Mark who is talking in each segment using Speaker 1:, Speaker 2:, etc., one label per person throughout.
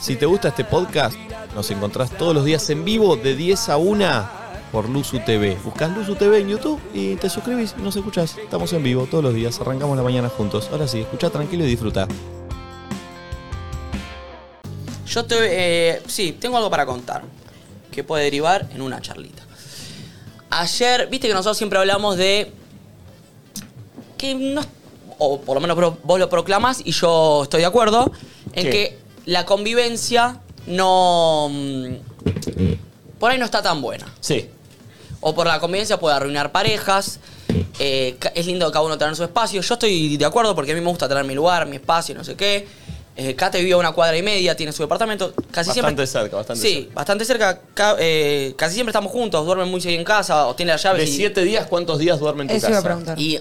Speaker 1: Si te gusta este podcast, nos encontrás todos los días en vivo de 10 a 1 por Luzu TV. Buscás Luzu TV en YouTube y te suscribís y nos escuchás. Estamos en vivo todos los días, arrancamos la mañana juntos. Ahora sí, escucha tranquilo y disfruta.
Speaker 2: Yo te. eh, sí, tengo algo para contar que puede derivar en una charlita. Ayer, viste que nosotros siempre hablamos de. que no. o por lo menos pro- vos lo proclamas y yo estoy de acuerdo en
Speaker 1: ¿Qué?
Speaker 2: que la convivencia no. mm, por ahí no está tan buena.
Speaker 1: Sí.
Speaker 2: O por la convivencia puede arruinar parejas. eh, ca- es lindo cada uno tener su espacio. Yo estoy de acuerdo porque a mí me gusta tener mi lugar, mi espacio, no sé qué. Eh, Kate vive a una cuadra y media, tiene su departamento. Casi siempre.
Speaker 1: Bastante cerca, bastante
Speaker 2: sí,
Speaker 1: cerca.
Speaker 2: bastante cerca. Ca- eh, casi siempre estamos juntos, duermen muy seguido en casa o tiene las llaves.
Speaker 1: De
Speaker 2: y-
Speaker 1: 7 días, ¿cuántos días duerme en tu
Speaker 3: Eso iba
Speaker 1: casa?
Speaker 3: a preguntar.
Speaker 2: Y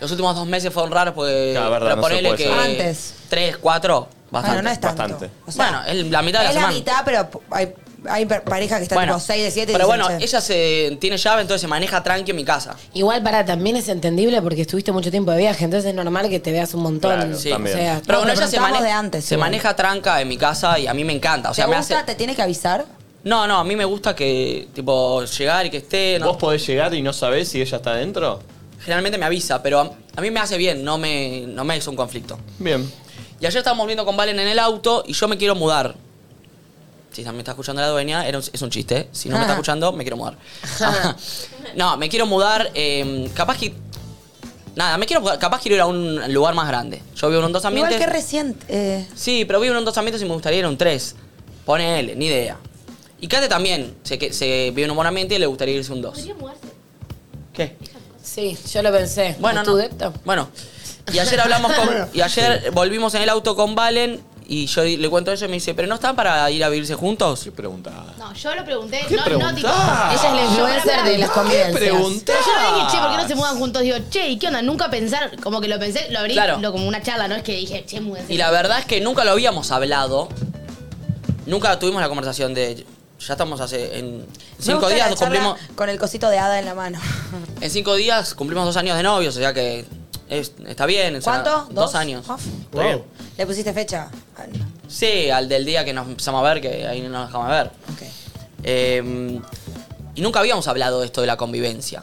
Speaker 2: los últimos dos meses fueron raros porque.
Speaker 1: Claro, verdad, no se
Speaker 2: proponele
Speaker 1: puede
Speaker 2: que.
Speaker 3: saber. Antes.
Speaker 2: Tres, cuatro. Bastante.
Speaker 3: bueno, no es tanto.
Speaker 1: bastante.
Speaker 3: O sea,
Speaker 2: bueno, es la mitad de la
Speaker 3: es la
Speaker 2: semana.
Speaker 3: mitad, pero hay, hay per- parejas que están
Speaker 2: Bueno,
Speaker 3: tipo 6 de 7.
Speaker 2: pero bueno, ella se, tiene llave, entonces se maneja tranqui en mi casa.
Speaker 4: Igual para también es entendible porque estuviste mucho tiempo de viaje, entonces es normal que te veas un montón.
Speaker 1: Claro,
Speaker 2: Sí.
Speaker 4: o
Speaker 2: también. Pero
Speaker 4: sea,
Speaker 2: bueno,
Speaker 3: No, pero
Speaker 2: ella se,
Speaker 3: preguntamos
Speaker 2: mane-
Speaker 3: de antes,
Speaker 2: se
Speaker 3: igual.
Speaker 2: maneja tranca en mi casa y a mí me encanta. O sea,
Speaker 3: ¿Te
Speaker 2: me
Speaker 3: gusta?
Speaker 2: hace.
Speaker 3: ¿Te tiene que avisar?
Speaker 2: No, no, a mí me gusta que, tipo, llegar y que esté. no.
Speaker 1: ¿Vos podés llegar y no sabés si ella está adentro?
Speaker 2: Generalmente me avisa, pero a, a mí me hace bien, no me, no me es un conflicto.
Speaker 1: Bien.
Speaker 2: Y ayer estábamos viendo con Valen en el auto y yo me quiero mudar. Si me está escuchando la dueña, era un- es un chiste. ¿eh? Si no me está
Speaker 3: Ajá.
Speaker 2: escuchando, me quiero mudar.
Speaker 3: Ah.
Speaker 2: no, me quiero mudar. eh, capaz que. Nada, me quiero mudar. Capaz quiero ir a un lugar más grande. Yo vivo en un dos ambientes.
Speaker 3: Igual que reciente. eh,
Speaker 2: Sí, pero vivo en un dos ambientes y me gustaría ir a un tres. Ponele, ni idea. Y Kate también se, que, se vive en un buen ambiente y le gustaría irse a un dos. ¿Qué?
Speaker 4: Sí, yo lo pensé.
Speaker 2: Bueno, no.
Speaker 4: ¿Tú, Depto?
Speaker 2: Bueno, y ayer hablamos con. Y ayer volvimos en el auto con Valen y yo le cuento eso y me dice, ¿pero no están para ir a vivirse juntos?
Speaker 1: ¿Qué pregunta?
Speaker 5: No, yo lo pregunté.
Speaker 1: ¿Qué
Speaker 5: no,
Speaker 1: preguntás?
Speaker 5: no, tipo.
Speaker 1: Ella
Speaker 4: es la
Speaker 5: Yo,
Speaker 4: influencer
Speaker 5: pará, pará.
Speaker 4: de las convivencias.
Speaker 1: preguntás?
Speaker 5: Pero yo no dije, che, ¿por qué no se mudan juntos? Digo, che, ¿y qué onda? Nunca pensar, como que lo pensé, lo abrí
Speaker 2: Claro.
Speaker 5: lo- como una charla, no es que dije, che, múdense.
Speaker 2: Y la verdad es que nunca lo habíamos hablado. Nunca tuvimos la conversación de. Ya estamos hace. En
Speaker 3: me
Speaker 2: cinco
Speaker 3: gusta
Speaker 2: días
Speaker 3: la charla
Speaker 2: cumplimos.
Speaker 3: Con el cosito de hada en la mano.
Speaker 2: En cinco días cumplimos dos años de novios, o sea que. es- está bien. o sea,
Speaker 3: ¿Cuánto?
Speaker 2: Dos, años.
Speaker 3: Uf.
Speaker 1: Está bien.
Speaker 3: ¿Le pusiste fecha? Ah, no.
Speaker 2: Sí, al del día que nos empezamos a ver, que ahí no nos dejamos ver.
Speaker 3: Ok.
Speaker 2: Eh, y nunca habíamos hablado de esto de la convivencia.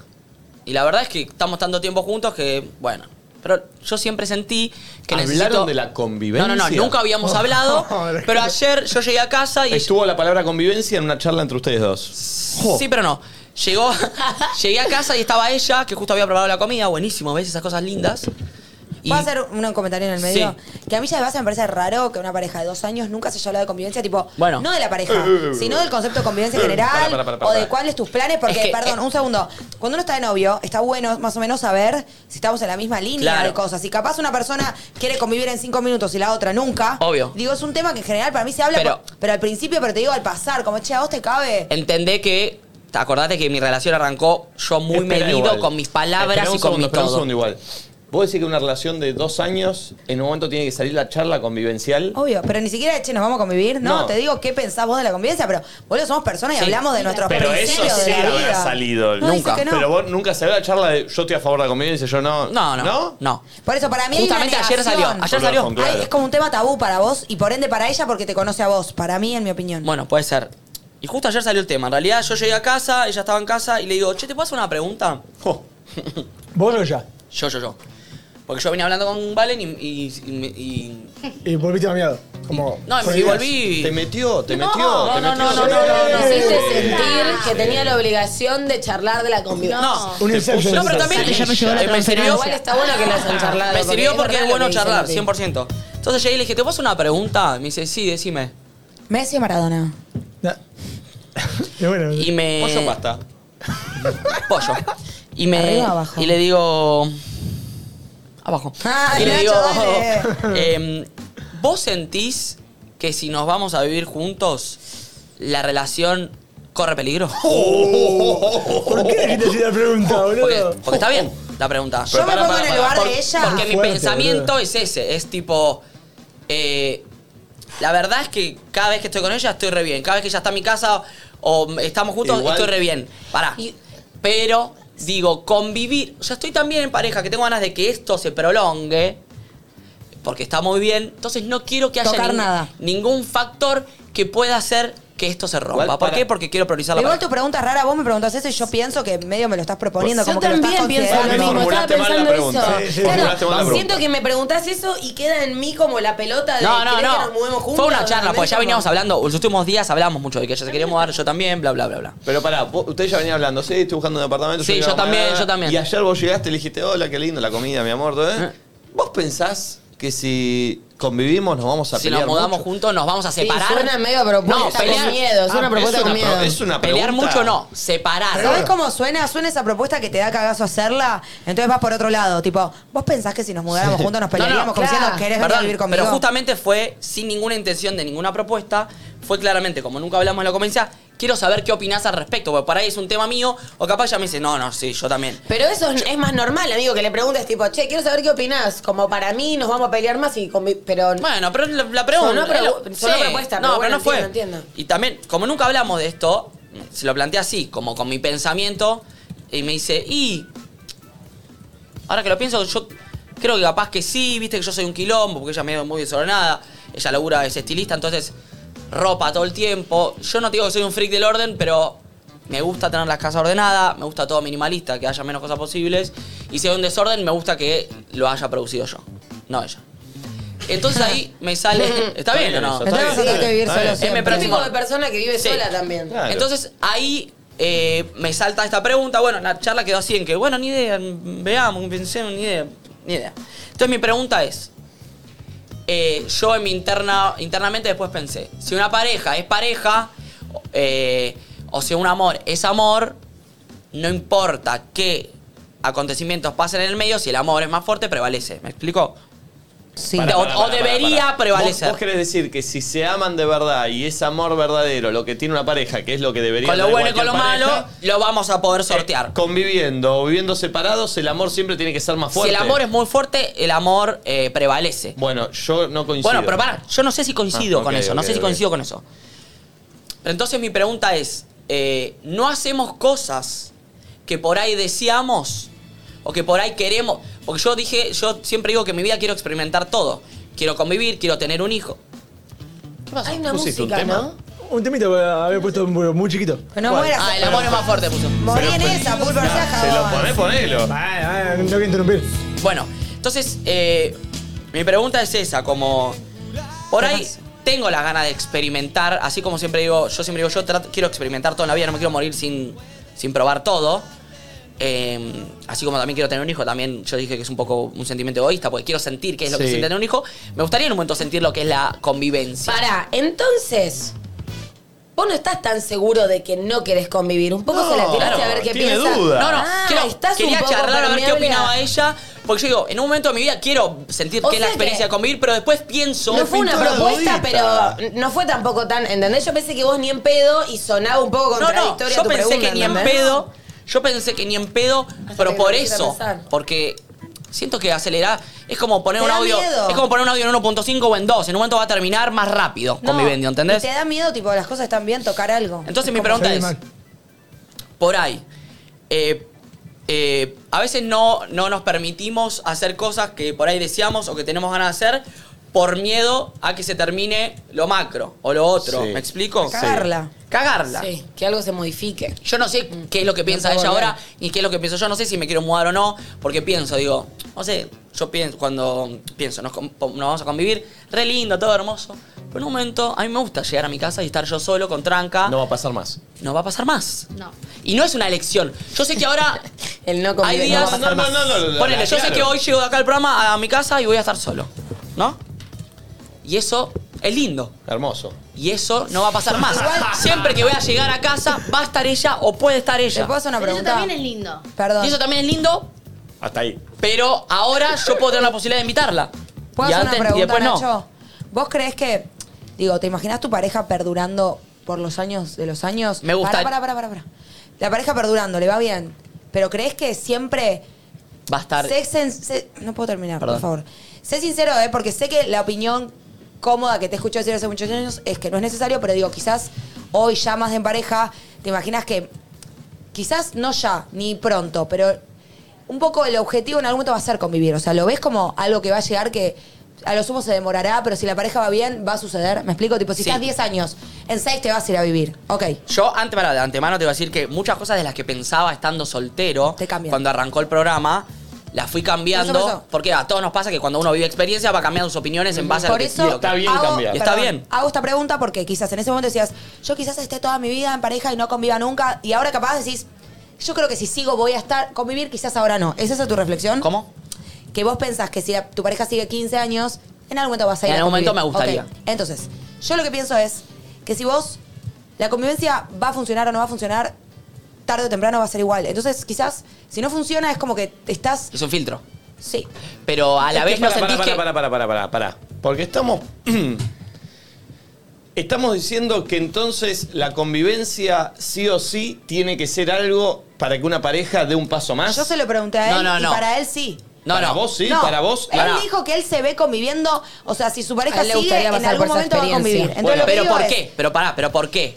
Speaker 2: Y la verdad es que estamos tanto tiempo juntos que, bueno. Pero yo siempre sentí que
Speaker 1: ¿Hablaron
Speaker 2: necesito-
Speaker 1: de la convivencia? Oh,
Speaker 2: No, no, no, nunca habíamos hablado. pero ayer yo llegué a casa y.
Speaker 1: Estuvo la palabra convivencia en una charla entre ustedes dos. Jo.
Speaker 2: Sí, pero no. Llegó, llegué a casa y estaba ella, que justo había probado la comida. Buenísimo, ¿ves? Esas cosas lindas. Y-
Speaker 3: ¿Puedo hacer un, un comentario en el medio? Que a mí ya de base me parece raro que una pareja de dos años nunca se haya hablado de convivencia, tipo,
Speaker 2: Bueno.
Speaker 3: no de la
Speaker 1: Eh,
Speaker 3: pareja, sino del concepto de convivencia general
Speaker 1: Para, para, para, para,
Speaker 3: o de
Speaker 1: para.
Speaker 3: cuáles tus planes, porque,
Speaker 2: Es que,
Speaker 3: perdón,
Speaker 2: eh,
Speaker 3: un segundo, cuando uno está de novio, está bueno más o menos saber si estamos en la misma línea
Speaker 2: Claro.
Speaker 3: de cosas. Si capaz una persona quiere convivir en cinco minutos y la otra nunca,
Speaker 2: Obvio.
Speaker 3: digo, es un tema que en general para mí se habla,
Speaker 2: Pero-
Speaker 3: por- pero, al principio, pero te digo al pasar, como, che, a vos te cabe.
Speaker 2: entendé que. Acordate que mi relación arrancó yo muy
Speaker 1: Espera
Speaker 2: medido
Speaker 1: igual.
Speaker 2: con mis palabras
Speaker 1: Espera un
Speaker 2: y con
Speaker 1: segundo,
Speaker 2: mi
Speaker 1: espera un
Speaker 2: todo.
Speaker 1: segundo igual. Vos decís que una relación de dos años, en un momento tiene que salir la charla convivencial.
Speaker 3: Obvio, pero ni siquiera, che, nos vamos a convivir. No,
Speaker 1: No.
Speaker 3: te digo qué pensás vos de la convivencia, pero boludo, somos personas y
Speaker 2: Sí.
Speaker 3: hablamos de nuestros
Speaker 1: Pero eso
Speaker 3: principios
Speaker 1: sí
Speaker 3: de la
Speaker 1: habrá
Speaker 3: vida.
Speaker 1: salido.
Speaker 3: No, dice
Speaker 2: Nunca.
Speaker 3: que no.
Speaker 1: Pero vos nunca salió la charla de yo estoy a favor de la convivencia, yo no.
Speaker 2: No, no, no.
Speaker 1: ¿No?
Speaker 3: Por eso, para mí hay una
Speaker 2: Justamente ayer salió.
Speaker 3: negación.
Speaker 2: Ayer salió.
Speaker 1: Con- Claro.
Speaker 3: Ay, es como un tema tabú para vos y por ende para ella porque te conoce a vos. Para mí, en mi opinión.
Speaker 2: Bueno, puede ser. Y justo ayer salió el tema. En realidad yo llegué a casa, ella estaba en casa y le digo, che, ¿te puedo hacer una pregunta?
Speaker 1: Jo.
Speaker 6: ¿Vos o ya?
Speaker 2: Yo, yo, yo. Porque yo venía hablando con Valen y... y- y me- y-
Speaker 6: Y volviste mameado. Como.
Speaker 2: no, y me- y
Speaker 6: prohibidas.
Speaker 2: volví...
Speaker 1: Te metió, te
Speaker 2: No,
Speaker 1: metió,
Speaker 2: no,
Speaker 1: te
Speaker 2: no,
Speaker 1: metió.
Speaker 2: no, no, no, no, no.
Speaker 4: Hiciste sentir que tenía la obligación de charlar de la convivencia.
Speaker 2: No.
Speaker 6: Un
Speaker 1: Te
Speaker 6: inception.
Speaker 1: puso-
Speaker 2: No, pero también
Speaker 5: Sí, ya me llegó la
Speaker 2: eh, me
Speaker 5: transferencia.
Speaker 2: sirvió,
Speaker 4: Igual está bueno que lo hayan charlado.
Speaker 2: me sirvió porque es
Speaker 4: verdad lo
Speaker 2: bueno
Speaker 4: que dice
Speaker 2: charlar,
Speaker 4: Mati.
Speaker 2: 100%. Entonces llegué y le dije, ¿te puedo hacer una pregunta? Y me dice, sí, decime.
Speaker 3: Messi o Maradona.
Speaker 6: Nah. Y bueno,
Speaker 2: Y me...
Speaker 1: Pollo pasta.
Speaker 2: pollo. Y me.
Speaker 3: ¿Arriba o abajo?
Speaker 2: Y le digo. Abajo.
Speaker 3: Ay,
Speaker 2: y le
Speaker 3: Nacho,
Speaker 2: digo.
Speaker 3: dale.
Speaker 2: em, ¿Vos sentís que si nos vamos a vivir juntos, la relación corre peligro?
Speaker 6: ¿Por qué le quitaste la pregunta,
Speaker 2: Porque,
Speaker 6: boludo?
Speaker 2: porque está bien la pregunta.
Speaker 3: Yo me
Speaker 2: Pará,
Speaker 3: pongo
Speaker 2: pará,
Speaker 3: en el
Speaker 2: pará.
Speaker 3: lugar de
Speaker 2: Por-
Speaker 3: ella.
Speaker 2: Porque mi
Speaker 6: Fuerte,
Speaker 2: pensamiento
Speaker 6: boludo.
Speaker 2: es ese. Es tipo. eh, la verdad es que cada vez que estoy con ella estoy re bien. Cada vez que ella está en mi casa o estamos juntos
Speaker 1: Igual-
Speaker 2: estoy re bien. Pará.
Speaker 4: Y-
Speaker 2: Pero digo, convivir. Yo estoy también en pareja que tengo ganas de que esto se prolongue. porque está muy bien. Entonces no quiero que haya
Speaker 3: Tocar
Speaker 2: nin-
Speaker 3: nada.
Speaker 2: ningún factor que pueda hacer que esto se rompa.
Speaker 1: Igual
Speaker 2: ¿Por
Speaker 1: para-
Speaker 2: qué? Porque quiero priorizar la
Speaker 3: Pero igual
Speaker 2: pareja.
Speaker 3: tu pregunta es rara, vos me preguntás eso y yo pienso que medio me lo estás proponiendo.
Speaker 4: Yo
Speaker 3: como que lo estás
Speaker 4: también pienso
Speaker 3: considerando.
Speaker 4: lo mismo, estaba
Speaker 1: Formulaste mal la
Speaker 4: pensando
Speaker 1: pregunta.
Speaker 4: eso.
Speaker 1: Sí, sí, formulaste mal la
Speaker 4: claro,
Speaker 1: pregunta.
Speaker 4: siento que me preguntás eso y queda en mí como la pelota de
Speaker 2: No, no,
Speaker 4: ¿querés que
Speaker 2: no.
Speaker 4: nos mudemos juntos.
Speaker 2: Fue una charla, porque ya
Speaker 4: Como-
Speaker 2: veníamos hablando, los últimos días hablamos mucho de que ella se quería mudar, yo también, bla, bla, bla, bla.
Speaker 1: Pero pará, vos- ustedes ya venían hablando, sí, estoy buscando un apartamento.
Speaker 2: Sí,
Speaker 1: quiero
Speaker 2: yo también,
Speaker 1: comprar".
Speaker 2: yo también. Ah.
Speaker 1: Y ayer vos llegaste y le dijiste, hola, qué lindo la comida, mi amor. todo, ¿eh? ¿Vos pensás que si convivimos nos vamos a
Speaker 2: Si
Speaker 1: pelear
Speaker 2: nos mudamos
Speaker 1: mucho?
Speaker 2: juntos, nos vamos a
Speaker 4: Sí,
Speaker 2: separar.
Speaker 4: suena medio a propuesta
Speaker 2: No, pelear,
Speaker 4: con miedo, suena
Speaker 1: Ah,
Speaker 4: una propuesta
Speaker 1: es
Speaker 4: con
Speaker 1: una
Speaker 4: miedo.
Speaker 1: pro- es una
Speaker 2: pelear
Speaker 1: pregunta.
Speaker 2: mucho no, separar.
Speaker 3: ¿Sabés cómo suena? Suena esa propuesta que te da cagazo hacerla. Entonces vas por otro lado. Tipo, vos pensás que si nos mudáramos juntos nos pelearíamos como
Speaker 4: claro.
Speaker 3: diciendo, ¿querés venir a
Speaker 2: Perdón,
Speaker 3: vivir conmigo?
Speaker 2: Pero justamente fue sin ninguna intención de ninguna propuesta. Fue claramente, como nunca hablamos en la convencia, quiero saber qué opinás al respecto, porque por ahí es un tema mío, o capaz ya me dice, no, no, sí, yo también.
Speaker 4: Pero eso es, es más normal, amigo, que le preguntes tipo, che, quiero saber qué opinás. Como para mí nos vamos a pelear más y convi- pero
Speaker 2: Bueno, pero la, la pregunta.
Speaker 4: Sonó
Speaker 2: es lo-
Speaker 4: pregu- sonó propuesta, pero bueno, entiendo, entiendo.
Speaker 2: Y también, como nunca hablamos de esto, se lo planteé así, como con mi pensamiento, y me dice, y. Ahora que lo pienso, yo creo que capaz que sí, viste que yo soy un quilombo, porque ella me muy desordenada, ella labura, es estilista, entonces ropa todo el tiempo. Yo no te digo que soy un freak del orden, pero me gusta tener las casas ordenadas, me gusta todo minimalista, que haya menos cosas posibles, y si hay un desorden, me gusta que lo haya producido yo, no ella. Entonces ahí me sale. ¿Está bien o no?
Speaker 1: eso,
Speaker 3: Entonces vas a tener que vivir
Speaker 1: está
Speaker 3: solo
Speaker 1: bien.
Speaker 3: siempre.
Speaker 2: Eh, pero
Speaker 4: tipo
Speaker 2: tipo-
Speaker 4: de persona que vive
Speaker 2: Sí.
Speaker 4: sola también.
Speaker 1: Claro.
Speaker 2: Entonces ahí eh, me salta esta pregunta. Bueno, la charla quedó así en que, bueno, ni idea, mm, veamos, pensemos, ni idea, ni idea. Entonces mi pregunta es, eh, yo en mi interna, internamente después pensé, si una pareja es pareja, eh, o si un amor es amor, no importa qué acontecimientos pasen en el medio, si el amor es más fuerte, prevalece. ¿Me explico?
Speaker 3: Sí.
Speaker 1: Pará,
Speaker 2: O-
Speaker 1: pará,
Speaker 2: o
Speaker 1: pará,
Speaker 2: debería
Speaker 1: pará.
Speaker 2: prevalecer.
Speaker 1: ¿Vos, vos querés decir que si se aman de verdad y es amor verdadero lo que tiene una pareja, que es lo que debería
Speaker 2: Con lo
Speaker 1: tener
Speaker 2: bueno y con lo
Speaker 1: cualquier
Speaker 2: malo,
Speaker 1: pareja,
Speaker 2: lo vamos a poder sortear.
Speaker 1: eh, conviviendo o viviendo separados, el amor siempre tiene que ser más fuerte.
Speaker 2: Si el amor es muy fuerte, el amor eh, prevalece.
Speaker 1: Bueno, yo no coincido.
Speaker 2: Bueno, pero pará, yo no sé si coincido
Speaker 1: Ah,
Speaker 2: con
Speaker 1: ok,
Speaker 2: eso, no
Speaker 1: ok,
Speaker 2: sé si
Speaker 1: ok.
Speaker 2: coincido con eso. Pero entonces mi pregunta es, eh, ¿no hacemos cosas que por ahí deseamos o que por ahí queremos? Porque yo dije, yo siempre digo que en mi vida quiero experimentar todo. Quiero convivir, quiero tener un hijo.
Speaker 4: Hay una
Speaker 1: ¿Pusiste un
Speaker 4: música,
Speaker 1: tema?
Speaker 4: ¿no?
Speaker 6: Un temita que había puesto muy, muy chiquito.
Speaker 3: Pero no mueras.
Speaker 2: Ah, el amor es más fuerte, puso.
Speaker 3: Morí en esa, pulpo se
Speaker 1: Se lo ponés, ponelo.
Speaker 6: Ah, ah, no tengo que interrumpir.
Speaker 2: Bueno, entonces, eh, mi pregunta es esa, como... Por ahí tengo las ganas de experimentar, así como siempre digo, yo siempre digo, yo trato- quiero experimentar toda la vida, no me quiero morir sin, sin probar todo. Eh, así como también quiero tener un hijo, también yo dije que es un poco un sentimiento egoísta, porque quiero sentir qué es lo que
Speaker 1: Sí.
Speaker 2: se siente tener un hijo. Me gustaría en un momento sentir lo que es la convivencia.
Speaker 4: Pará, entonces, vos no estás tan seguro de que no querés convivir. Un poco
Speaker 1: No,
Speaker 4: se la tiraste a ver qué
Speaker 1: tiene
Speaker 4: piensa.
Speaker 1: duda.
Speaker 2: No, no,
Speaker 4: Ah,
Speaker 2: quiero-
Speaker 4: estás
Speaker 2: quería
Speaker 4: un poco
Speaker 2: charlar a ver qué
Speaker 4: permeable a-
Speaker 2: opinaba ella, porque yo digo, en un momento de mi vida quiero sentir
Speaker 4: O
Speaker 2: qué es la
Speaker 4: sea que-
Speaker 2: experiencia de convivir, pero después pienso...
Speaker 4: No fue una
Speaker 1: pintora
Speaker 4: propuesta,
Speaker 1: erudita.
Speaker 4: pero no fue tampoco tan, ¿entendés? Yo pensé que vos ni en pedo y sonaba un poco
Speaker 2: No, no,
Speaker 4: contradictoria
Speaker 2: yo
Speaker 4: tu
Speaker 2: pensé
Speaker 4: pregunta,
Speaker 2: que ni en
Speaker 4: ¿entendés?
Speaker 2: pedo. Yo pensé que ni en pedo, pero
Speaker 4: que
Speaker 2: por
Speaker 4: me puse a
Speaker 2: eso.
Speaker 4: pensar.
Speaker 2: Porque siento que acelerar es como poner
Speaker 3: Te
Speaker 2: un
Speaker 3: da
Speaker 2: audio.
Speaker 3: miedo.
Speaker 2: Es como poner un audio en 1.5 o en 2. En un momento va a terminar más rápido
Speaker 3: No,
Speaker 2: conviviendo, ¿entendés?
Speaker 3: y Te da miedo, tipo, las cosas están bien, tocar algo.
Speaker 2: Entonces mi
Speaker 3: como-
Speaker 2: pregunta
Speaker 6: soy
Speaker 2: es,
Speaker 6: mal.
Speaker 2: por ahí, eh, eh, a veces no, no nos permitimos hacer cosas que por ahí deseamos o que tenemos ganas de hacer por miedo a que se termine lo macro o lo otro.
Speaker 1: Sí.
Speaker 2: ¿Me explico?
Speaker 3: Cagarla.
Speaker 2: Cagarla.
Speaker 4: Sí, que algo se modifique.
Speaker 2: Yo no sé qué es lo que piensa
Speaker 4: puedo
Speaker 2: ella
Speaker 4: volver.
Speaker 2: ahora, ni qué es lo que pienso yo. No sé si me quiero mudar o no, porque pienso, digo, no sé, yo pienso, cuando pienso, nos, com- nos vamos a convivir, re lindo, todo hermoso. Pero en un momento, a mí me gusta llegar a mi casa y estar yo solo, con tranca.
Speaker 1: No
Speaker 2: No,
Speaker 1: va a pasar más.
Speaker 2: va a pasar más.
Speaker 5: No.
Speaker 4: Ah,
Speaker 2: Y no es una elección. Yo sé que ahora.
Speaker 4: El no
Speaker 2: hay
Speaker 4: convive- no va a
Speaker 2: días.
Speaker 4: pasar más.
Speaker 2: Ponele, yo sé
Speaker 1: claro.
Speaker 2: que hoy llego de acá al programa a mi casa y voy a estar solo. ¿No? Y eso es lindo.
Speaker 1: Hermoso.
Speaker 2: Y eso no va a pasar más. Siempre que voy a llegar a casa, va a estar ella o puede estar
Speaker 3: ¿Te
Speaker 2: ella.
Speaker 3: puedo hacer una
Speaker 5: Pero eso
Speaker 3: pregunta?
Speaker 5: también es lindo.
Speaker 3: Perdón.
Speaker 2: Y eso también es lindo,
Speaker 1: Hasta ahí.
Speaker 2: pero ahora yo puedo tener la posibilidad de invitarla.
Speaker 3: ¿Puedo
Speaker 2: Y
Speaker 3: hacer
Speaker 2: antes-
Speaker 3: una
Speaker 2: y
Speaker 3: pregunta,
Speaker 2: después no.
Speaker 3: Nacho? ¿Vos crees que, digo, te imaginas tu pareja perdurando por los años de los años?
Speaker 2: Me gusta-
Speaker 3: Pará, pará, pará, pará, pará. La pareja perdurando, le va bien. Pero ¿crees que siempre
Speaker 2: Va a estar.
Speaker 3: Sé sen- sé- no puedo terminar,
Speaker 2: Perdón.
Speaker 3: por favor. Sé sincero, ¿eh? porque sé que la opinión cómoda que te escucho decir hace muchos años es que no es necesario, pero digo, quizás hoy ya más en pareja, te imaginas que quizás no ya, ni pronto, pero un poco el objetivo en algún momento va a ser convivir. O sea, lo ves como algo que va a llegar que a lo sumo se demorará, pero si la pareja va bien, va a suceder. ¿Me explico? Tipo, si
Speaker 2: Sí.
Speaker 3: estás 10 años, en 6 te vas a ir a vivir. Ok.
Speaker 2: Yo ante, para, de antemano te iba a decir que muchas cosas de las que pensaba estando soltero,
Speaker 3: Te cambian.
Speaker 2: cuando arrancó el programa, las fui cambiando.
Speaker 3: Por eso, por eso.
Speaker 2: Porque a todos nos pasa que cuando uno vive experiencia va cambiando sus opiniones en base a lo
Speaker 3: Por
Speaker 2: que
Speaker 3: eso
Speaker 2: lo que-
Speaker 7: está bien cambiar.
Speaker 2: Y está bien.
Speaker 3: Hago esta pregunta porque quizás en ese momento decías, yo quizás esté toda mi vida en pareja y no conviva nunca. Y ahora capaz decís, yo creo que si sigo voy a estar convivir, quizás ahora no. ¿Es esa tu reflexión?
Speaker 2: ¿Cómo?
Speaker 3: Que vos pensás que si la- tu pareja sigue 15 años, en algún momento vas a ir
Speaker 2: En
Speaker 3: a
Speaker 2: algún momento
Speaker 3: convivir.
Speaker 2: me gustaría.
Speaker 3: Ok. Entonces, yo lo que pienso es que si vos, la convivencia va a funcionar o no va a funcionar, tarde o temprano va a ser igual. Entonces, quizás, si no funciona, es como que estás...
Speaker 2: Es un filtro.
Speaker 3: Sí.
Speaker 2: Pero a la vez no
Speaker 7: para,
Speaker 2: sentís
Speaker 7: para,
Speaker 2: que.
Speaker 7: para, para, para, para, para. Porque estamos. estamos diciendo que entonces la convivencia sí o sí tiene que ser algo para que una pareja dé un paso más.
Speaker 3: Yo se lo pregunté a él
Speaker 2: No, no,
Speaker 3: y
Speaker 2: no.
Speaker 3: para él sí.
Speaker 2: No,
Speaker 7: para
Speaker 2: no.
Speaker 7: vos sí,
Speaker 3: No,
Speaker 7: para vos.
Speaker 3: Él
Speaker 7: Pará.
Speaker 3: dijo que él se ve conviviendo, o sea, si su
Speaker 4: A
Speaker 3: pareja
Speaker 4: él le
Speaker 3: sigue,
Speaker 4: gustaría
Speaker 3: en
Speaker 4: pasar por
Speaker 3: algún
Speaker 4: esa
Speaker 3: momento va a
Speaker 4: experiencia.
Speaker 3: convivir. Entonces, lo que
Speaker 2: pero
Speaker 3: digo
Speaker 2: ¿por
Speaker 3: es,
Speaker 2: qué? Pero pará, pero ¿por qué?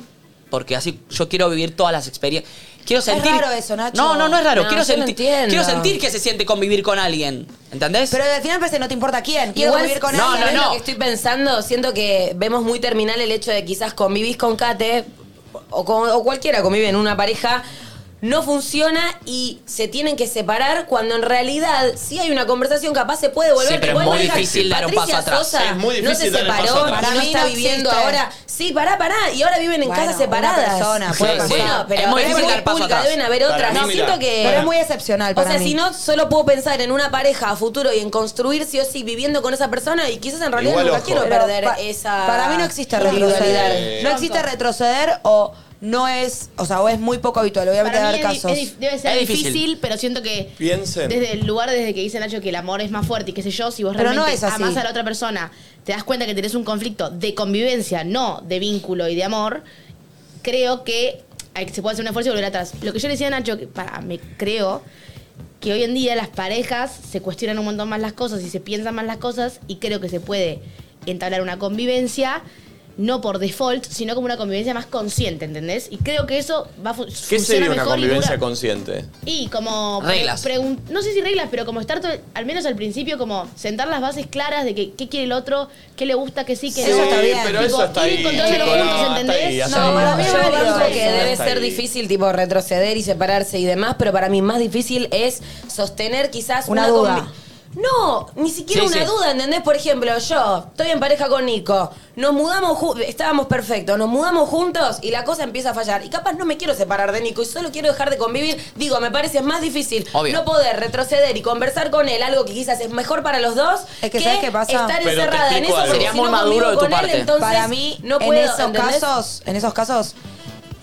Speaker 2: Porque así yo quiero vivir todas las experiencias. Quiero sentir.
Speaker 3: raro eso, Nacho.
Speaker 2: No, no, no es raro.
Speaker 4: No,
Speaker 2: quiero,
Speaker 4: yo no
Speaker 2: sentir
Speaker 4: entiendo.
Speaker 2: quiero sentir que se siente convivir con alguien. ¿Entendés?
Speaker 3: Pero al final parece no te importa quién. Quiero
Speaker 4: Igual-
Speaker 3: convivir con
Speaker 2: No,
Speaker 3: alguien.
Speaker 2: no, no.
Speaker 4: Lo que estoy pensando, siento que vemos muy terminal el hecho de quizás convivís con Kate o, con- o cualquiera convive en una pareja, no funciona y se tienen que separar cuando en realidad si hay una conversación capaz se puede volver.
Speaker 2: Sí, pero
Speaker 4: Igual
Speaker 2: es muy
Speaker 4: deja-
Speaker 2: difícil dar un
Speaker 4: Patricia
Speaker 2: paso atrás.
Speaker 4: Sosa
Speaker 7: Es muy
Speaker 4: no se
Speaker 7: difícil dar un paso
Speaker 4: separó,
Speaker 7: atrás.
Speaker 4: y
Speaker 3: Para
Speaker 4: no
Speaker 3: mí
Speaker 4: está
Speaker 3: no
Speaker 4: viviendo
Speaker 3: existe.
Speaker 4: ahora. Sí, pará, pará. Y ahora viven en
Speaker 3: Bueno,
Speaker 4: casas
Speaker 3: una
Speaker 4: separadas.
Speaker 3: persona, puede
Speaker 2: Sí, pasar. sí.
Speaker 4: Bueno, pero
Speaker 2: Es muy
Speaker 4: es
Speaker 2: difícil
Speaker 4: muy
Speaker 2: dar paso
Speaker 4: pública,
Speaker 2: atrás.
Speaker 4: deben haber
Speaker 7: Para
Speaker 4: otras.
Speaker 7: mí,
Speaker 4: No,
Speaker 7: mirá.
Speaker 4: siento que
Speaker 3: Pero es muy excepcional para
Speaker 4: o sea,
Speaker 3: mí.
Speaker 4: si no, solo puedo pensar en una pareja a futuro y en construir sí o sí viviendo con esa persona y quizás en realidad
Speaker 7: Igual,
Speaker 4: nunca
Speaker 7: ojo. Eh,
Speaker 4: quiero
Speaker 3: Pero
Speaker 4: perder
Speaker 3: pa-
Speaker 4: esa
Speaker 3: Para mí no existe
Speaker 4: individualidad.
Speaker 3: retroceder. No existe retroceder o no es, o sea, o es muy poco habitual. Obviamente
Speaker 5: Para
Speaker 3: haber
Speaker 5: mí es di-
Speaker 3: casos.
Speaker 5: es dif- debe ser
Speaker 2: Es difícil.
Speaker 5: difícil. pero siento que
Speaker 7: Piensen.
Speaker 5: desde el lugar desde que dice Nacho que el amor es más fuerte y qué sé yo, si vos
Speaker 3: Pero no
Speaker 5: realmente
Speaker 3: es así.
Speaker 5: amás a la otra persona, te das cuenta que tenés un conflicto de convivencia, no de vínculo y de amor, creo que hay que- se puede hacer un esfuerzo y volver atrás. Lo que yo le decía a Nacho, que para, me creo que hoy en día las parejas se cuestionan un montón más las cosas y se piensan más las cosas y creo que se puede entablar una convivencia no por default, sino como una convivencia más consciente, ¿entendés? Y creo que eso va a fu-
Speaker 7: ¿Qué
Speaker 5: funciona
Speaker 7: sería una
Speaker 5: mejor y
Speaker 7: convivencia
Speaker 5: dura-
Speaker 7: consciente?
Speaker 5: y como... pre-
Speaker 2: Reglas.
Speaker 5: pregun- No sé si reglas, pero como estar, to- al menos al principio, como sentar las bases claras de que, qué quiere el otro, qué le gusta, qué sí, qué
Speaker 3: Sí,
Speaker 5: no.
Speaker 3: está bien.
Speaker 7: pero
Speaker 5: Tipo,
Speaker 7: eso está
Speaker 5: ir
Speaker 7: ahí.
Speaker 5: encontrando
Speaker 7: chico,
Speaker 5: los
Speaker 7: no,
Speaker 5: puntos,
Speaker 7: hasta ahí,
Speaker 5: ¿entendés?
Speaker 7: hasta
Speaker 3: No,
Speaker 7: ahí.
Speaker 3: para mí
Speaker 4: Yo
Speaker 3: Yo
Speaker 4: banco
Speaker 3: banco
Speaker 4: que
Speaker 3: eso,
Speaker 4: debe
Speaker 7: Hasta
Speaker 4: ser
Speaker 7: ahí.
Speaker 4: difícil, tipo, retroceder y separarse y demás, pero para mí más difícil es sostener quizás
Speaker 3: Una
Speaker 4: una,
Speaker 3: duda.
Speaker 4: convi- No, ni siquiera
Speaker 2: Sí,
Speaker 4: una
Speaker 2: sí.
Speaker 4: duda, ¿entendés? Por ejemplo, yo estoy en pareja con Nico, nos mudamos, ju- estábamos perfectos, nos mudamos juntos y la cosa empieza a fallar. Y capaz no me quiero separar de Nico y solo quiero dejar de convivir. Digo, me parece más difícil
Speaker 2: Obvio.
Speaker 4: no poder retroceder y conversar con él, algo que quizás es mejor para los dos,
Speaker 3: Es que ¿sabés qué pasa?
Speaker 4: estar
Speaker 7: Pero te
Speaker 4: encerrada en
Speaker 7: explico
Speaker 4: eso.
Speaker 7: algo.
Speaker 4: porque
Speaker 2: Sería
Speaker 4: si
Speaker 2: muy
Speaker 4: no
Speaker 2: maduro
Speaker 4: convivo
Speaker 2: de tu
Speaker 4: con él,
Speaker 2: parte.
Speaker 4: entonces
Speaker 3: para mí,
Speaker 4: no
Speaker 3: en
Speaker 4: puedo,
Speaker 3: esos
Speaker 4: ¿entendés?
Speaker 3: casos, en esos casos,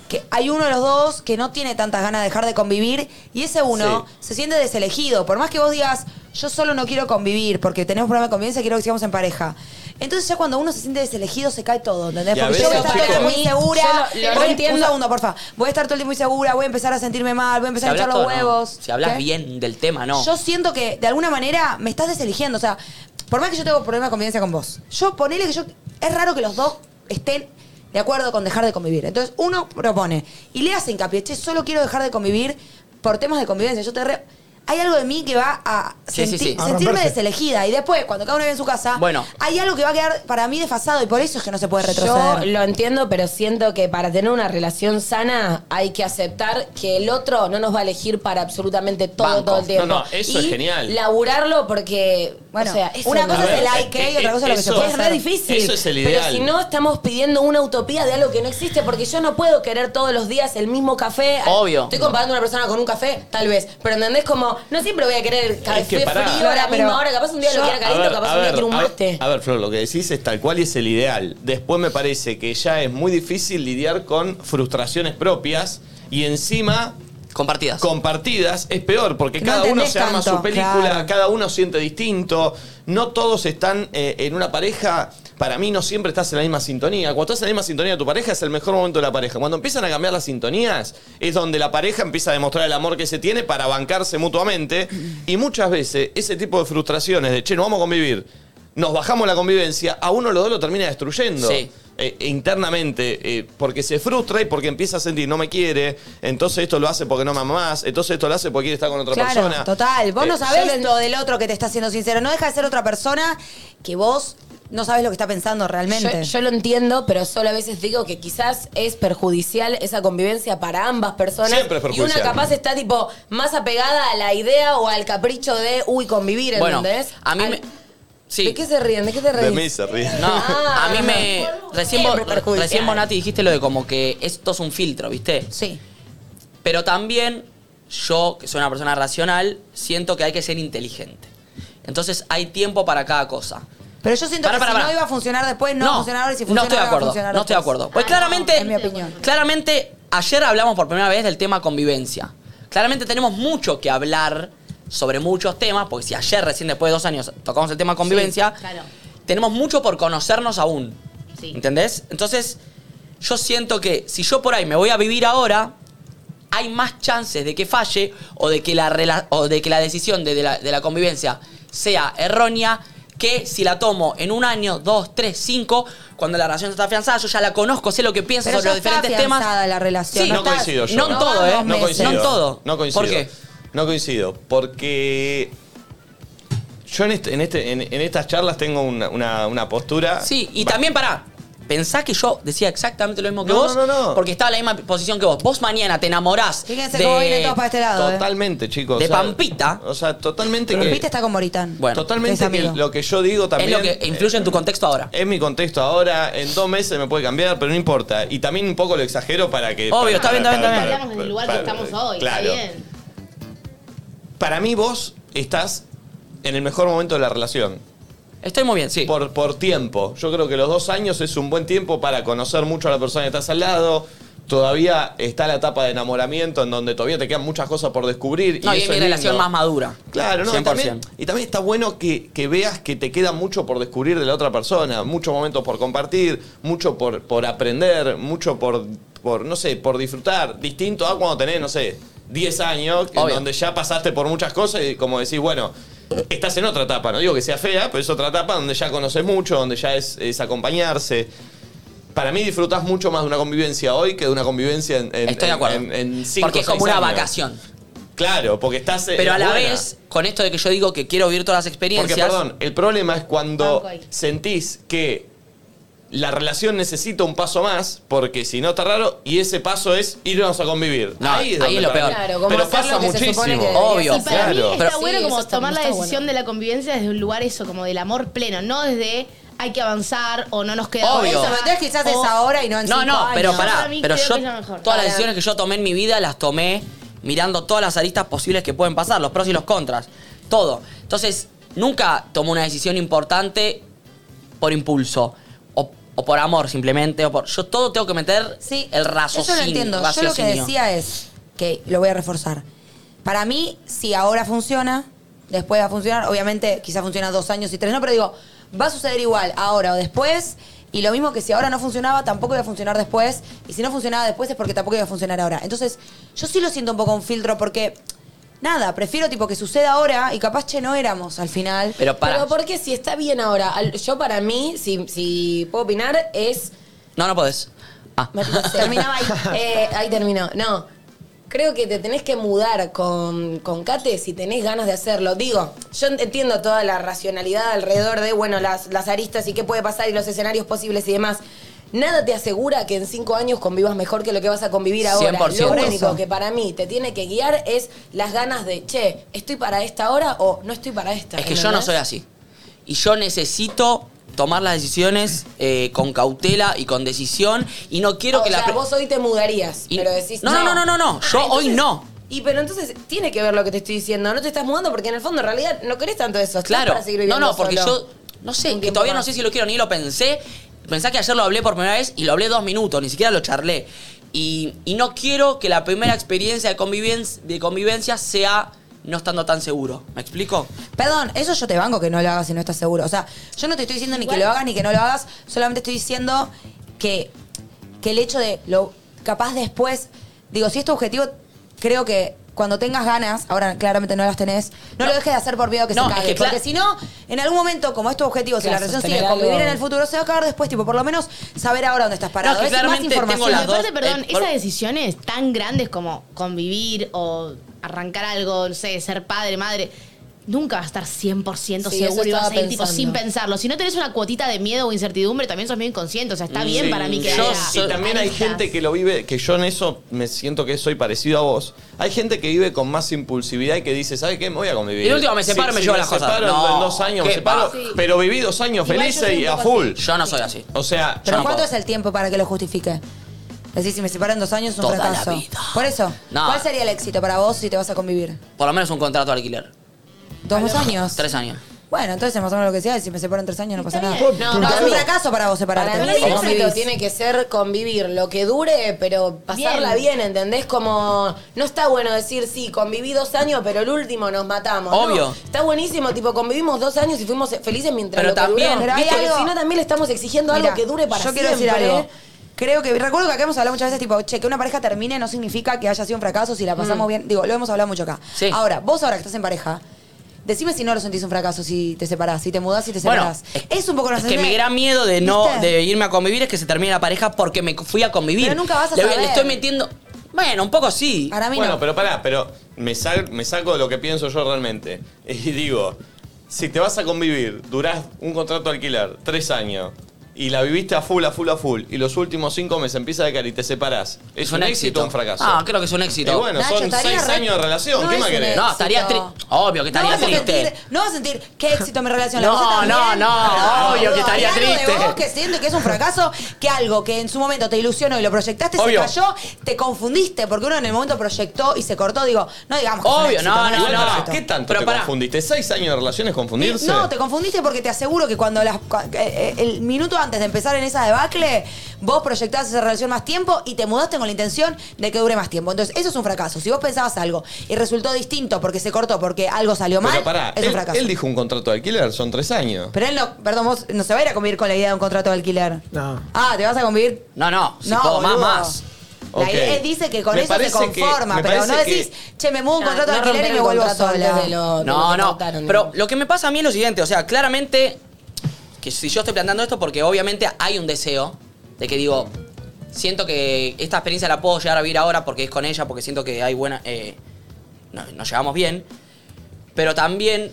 Speaker 3: que hay uno de los dos que no tiene tantas ganas de dejar de convivir y ese uno se siente deselegido. Por más que vos digas, yo solo no quiero convivir porque tenemos un problema de convivencia y quiero que sigamos en pareja. Entonces ya cuando uno se siente deselegido se cae todo, ¿entendés?
Speaker 7: Y a
Speaker 3: Porque yo voy a
Speaker 7: veces,
Speaker 3: estar todo el tiempo
Speaker 4: chicos,
Speaker 3: insegura.
Speaker 4: yo lo- lo
Speaker 3: voy,
Speaker 4: entiendo.
Speaker 3: Un segundo, porfa. Voy a estar todo el tiempo insegura, voy a empezar a sentirme mal,
Speaker 2: Si
Speaker 3: voy a empezar a
Speaker 2: hablas,
Speaker 3: echar los
Speaker 2: todo, no.
Speaker 3: huevos.
Speaker 2: Si hablas
Speaker 3: ¿Qué?
Speaker 2: bien del tema, no.
Speaker 3: Yo siento que de alguna manera me estás deseligiendo. O sea, por más que yo tengo problemas de convivencia con vos, yo ponele que yo. Es raro que los dos estén de acuerdo con dejar de convivir. Entonces, uno propone y le hace hincapié, che, solo quiero dejar de convivir por temas de convivencia. Yo te re- Hay algo de mí que va a,
Speaker 2: Sí, sí,
Speaker 3: senti-
Speaker 2: sí.
Speaker 6: A
Speaker 3: sentirme
Speaker 6: romperse.
Speaker 3: deselegida. Y después, cuando cada uno vive en su casa,
Speaker 2: Bueno.
Speaker 3: hay algo que va a quedar para mí desfasado y por eso es que no se puede retroceder.
Speaker 4: Yo lo entiendo, pero siento que para tener una relación sana hay que aceptar que el otro no nos va a elegir para absolutamente todo,
Speaker 2: Banco.
Speaker 4: todo el tiempo.
Speaker 7: No, no, eso
Speaker 4: y
Speaker 7: es genial.
Speaker 4: Laburarlo porque,
Speaker 3: Bueno,
Speaker 4: o sea, eso
Speaker 3: una
Speaker 4: no-
Speaker 3: cosa
Speaker 7: A
Speaker 3: es
Speaker 7: ver,
Speaker 3: el like y
Speaker 7: eh,
Speaker 3: otra cosa es lo que se
Speaker 7: eso-
Speaker 3: puede
Speaker 4: es re
Speaker 3: hacer.
Speaker 4: difícil.
Speaker 7: Eso es el
Speaker 4: Pero
Speaker 7: ideal.
Speaker 4: si no, estamos pidiendo una utopía de algo que no existe, porque yo no puedo querer todos los días el mismo café.
Speaker 2: Obvio.
Speaker 4: Estoy comparando a una persona con un café, tal vez. Pero entendés como, no siempre voy a querer el café
Speaker 7: que pará.
Speaker 4: frío a la
Speaker 3: Pero-
Speaker 4: misma hora. Capaz un día
Speaker 3: Yo-
Speaker 4: lo quiera
Speaker 7: A
Speaker 4: carito,
Speaker 7: ver,
Speaker 4: capaz
Speaker 7: a
Speaker 4: un día
Speaker 7: ver,
Speaker 4: quiero un
Speaker 7: a ver,
Speaker 4: mate.
Speaker 7: A ver, Flor, lo que decís es tal cual y es el ideal. Después me parece que ya es muy difícil lidiar con frustraciones propias y encima
Speaker 2: Compartidas.
Speaker 7: compartidas es peor porque
Speaker 3: No
Speaker 7: cada uno
Speaker 3: entendés
Speaker 7: se arma
Speaker 3: tanto,
Speaker 7: su película,
Speaker 3: claro.
Speaker 7: cada uno siente distinto, no todos están eh, en una pareja, para mí no siempre estás en la misma sintonía, cuando estás en la misma sintonía de tu pareja es el mejor momento de la pareja, cuando empiezan a cambiar las sintonías es donde la pareja empieza a demostrar el amor que se tiene para bancarse mutuamente y muchas veces ese tipo de frustraciones de, che, no vamos a convivir, nos bajamos la convivencia, a uno o los dos lo termina destruyendo.
Speaker 2: Sí.
Speaker 7: eh, internamente, eh, porque se frustra y porque empieza a sentir no me quiere, entonces esto lo hace porque no me ama más, entonces esto lo hace porque quiere estar con otra
Speaker 3: Claro,
Speaker 7: persona.
Speaker 3: total. Vos
Speaker 7: Eh,
Speaker 3: no
Speaker 4: yo
Speaker 3: sabés
Speaker 4: lo-
Speaker 3: lo del otro que te está siendo sincero. No deja de ser otra persona que vos no sabés lo que está pensando realmente.
Speaker 4: Yo, yo lo entiendo, pero solo a veces digo que quizás es perjudicial esa convivencia para ambas personas.
Speaker 7: Siempre es
Speaker 4: Y
Speaker 7: perjudicial.
Speaker 4: una capaz está tipo más apegada a la idea o al capricho de, uy, convivir,
Speaker 2: Bueno,
Speaker 4: ¿entendés?
Speaker 2: a mí
Speaker 4: Al-
Speaker 2: me- sí.
Speaker 4: ¿De qué se ríen? ¿De qué te
Speaker 7: de
Speaker 4: ríen?
Speaker 7: mí se ríe.
Speaker 2: No,
Speaker 4: Ah,
Speaker 2: a mí me. Recién vos,
Speaker 4: Siempre perjudicial.
Speaker 2: recién vos, Nati, dijiste lo de como que esto es un filtro, ¿viste?
Speaker 3: sí.
Speaker 2: Pero también yo, que soy una persona racional, siento que hay que ser inteligente. Entonces hay tiempo para cada cosa.
Speaker 3: Pero yo siento
Speaker 2: Pará,
Speaker 3: que
Speaker 2: pará,
Speaker 3: si
Speaker 2: pará.
Speaker 3: no iba a funcionar después, no, va a funcionar ahora y si
Speaker 2: no
Speaker 3: funciona
Speaker 2: estoy de
Speaker 3: ahora, va a
Speaker 2: acuerdo.
Speaker 3: funcionar
Speaker 2: No estoy de
Speaker 3: después.
Speaker 2: acuerdo. Pues
Speaker 5: Ah, no,
Speaker 2: claramente,
Speaker 3: es mi opinión.
Speaker 2: claramente, ayer hablamos por primera vez del tema convivencia. Claramente tenemos mucho que hablar sobre muchos temas, porque si ayer, recién después de dos años, tocamos el tema convivencia,
Speaker 5: claro.
Speaker 2: tenemos mucho por conocernos aún.
Speaker 5: Sí.
Speaker 2: ¿Entendés? Entonces, yo siento que si yo por ahí me voy a vivir ahora, hay más chances de que falle o de que la, rela- o de que la decisión de, de la, de la convivencia sea errónea que si la tomo en un año, dos, tres, cinco, cuando la relación está afianzada, yo ya la conozco, sé lo que pienso
Speaker 3: Pero
Speaker 2: sobre
Speaker 3: ya
Speaker 2: los
Speaker 3: está
Speaker 2: diferentes
Speaker 3: afianzada
Speaker 2: temas.
Speaker 3: la relación.
Speaker 2: Sí,
Speaker 7: no
Speaker 3: estás-
Speaker 7: coincido yo.
Speaker 2: No en
Speaker 7: No,
Speaker 2: todo, ¿eh?
Speaker 7: No
Speaker 3: dos meses.
Speaker 7: coincido.
Speaker 2: No en todo.
Speaker 7: No coincido.
Speaker 2: ¿Por qué?
Speaker 7: No coincido. Porque yo en, este- en, este- en- en estas charlas tengo una, una- una postura.
Speaker 2: Sí, y
Speaker 7: Va-
Speaker 2: también pará. Pensá que yo decía exactamente lo mismo que
Speaker 7: No,
Speaker 2: vos,
Speaker 7: no, no, no.
Speaker 2: porque estaba en la misma posición que vos. Vos mañana te enamorás
Speaker 3: Fíjense cómo vienen
Speaker 2: de...
Speaker 3: todos para este lado. ¿eh?
Speaker 7: Totalmente, chicos.
Speaker 2: De
Speaker 7: o sea,
Speaker 2: Pampita.
Speaker 7: O sea, totalmente
Speaker 3: Pero
Speaker 7: que.
Speaker 3: Pita está con Moritán.
Speaker 2: Bueno,
Speaker 3: es
Speaker 7: totalmente que
Speaker 3: amigo.
Speaker 7: lo que yo digo
Speaker 2: Es
Speaker 7: también. eh,
Speaker 2: lo que influye en tu contexto ahora.
Speaker 7: Es mi contexto ahora, en dos meses me puede cambiar, pero no importa. Y también un poco lo exagero para que.
Speaker 2: Obvio,
Speaker 7: para-
Speaker 2: está bien,
Speaker 7: para-
Speaker 2: está bien,
Speaker 7: para-
Speaker 2: está
Speaker 5: Hablamos del lugar que
Speaker 7: para-
Speaker 5: estamos hoy,
Speaker 7: Claro.
Speaker 5: está bien.
Speaker 7: Para mí, vos estás en el mejor momento de la relación.
Speaker 2: Estoy muy bien, sí.
Speaker 7: Por, por tiempo. Yo creo que los dos años es un buen tiempo para conocer mucho a la persona que estás al lado. Todavía está la etapa de enamoramiento en donde todavía te quedan muchas cosas por descubrir.
Speaker 2: no, y es
Speaker 7: eso
Speaker 2: mi
Speaker 7: es
Speaker 2: relación
Speaker 7: lindo.
Speaker 2: más madura.
Speaker 7: Claro, no,
Speaker 2: 100%.
Speaker 7: Y, también, y también está bueno que, que veas que te queda mucho por descubrir de la otra persona, muchos momentos por compartir, mucho por, por aprender, mucho por, por, no sé, por disfrutar. Distinto a cuando tenés, no sé, 10 años, en
Speaker 2: Obvio.
Speaker 7: donde ya pasaste por muchas cosas y como decís, bueno, estás en otra etapa. No digo que sea fea, pero es otra etapa donde ya conoces mucho, donde ya es, es acompañarse. Para mí disfrutás mucho más de una convivencia hoy que de una convivencia en, en,
Speaker 2: Estoy de
Speaker 7: en-
Speaker 2: acuerdo.
Speaker 7: en- en cinco,
Speaker 2: Porque es como
Speaker 7: seis
Speaker 2: una
Speaker 7: años.
Speaker 2: vacación.
Speaker 7: Claro, porque estás... en
Speaker 2: Pero a la
Speaker 7: buena.
Speaker 2: vez, con esto de que yo digo que quiero vivir todas las
Speaker 7: Porque,
Speaker 2: experiencias.
Speaker 7: perdón, el problema es cuando
Speaker 5: Banco ahí.
Speaker 7: sentís que la relación necesita un paso más, porque si no está raro, y ese paso es irnos a convivir.
Speaker 2: No, ahí
Speaker 7: donde
Speaker 2: es lo
Speaker 7: está
Speaker 2: peor.
Speaker 4: Claro, como
Speaker 7: Pero
Speaker 4: hacer
Speaker 7: pasa
Speaker 4: lo que se
Speaker 7: muchísimo.
Speaker 4: supone que
Speaker 2: Obvio.
Speaker 4: deberías
Speaker 5: Y para
Speaker 7: Claro.
Speaker 5: mí está
Speaker 2: Pero-
Speaker 5: bueno
Speaker 4: Sí,
Speaker 5: como
Speaker 4: eso está-
Speaker 5: tomar
Speaker 4: no
Speaker 5: la
Speaker 4: está
Speaker 5: decisión de la convivencia desde un lugar eso, como del amor pleno, no desde hay que avanzar o no nos queda
Speaker 2: Obvio.
Speaker 5: otra.
Speaker 3: Eso, pero entonces quizás es
Speaker 5: O-
Speaker 3: ahora y no en
Speaker 2: No,
Speaker 3: cinco
Speaker 2: no, pero
Speaker 3: años.
Speaker 2: pará.
Speaker 5: Para mí
Speaker 2: Pero
Speaker 5: creo
Speaker 2: yo,
Speaker 5: que es lo
Speaker 2: todas
Speaker 5: mejor.
Speaker 2: las
Speaker 5: Para-
Speaker 2: decisiones que yo tomé en mi vida las tomé mirando todas las aristas posibles que pueden pasar, los pros y los contras, todo. Entonces, nunca tomé una decisión importante por impulso o, o por amor simplemente. O por, yo todo tengo que meter
Speaker 3: Sí,
Speaker 2: el raciocinio.
Speaker 3: Eso lo entiendo. Yo lo que
Speaker 2: raciocinio.
Speaker 3: decía es que lo voy a reforzar. Para mí, si ahora funciona, después va a funcionar. Obviamente, quizá funciona dos años y tres, no, pero digo, va a suceder igual ahora o después. Y lo mismo que si ahora no funcionaba, tampoco iba a funcionar después. Y si no funcionaba después es porque tampoco iba a funcionar ahora. Entonces, yo sí lo siento un poco un filtro porque. Nada, prefiero tipo que suceda ahora y capaz che no éramos al final.
Speaker 2: Pero para.
Speaker 4: Pero porque si está bien ahora, Al- yo para mí, si, si puedo opinar, es...
Speaker 2: No, no podés. Ah.
Speaker 4: Me- Terminaba ahí. Eh, ahí terminó. No. Creo que te tenés que mudar con, con Kate si tenés ganas de hacerlo. Digo, yo ent- entiendo toda la racionalidad alrededor de, bueno, las, las aristas y qué puede pasar y los escenarios posibles y demás. Nada te asegura que en cinco años convivas mejor que lo que vas a convivir ahora.
Speaker 2: 100%.
Speaker 4: Lo único
Speaker 3: Eso.
Speaker 4: que para mí te tiene que guiar es las ganas de, che, ¿estoy para esta hora o no estoy para esta?
Speaker 2: Es que yo no
Speaker 4: ¿entendés?
Speaker 2: soy así. Y yo necesito tomar las decisiones eh, con cautela y con decisión. Y no quiero
Speaker 4: Ah, o
Speaker 2: que
Speaker 4: sea,
Speaker 2: la. pre-
Speaker 4: vos hoy te mudarías,
Speaker 2: Y-
Speaker 4: pero decís
Speaker 2: No, no, no, no, no, no. Yo hoy no.
Speaker 4: Y pero entonces tiene que ver lo que te estoy diciendo, no te estás mudando porque en el fondo en realidad no querés tanto eso, estás
Speaker 2: Claro.
Speaker 4: para seguir
Speaker 2: No,
Speaker 4: viviendo
Speaker 2: no, porque
Speaker 4: solo.
Speaker 2: yo. No sé,
Speaker 4: Un
Speaker 2: que
Speaker 4: tiempo
Speaker 2: todavía
Speaker 4: más.
Speaker 2: no sé si lo quiero ni lo pensé. Pensá que ayer lo hablé por primera vez y lo hablé dos minutos, ni siquiera lo charlé. Y, y no quiero que la primera experiencia de, convivencia, de convivencia sea no estando tan seguro. ¿Me explico?
Speaker 3: Perdón, eso yo te banco que no lo hagas si no estás seguro. O sea, yo no te estoy diciendo ni que lo hagas ni que no lo hagas, solamente estoy diciendo que, que el hecho de lo capaz después, digo, si es tu objetivo, creo que cuando tengas ganas, ahora claramente no las tenés, no,
Speaker 2: No.
Speaker 3: lo dejes de hacer por miedo que
Speaker 2: No,
Speaker 3: se
Speaker 2: es
Speaker 3: cague.
Speaker 2: que cla-
Speaker 3: porque si no, en algún momento, como es tu objetivo, si
Speaker 4: Claro,
Speaker 3: la relación
Speaker 4: sostener
Speaker 3: sigue convivir
Speaker 4: algo.
Speaker 3: en el futuro, se va a acabar después, tipo, por lo menos saber ahora dónde estás parado.
Speaker 2: No, que
Speaker 3: es más
Speaker 2: claramente tengo
Speaker 3: información.
Speaker 2: las
Speaker 5: Y aparte,
Speaker 2: dos,
Speaker 5: perdón,
Speaker 2: eh, por-
Speaker 5: esas decisiones tan grandes como convivir o arrancar algo, no sé, ser padre, madre, nunca vas a estar 100%
Speaker 4: Sí, eso
Speaker 5: seguro y vas a
Speaker 4: estaba
Speaker 5: ir tipo,
Speaker 4: pensando.
Speaker 5: sin pensarlo. Si no tenés una cuotita de miedo o incertidumbre, también sos medio inconsciente. O sea, está bien
Speaker 7: Sí.
Speaker 5: para mí que
Speaker 7: Yo-
Speaker 5: haya
Speaker 7: Y también hay
Speaker 5: aristas.
Speaker 7: gente que lo vive, que yo en eso me siento que soy parecido a vos. Hay gente que vive con más impulsividad y que dice, ¿sabes qué? Me voy a convivir.
Speaker 2: Y de última me
Speaker 7: Si-
Speaker 2: separo, me
Speaker 7: si
Speaker 2: llevo las cosas.
Speaker 7: separo
Speaker 2: No,
Speaker 7: en dos años, me
Speaker 2: qué
Speaker 7: separo,
Speaker 2: va.
Speaker 7: pero viví dos años
Speaker 4: Igual yo
Speaker 7: felices
Speaker 4: soy un
Speaker 7: y a
Speaker 4: poco
Speaker 7: full.
Speaker 2: Yo no soy así.
Speaker 7: O sea,
Speaker 2: Yo
Speaker 3: Pero
Speaker 2: no
Speaker 3: ¿cuánto
Speaker 2: puedo.
Speaker 3: es el tiempo para que lo justifique? Decís, si me separo en dos años es un
Speaker 2: Toda la
Speaker 3: fracaso.
Speaker 2: vida.
Speaker 3: Por eso,
Speaker 2: No.
Speaker 3: ¿cuál sería el éxito para vos si te vas a convivir?
Speaker 2: Por lo menos un contrato de alquiler.
Speaker 3: ¿Dos más años?
Speaker 2: Tres años.
Speaker 3: Bueno, entonces más o menos lo que sea, si me separo en tres años no pasa nada.
Speaker 6: bien.
Speaker 3: No, no, es un fracaso para vos separarte.
Speaker 4: Para mí
Speaker 3: O
Speaker 4: el éxito
Speaker 3: convivís.
Speaker 4: tiene que ser convivir, lo que dure, pero pasarla bien.
Speaker 5: Bien.
Speaker 4: ¿entendés? Como no está bueno decir, sí, conviví dos años, pero el último nos matamos. ¿no?
Speaker 2: Obvio.
Speaker 4: Está buenísimo, tipo, convivimos dos años y fuimos felices mientras
Speaker 2: Pero
Speaker 4: lo que
Speaker 2: también,
Speaker 4: duró.
Speaker 3: Pero hay
Speaker 4: Porque
Speaker 3: algo-
Speaker 4: si no, también le estamos exigiendo algo
Speaker 3: Mira,
Speaker 4: que dure para
Speaker 3: Yo
Speaker 4: siempre.
Speaker 3: quiero decir algo. Creo que, recuerdo que acá hemos hablado muchas veces, tipo, che, que una pareja termine no significa que haya sido un fracaso si la pasamos bien. Digo, lo hemos hablado mucho acá.
Speaker 2: Sí.
Speaker 3: Ahora, vos ahora que estás en pareja, decime si no lo sentís un fracaso si te separás, si te mudás, si te
Speaker 2: Bueno,
Speaker 3: separás. es un poco la
Speaker 2: es que
Speaker 3: sensación
Speaker 2: mi
Speaker 3: de-
Speaker 2: gran miedo de no
Speaker 3: ¿Viste?
Speaker 2: de irme a convivir es que se termine la pareja porque me fui a convivir.
Speaker 3: Pero nunca vas a
Speaker 2: le,
Speaker 3: saber.
Speaker 2: le estoy metiendo. Bueno, un poco sí.
Speaker 3: Para mí
Speaker 7: bueno,
Speaker 3: no.
Speaker 7: pero pará, pero me, sal- me salgo de lo que pienso yo realmente. Y digo, si te vas a convivir, durás un contrato de alquiler, tres años, y la viviste a full, a full, a full, y los últimos cinco meses empieza a decaer y te separás, ¿es un, éxito o un fracaso?
Speaker 2: Ah, creo que es un éxito.
Speaker 7: Y bueno,
Speaker 3: Nacho,
Speaker 7: son
Speaker 3: estaría
Speaker 7: seis
Speaker 3: re-
Speaker 7: años de relación,
Speaker 3: No
Speaker 7: ¿qué
Speaker 3: es
Speaker 7: más
Speaker 3: un
Speaker 7: querés?
Speaker 2: no, estaría
Speaker 3: éxito.
Speaker 2: triste. Obvio que
Speaker 3: No
Speaker 2: estaría
Speaker 3: vas, a
Speaker 2: triste.
Speaker 3: sentir, no vas a sentir qué éxito mi relación. La
Speaker 2: No,
Speaker 3: pasé tan
Speaker 2: no,
Speaker 3: bien.
Speaker 2: no, obvio que estaría
Speaker 3: hay algo de
Speaker 2: triste.
Speaker 3: vos que siento que es un fracaso, que algo que en su momento te ilusionó y lo proyectaste,
Speaker 7: Obvio.
Speaker 3: se cayó, te confundiste, porque uno en el momento proyectó y se cortó. Digo, no digamos que es un
Speaker 2: Obvio,
Speaker 3: éxito,
Speaker 2: no,
Speaker 3: es
Speaker 2: no,
Speaker 3: un
Speaker 7: Igual,
Speaker 2: no.
Speaker 7: pará,
Speaker 3: éxito.
Speaker 7: ¿Qué tanto
Speaker 2: Pero
Speaker 7: te
Speaker 2: pará.
Speaker 7: confundiste? ¿Seis años de relaciones confundirse?
Speaker 3: No, te confundiste porque te aseguro que cuando las, cua- eh, eh, el minuto antes de empezar en esa debacle, vos proyectás esa relación más tiempo y te mudaste con la intención de que dure más tiempo. Entonces, eso es un fracaso. Si vos pensabas algo y resultó distinto porque se cortó, porque algo salió mal,
Speaker 7: Pero pará,
Speaker 3: es un
Speaker 7: él,
Speaker 3: fracaso.
Speaker 7: él dijo un contrato de alquiler, son tres años.
Speaker 3: Pero él no, perdón, vos no se va a ir a convivir con la idea de un contrato de alquiler.
Speaker 6: No.
Speaker 3: Ah, ¿te vas a convivir?
Speaker 2: No, no, si puedo más,
Speaker 3: boludo.
Speaker 2: más.
Speaker 3: La
Speaker 7: Ok.
Speaker 3: idea- él dice que con
Speaker 7: Me
Speaker 3: eso se
Speaker 7: parece que-
Speaker 3: conforma,
Speaker 7: me
Speaker 3: pero
Speaker 7: parece
Speaker 3: no decís,
Speaker 7: que-
Speaker 3: che, me mudo un
Speaker 4: No,
Speaker 3: contrato
Speaker 4: no
Speaker 3: de alquiler
Speaker 4: romper
Speaker 3: y me
Speaker 4: el
Speaker 3: vuelvo
Speaker 4: contrato antes
Speaker 3: sola.
Speaker 4: de lo- de lo
Speaker 2: No,
Speaker 4: que
Speaker 2: no.
Speaker 4: trataron,
Speaker 2: Pero
Speaker 4: ¿no?
Speaker 2: lo que me pasa a mí es lo siguiente, o sea, claramente, que si yo estoy planteando esto, porque obviamente hay un deseo de que digo, siento que esta experiencia la puedo llegar a vivir ahora porque es con ella, porque siento que hay buena. eh, no- nos llevamos bien. Pero también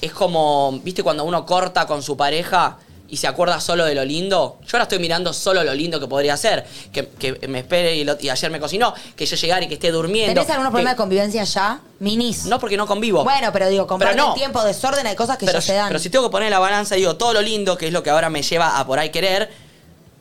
Speaker 2: es como, ¿viste cuando uno corta con su pareja y se acuerda solo de lo lindo? Yo ahora estoy mirando solo lo lindo que podría ser. Que, que me espere y, lo- y ayer me cocinó, que yo llegara y que esté durmiendo.
Speaker 3: ¿Tenés algunos problemas de
Speaker 2: que-
Speaker 3: convivencia ya? Minis.
Speaker 2: No, porque no convivo.
Speaker 3: Bueno, pero digo, comparten
Speaker 2: Pero no.
Speaker 3: tiempo, desorden, hay cosas que
Speaker 2: pero,
Speaker 3: ya se dan.
Speaker 2: pero si tengo que poner en la balanza, digo, todo lo lindo, que es lo que ahora me lleva a por ahí querer,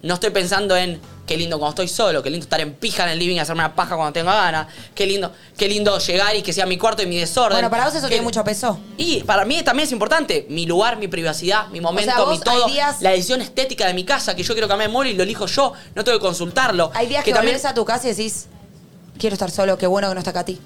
Speaker 2: no estoy pensando en qué lindo cuando estoy solo, qué lindo estar en pija en el living, hacerme una paja cuando tengo ganas, qué lindo, qué lindo llegar y que sea mi cuarto y mi desorden.
Speaker 3: bueno, para vos eso
Speaker 2: Qué-
Speaker 3: tiene mucho peso.
Speaker 2: Y para mí también es importante mi lugar, mi privacidad, mi momento,
Speaker 3: O sea, vos
Speaker 2: mi todo,
Speaker 3: hay días-
Speaker 2: la decisión estética de mi casa, que yo quiero cambiar el mueble y lo elijo yo, no tengo que consultarlo.
Speaker 3: Hay días que, volvés a tu casa y decís, quiero estar solo, qué bueno que no está Katy.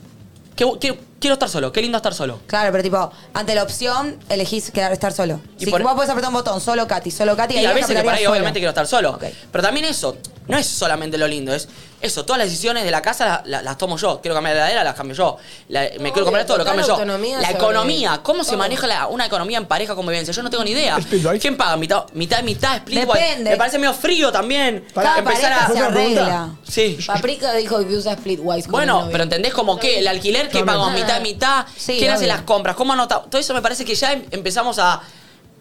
Speaker 2: que- quiero, quiero estar solo, qué lindo estar solo.
Speaker 3: Claro, pero tipo, ante la opción, elegís quedar, estar solo.
Speaker 2: Y
Speaker 3: si
Speaker 2: por-
Speaker 3: vos podés apretar un botón, solo Katy, solo Katy.
Speaker 2: Y
Speaker 3: hay
Speaker 2: a
Speaker 3: días
Speaker 2: veces que por
Speaker 3: apretarías
Speaker 2: ahí
Speaker 3: solo.
Speaker 2: obviamente quiero estar solo.
Speaker 3: Ok.
Speaker 2: Pero también eso, no es solamente lo lindo, es eso, todas las decisiones de la casa la- la- las, tomo yo. Quiero cambiar la heladera, las cambio yo. La- me quiero comprar todo, lo
Speaker 4: total
Speaker 2: cambio yo.
Speaker 4: autonomía
Speaker 2: La
Speaker 4: sobre
Speaker 2: economía, ¿cómo se
Speaker 4: todo.
Speaker 2: maneja la- una economía en pareja convivencia? Yo no tengo ni idea.
Speaker 6: Split buy.
Speaker 2: ¿Quién paga? ¿Mitad, mitad, mitad split buy?
Speaker 3: Depende.
Speaker 2: Me parece medio frío también.
Speaker 3: Cada pareja se
Speaker 6: ¿Otra pregunta?
Speaker 3: arregla.
Speaker 2: Sí.
Speaker 4: Paprika dijo que usa Splitwise.
Speaker 2: Bueno, pero ¿entendés como que el alquiler que
Speaker 6: No, no,
Speaker 2: pagó
Speaker 6: no.
Speaker 2: mitad, mitad?
Speaker 3: Sí,
Speaker 2: ¿Quién hace
Speaker 3: obvio.
Speaker 2: las compras? ¿Cómo anota? Todo eso me parece que ya em- empezamos a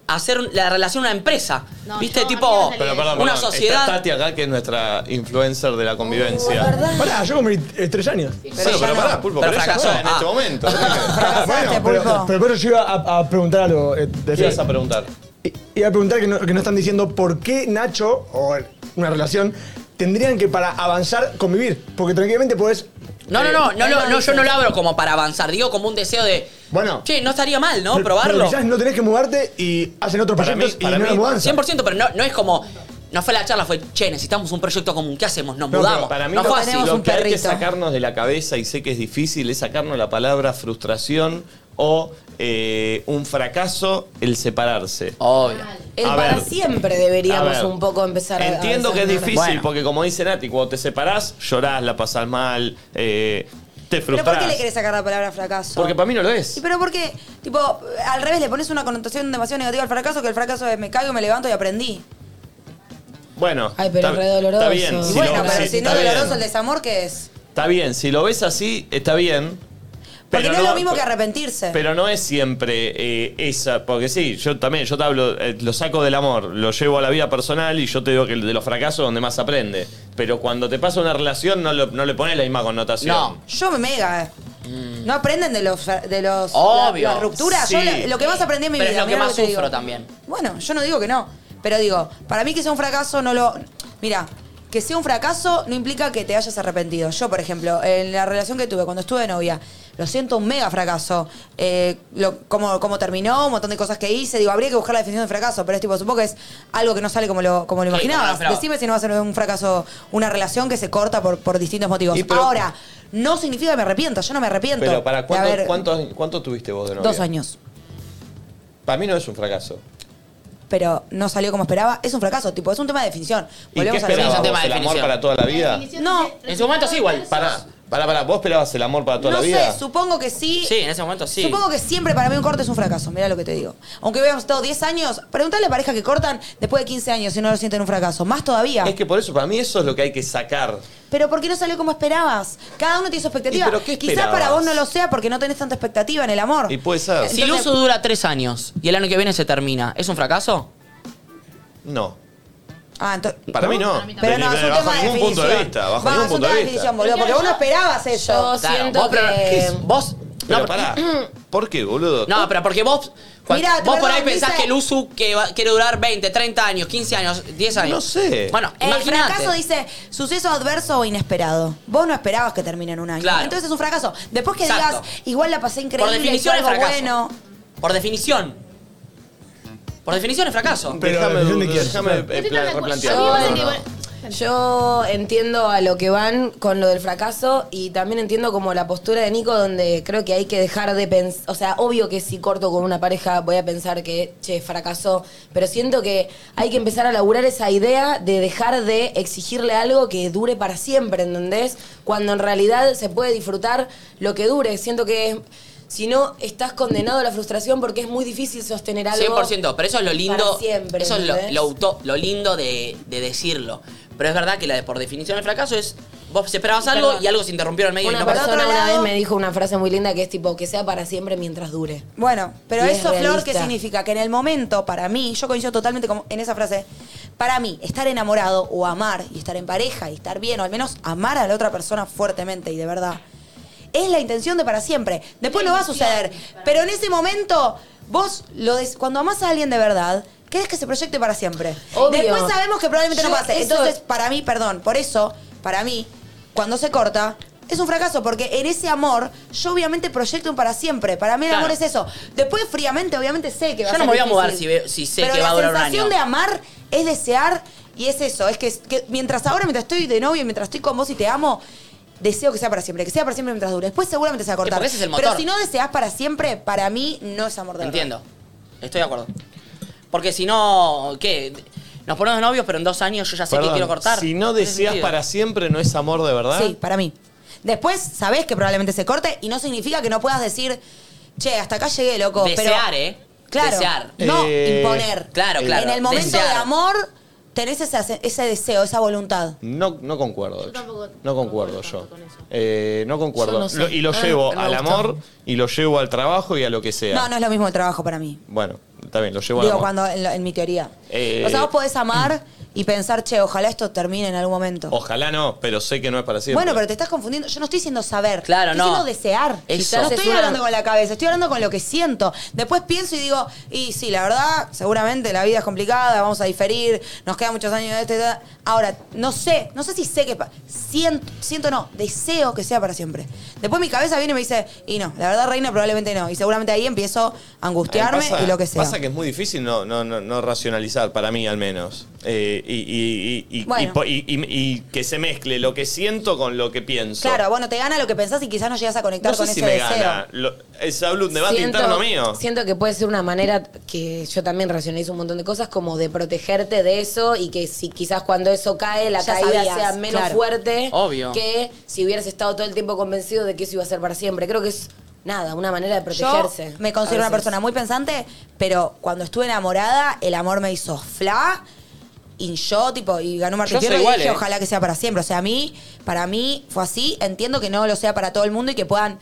Speaker 2: a hacer un- la relación una empresa.
Speaker 5: No,
Speaker 2: ¿Viste?
Speaker 5: yo- a mí me
Speaker 2: tipo,
Speaker 5: salió
Speaker 7: Pero perdón,
Speaker 2: una
Speaker 7: perdón,
Speaker 2: sociedad.
Speaker 7: Está Tati acá, que es nuestra influencer de la convivencia.
Speaker 3: Uh,
Speaker 6: Pará, yo conviví eh, tres años.
Speaker 7: bueno, pero pará, pulpo,
Speaker 2: Pero
Speaker 7: pero, ella
Speaker 2: fracasó.
Speaker 7: está en
Speaker 2: Ah.
Speaker 7: este momento.
Speaker 3: Ah. Fracasaste,
Speaker 6: Pero,
Speaker 3: pulpo.
Speaker 6: pero por eso yo iba a, a preguntar algo. eh,
Speaker 7: ¿Qué
Speaker 6: decía-
Speaker 7: ibas a preguntar?
Speaker 6: I- Iba a preguntar que no, que no están diciendo por qué Nacho o una relación tendrían que para avanzar convivir. Porque tranquilamente podés.
Speaker 2: No, no, no, no,
Speaker 4: Ahí
Speaker 2: lo-
Speaker 4: no
Speaker 2: no, yo
Speaker 4: dice.
Speaker 2: no lo abro como para avanzar, digo como un deseo de.
Speaker 6: Bueno.
Speaker 2: Che, no estaría mal, ¿no?
Speaker 6: pero-
Speaker 2: Probarlo.
Speaker 6: pero quizás no tenés que mudarte y hacen otros
Speaker 7: Para
Speaker 6: proyectos
Speaker 7: mí- para
Speaker 6: y no
Speaker 7: mí,
Speaker 6: es mudanza.
Speaker 2: 100%, pero no, no es como. No fue la charla, fue, che, necesitamos un proyecto común, ¿qué hacemos? Nos
Speaker 7: No,
Speaker 2: mudamos.
Speaker 7: pero para mí
Speaker 2: no
Speaker 7: lo,
Speaker 2: fue
Speaker 7: que-
Speaker 2: así.
Speaker 3: tenemos
Speaker 7: lo
Speaker 3: un
Speaker 7: que hay que
Speaker 3: perrito.
Speaker 7: sacarnos de la cabeza, y sé que es difícil, es sacarnos la palabra frustración o eh, un fracaso, el separarse.
Speaker 2: Obvio.
Speaker 4: El
Speaker 7: A
Speaker 4: para
Speaker 7: ver.
Speaker 4: siempre
Speaker 7: A
Speaker 4: deberíamos
Speaker 7: ver,
Speaker 4: un poco empezar a.
Speaker 7: Entiendo que es
Speaker 4: desanar.
Speaker 7: difícil,
Speaker 2: Bueno.
Speaker 7: porque como dice Nati, cuando te separás, llorás, la pasás mal, eh, Te
Speaker 3: ¿Pero por qué
Speaker 7: frustras.
Speaker 3: le querés sacar la palabra fracaso?
Speaker 7: Porque para mí no lo
Speaker 3: Sí,
Speaker 7: es.
Speaker 3: pero porque, tipo, al revés, le pones una connotación demasiado negativa al fracaso que el fracaso es me caigo, me levanto y aprendí.
Speaker 7: Bueno.
Speaker 4: Ay, pero
Speaker 7: está,
Speaker 4: re doloroso.
Speaker 7: Está bien.
Speaker 4: Y
Speaker 3: Y
Speaker 4: Sí,
Speaker 3: bueno,
Speaker 7: lo-
Speaker 3: pero
Speaker 7: sí,
Speaker 3: si no
Speaker 7: está
Speaker 3: es
Speaker 7: bien.
Speaker 3: doloroso el desamor, ¿qué es?
Speaker 7: Está bien, si lo ves así, está bien.
Speaker 3: Porque
Speaker 7: pero
Speaker 3: no, es lo mismo que arrepentirse.
Speaker 7: Pero no es siempre eh, esa, porque sí, yo también, yo te hablo, eh, lo saco del amor, lo llevo a la vida personal y yo te digo que de los fracasos es donde más aprende. Pero cuando te pasa una relación no, lo- no le pones la misma connotación.
Speaker 2: No.
Speaker 3: Yo me mega. eh. No aprenden de los de los
Speaker 2: Mm. Obvio.
Speaker 3: la- las rupturas. Yo
Speaker 7: Sí.
Speaker 3: lo, lo que más aprendí en mi
Speaker 2: Pero es
Speaker 3: vida.
Speaker 2: lo que
Speaker 3: mirá
Speaker 2: más
Speaker 3: te
Speaker 2: sufro
Speaker 3: digo.
Speaker 2: también.
Speaker 3: Bueno, yo no digo que no, pero digo, para mí que sea un fracaso no lo Mira, que sea un fracaso no implica que te hayas arrepentido. Yo, por ejemplo, en la relación que tuve cuando estuve de novia, lo siento un mega fracaso. Eh, lo- cómo, cómo terminó, un montón de cosas que hice. Digo, habría que buscar la definición de fracaso, pero es tipo, supongo que es algo que no sale como lo, como
Speaker 2: Sí, como lo
Speaker 3: lo imaginabas.
Speaker 2: esperaba.
Speaker 3: Decime si no va a ser un fracaso, una relación que se corta por, por distintos motivos.
Speaker 7: Y pero-
Speaker 3: Ahora, no significa que me arrepiento, yo no me arrepiento.
Speaker 7: Pero para
Speaker 3: de
Speaker 7: cuánto,
Speaker 3: haber-
Speaker 7: cuánto, cuánto tuviste vos de novia?
Speaker 3: Dos años.
Speaker 7: Para mí no es un fracaso.
Speaker 3: Pero no salió como esperaba. Es un fracaso, tipo, es un tema de definición.
Speaker 7: ¿Y qué
Speaker 3: a lo
Speaker 7: esperabas?
Speaker 2: mismo.
Speaker 7: vos,
Speaker 2: Es un tema de
Speaker 7: ¿El amor
Speaker 2: definición.
Speaker 7: para toda la vida?
Speaker 3: No,
Speaker 2: en su momento sí, igual.
Speaker 7: Para, para, para, ¿vos esperabas el amor para toda
Speaker 3: No
Speaker 7: la vida?
Speaker 3: sé, supongo que sí.
Speaker 2: Sí, en ese momento sí.
Speaker 3: Supongo que siempre para mí un corte es un fracaso, mira lo que te digo. Aunque hubiéramos estado 10 años, preguntale a la pareja que cortan después de 15 años si no lo sienten un fracaso. Más todavía.
Speaker 7: Es que por eso, para mí eso es lo que hay que sacar.
Speaker 3: Pero ¿por qué no salió como esperabas? Cada uno tiene su expectativa.
Speaker 7: ¿Y pero qué
Speaker 3: Quizás
Speaker 7: esperabas?
Speaker 3: para vos no lo sea porque no tenés tanta expectativa en el amor.
Speaker 7: Y puede ser.
Speaker 2: Si el uso dura tres años y el año que viene se termina, ¿es un fracaso?
Speaker 7: No.
Speaker 3: Ah, entonces-
Speaker 7: Para mí no.
Speaker 3: Pero no, es un
Speaker 7: bajo
Speaker 3: tema de
Speaker 7: ningún punto de
Speaker 3: definición.
Speaker 7: vista. Bajo
Speaker 3: No,
Speaker 7: ningún
Speaker 3: es un
Speaker 7: punto
Speaker 3: tema
Speaker 7: de
Speaker 3: de
Speaker 7: vista.
Speaker 3: definición, boludo, porque vos no esperabas eso. Eh,
Speaker 4: Yo siento
Speaker 2: vos, pero-
Speaker 4: que-
Speaker 2: ¿qué es? vos-
Speaker 7: Pero
Speaker 2: no,
Speaker 7: pará. ¿Por qué, boludo?
Speaker 2: No, pero porque vos. cuan-
Speaker 3: Mirá,
Speaker 2: vos por
Speaker 3: perdón,
Speaker 2: ahí pensás
Speaker 3: dice-
Speaker 2: que el uso que va- quiere durar 20, 30 años, 15 años, 10 años.
Speaker 7: No sé.
Speaker 2: Bueno,
Speaker 3: El
Speaker 2: imagínate.
Speaker 3: fracaso dice suceso adverso o inesperado. Vos no esperabas que termine en un año.
Speaker 2: Claro.
Speaker 3: Entonces es un fracaso. Después que
Speaker 2: Exacto.
Speaker 3: digas, igual la pasé increíble,
Speaker 2: Por definición
Speaker 3: fue
Speaker 2: es
Speaker 3: algo
Speaker 2: fracaso.
Speaker 3: bueno.
Speaker 2: Por definición. Por definición es fracaso.
Speaker 6: Pero
Speaker 7: déjame
Speaker 6: ¿de dónde quieres?
Speaker 7: déjame, eh, plan- replantear.
Speaker 4: A mí me
Speaker 7: No,
Speaker 4: parece
Speaker 7: no,
Speaker 4: que
Speaker 7: no.
Speaker 4: igual- Yo entiendo a lo que van con lo del fracaso y también entiendo como la postura de Nico donde creo que hay que dejar de pensar, o sea, obvio que si corto con una pareja voy a pensar que, che, fracasó, pero siento que hay que empezar a laburar esa idea de dejar de exigirle algo que dure para siempre, ¿entendés? Cuando en realidad se puede disfrutar lo que dure, siento que es- Si no, estás condenado a la frustración porque es muy difícil sostener algo.
Speaker 2: 100%, pero eso es lo lindo.
Speaker 4: para siempre,
Speaker 2: eso es lo,
Speaker 4: ¿entendés?
Speaker 2: lo auto- lo lindo de, de decirlo. Pero es verdad que la de por definición el fracaso es. Vos esperabas algo
Speaker 4: Perdón.
Speaker 2: y algo se interrumpió en el medio y
Speaker 4: una
Speaker 2: no pasó.
Speaker 4: persona
Speaker 3: Por otro
Speaker 4: una
Speaker 3: lado-
Speaker 4: vez me dijo una frase muy linda que es tipo que sea para siempre mientras dure.
Speaker 3: Bueno, pero
Speaker 4: Y es
Speaker 3: eso, Flor,
Speaker 4: realista.
Speaker 3: ¿qué significa? Que en el momento, para mí, yo coincido totalmente como en esa frase, para mí, estar enamorado o amar y estar en pareja y estar bien, o al menos amar a la otra persona fuertemente y de verdad, es la intención de para siempre. Después no va a suceder, pero en ese momento, vos, lo des- cuando amás a alguien de verdad, querés que se proyecte para siempre.
Speaker 4: Obvio.
Speaker 3: Después sabemos que probablemente no
Speaker 4: Yo
Speaker 3: pase.
Speaker 4: eso-
Speaker 3: Entonces, para mí, perdón, por eso, para mí, cuando se corta, es un fracaso, porque en ese amor, yo obviamente proyecto un para siempre. Para mí el
Speaker 2: Claro.
Speaker 3: amor es eso. Después, fríamente, obviamente sé que va
Speaker 2: Yo
Speaker 3: a ser
Speaker 2: no me voy a
Speaker 3: difícil.
Speaker 2: mudar si veo- si sé
Speaker 3: Pero
Speaker 2: que va a durar un
Speaker 3: La sensación
Speaker 2: año.
Speaker 3: de amar es desear y es eso. Es que, que mientras ahora, mientras estoy de novio, mientras estoy con vos y te amo, deseo que sea para siempre, que sea para siempre mientras dure. Después seguramente se va a cortar.
Speaker 2: porque ese es el
Speaker 3: Pero
Speaker 2: motor.
Speaker 3: si no deseas para siempre, para mí no es amor de verdad.
Speaker 2: Entiendo. Estoy de acuerdo. Porque si no, ¿qué? Nos ponemos novios, pero en dos años yo ya sé que
Speaker 7: Perdón,
Speaker 2: quiero cortar.
Speaker 7: Si no
Speaker 2: tiene
Speaker 7: deseas
Speaker 2: sentido.
Speaker 7: para siempre, no es amor de verdad.
Speaker 3: Sí, para mí. Después sabés que probablemente se corte y no significa que no puedas decir, che, hasta acá llegué, loco.
Speaker 2: Desear,
Speaker 3: pero,
Speaker 2: ¿eh?
Speaker 3: Claro.
Speaker 2: Desear.
Speaker 3: No
Speaker 7: Eh,
Speaker 3: imponer.
Speaker 2: claro, claro,
Speaker 3: En el momento
Speaker 2: desear.
Speaker 3: de amor tenés ese, ese deseo, esa voluntad.
Speaker 7: No, no concuerdo.
Speaker 5: Yo tampoco-
Speaker 7: no concuerdo yo.
Speaker 5: tampoco con eso.
Speaker 7: Eh, no concuerdo.
Speaker 4: Yo no sé.
Speaker 7: Lo- y lo
Speaker 4: Ah,
Speaker 7: llevo
Speaker 4: me
Speaker 7: al
Speaker 4: gustó.
Speaker 7: amor y lo llevo al trabajo y a lo que sea.
Speaker 3: No, no es lo mismo el trabajo para mí.
Speaker 7: Bueno, está bien, lo llevo al
Speaker 3: Digo,
Speaker 7: amor.
Speaker 3: cuando en, lo- en mi teoría.
Speaker 7: Eh,
Speaker 3: o sea, vos podés amar y pensar, che, ojalá esto termine en algún momento.
Speaker 7: Ojalá no, pero sé que no es para siempre.
Speaker 3: Bueno, pero te estás confundiendo. Yo no estoy diciendo saber.
Speaker 2: Claro,
Speaker 3: estoy
Speaker 2: no.
Speaker 3: diciendo desear.
Speaker 2: Eso.
Speaker 3: Quizás No
Speaker 4: es
Speaker 3: estoy
Speaker 4: una-
Speaker 3: hablando con la cabeza, estoy hablando con lo que siento. Después pienso y digo, y sí, la verdad, seguramente la vida es complicada, vamos a diferir, nos quedan muchos años de este. da- Ahora, no sé, no sé si sé que. pa- Siento, siento no, deseo que sea para siempre. Después mi cabeza viene y me dice, y no, la verdad, reina, probablemente no. Y seguramente ahí empiezo a
Speaker 7: Ay,
Speaker 3: angustiarme
Speaker 7: pasa-
Speaker 3: y lo que sea.
Speaker 7: Pasa que es muy difícil no, no, no, no racionalizar, para mí al menos. Eh, y, y- y- y-
Speaker 3: Bueno.
Speaker 7: y po- y- y- y que se mezcle lo que siento con lo que pienso.
Speaker 3: Claro, bueno, te gana lo que pensás y quizás no llegas a conectar
Speaker 7: no sé
Speaker 3: con
Speaker 7: si
Speaker 3: ese
Speaker 7: me
Speaker 3: deseo.
Speaker 7: gana. Lo- es hablo un debate
Speaker 4: Siento-
Speaker 7: interno mío.
Speaker 4: Siento que puede ser una manera que yo también racionalizo un montón de cosas, como de protegerte de eso y que si quizás cuando eso cae, la
Speaker 3: Ya
Speaker 4: caída
Speaker 3: sabías,
Speaker 4: sea menos
Speaker 3: claro.
Speaker 4: fuerte
Speaker 2: Obvio.
Speaker 4: que si hubieras estado todo el tiempo convencido de que eso iba a ser para siempre. Creo que es nada, una manera de
Speaker 3: Yo
Speaker 4: protegerse.
Speaker 3: me considero
Speaker 4: a
Speaker 3: una
Speaker 4: veces.
Speaker 3: persona muy pensante, pero cuando estuve enamorada, el amor me hizo fla. Y yo, tipo, y ganó Martín
Speaker 2: Yo soy
Speaker 3: Fierro y
Speaker 2: igual,
Speaker 3: dije,
Speaker 2: ¿eh?
Speaker 3: ojalá que sea para siempre. O sea, a mí, para mí fue así. Entiendo que no lo sea para todo el mundo y que puedan.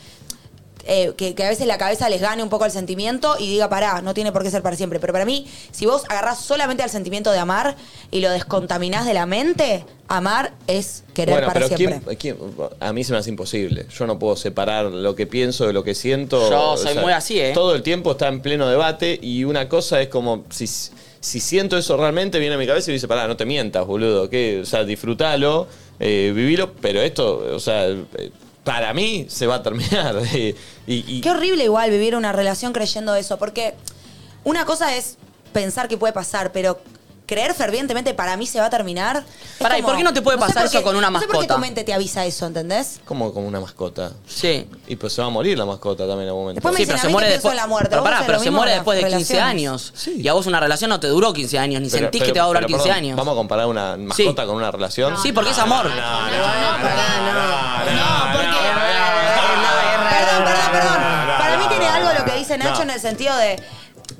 Speaker 3: eh, que, que a veces la cabeza les gane un poco el sentimiento y diga, pará, no tiene por qué ser para siempre. Pero para mí, si vos agarrás solamente al sentimiento de amar y lo descontaminás de la mente, amar es querer
Speaker 7: Bueno,
Speaker 3: para
Speaker 7: pero
Speaker 3: siempre.
Speaker 7: ¿quién, eh, quién- a mí se me hace imposible. Yo no puedo separar lo que pienso de lo que siento.
Speaker 2: Yo soy muy así, ¿eh?
Speaker 7: Todo el tiempo está en pleno debate y una cosa es como, si, si siento eso realmente, viene a mi cabeza y me dice, pará, no te mientas, boludo. ¿qué? O sea, disfrútalo, eh, vivilo, pero esto, o sea, eh, para mí se va a terminar. eh, y, y-
Speaker 3: Qué horrible igual vivir una relación creyendo eso, porque una cosa es pensar que puede pasar, pero creer fervientemente para mí se va a terminar. es
Speaker 2: Pará, ¿y por qué no te puede
Speaker 3: sé
Speaker 2: pasar
Speaker 3: por
Speaker 2: eso con una
Speaker 3: No sé por qué
Speaker 2: mascota?
Speaker 3: tu mente te avisa eso, ¿entendés?
Speaker 7: como, como una mascota.
Speaker 2: Sí.
Speaker 7: Y pues se va a morir la mascota también en algún momento.
Speaker 3: Después me
Speaker 2: Sí,
Speaker 3: dicen,
Speaker 2: pero
Speaker 3: a
Speaker 2: se
Speaker 3: mí
Speaker 2: muere
Speaker 3: que pienso
Speaker 2: después.
Speaker 3: en la muerte,
Speaker 2: Pero
Speaker 3: vos
Speaker 2: pará,
Speaker 3: haces
Speaker 2: pero
Speaker 3: lo
Speaker 2: se
Speaker 3: mismo
Speaker 2: muere
Speaker 3: en
Speaker 2: después de
Speaker 3: las
Speaker 2: 15
Speaker 3: relaciones.
Speaker 2: años.
Speaker 7: Sí.
Speaker 2: Y a vos una relación no te duró 15 años, ni
Speaker 7: Pero-
Speaker 2: sentís
Speaker 7: pero-
Speaker 2: que te va a durar
Speaker 7: pero,
Speaker 2: 15
Speaker 7: perdón,
Speaker 2: años.
Speaker 7: ¿Vamos a comparar una mascota
Speaker 2: Sí.
Speaker 7: con una relación?
Speaker 2: Sí, porque es amor.
Speaker 5: No, no, no, no, porque-
Speaker 3: Perdón, perdón, perdón. Para mí tiene algo lo que dice Nacho
Speaker 7: No.
Speaker 3: en el sentido de.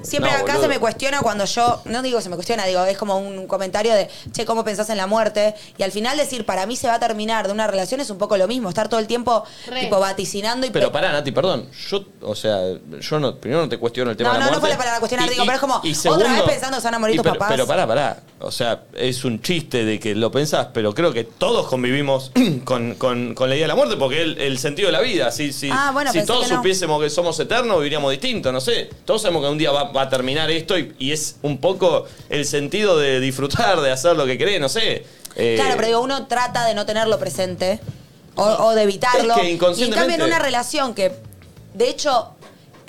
Speaker 3: Siempre
Speaker 7: No,
Speaker 3: acá
Speaker 7: boludo.
Speaker 3: se me cuestiona cuando yo, no digo se me cuestiona, digo, es como un comentario de, che, ¿cómo pensás en la muerte? Y al final decir, para mí se va a terminar de una relación es un poco lo mismo, estar todo el tiempo
Speaker 5: Re.
Speaker 3: tipo vaticinando y
Speaker 7: Pero
Speaker 3: pe-
Speaker 7: pará, Nati, perdón. Yo, o sea, yo no, primero no te cuestiono el tema
Speaker 3: No,
Speaker 7: de la
Speaker 3: no, no
Speaker 7: muerte.
Speaker 3: fue la palabra cuestionar, digo, pero es como, otra vez pensando, se van a morir
Speaker 7: y
Speaker 3: tus
Speaker 7: pero,
Speaker 3: papás.
Speaker 7: Pero pará, pará. O sea, es un chiste de que lo pensás, pero creo que todos convivimos con, con- con la idea de la muerte porque es el, el sentido de la vida. Si, si,
Speaker 3: Ah, bueno,
Speaker 7: si
Speaker 3: pensé
Speaker 7: todos
Speaker 3: que no.
Speaker 7: supiésemos que somos eternos, viviríamos distinto, no sé. Todos sabemos que un día va, va a terminar esto y, y es un poco el sentido de disfrutar, de hacer lo que querés, no sé. Eh,
Speaker 3: Claro, pero digo, uno trata de no tenerlo presente o, o de evitarlo.
Speaker 7: Es que
Speaker 3: Y en
Speaker 7: inconscientemente-
Speaker 3: cambio en una relación que, de hecho,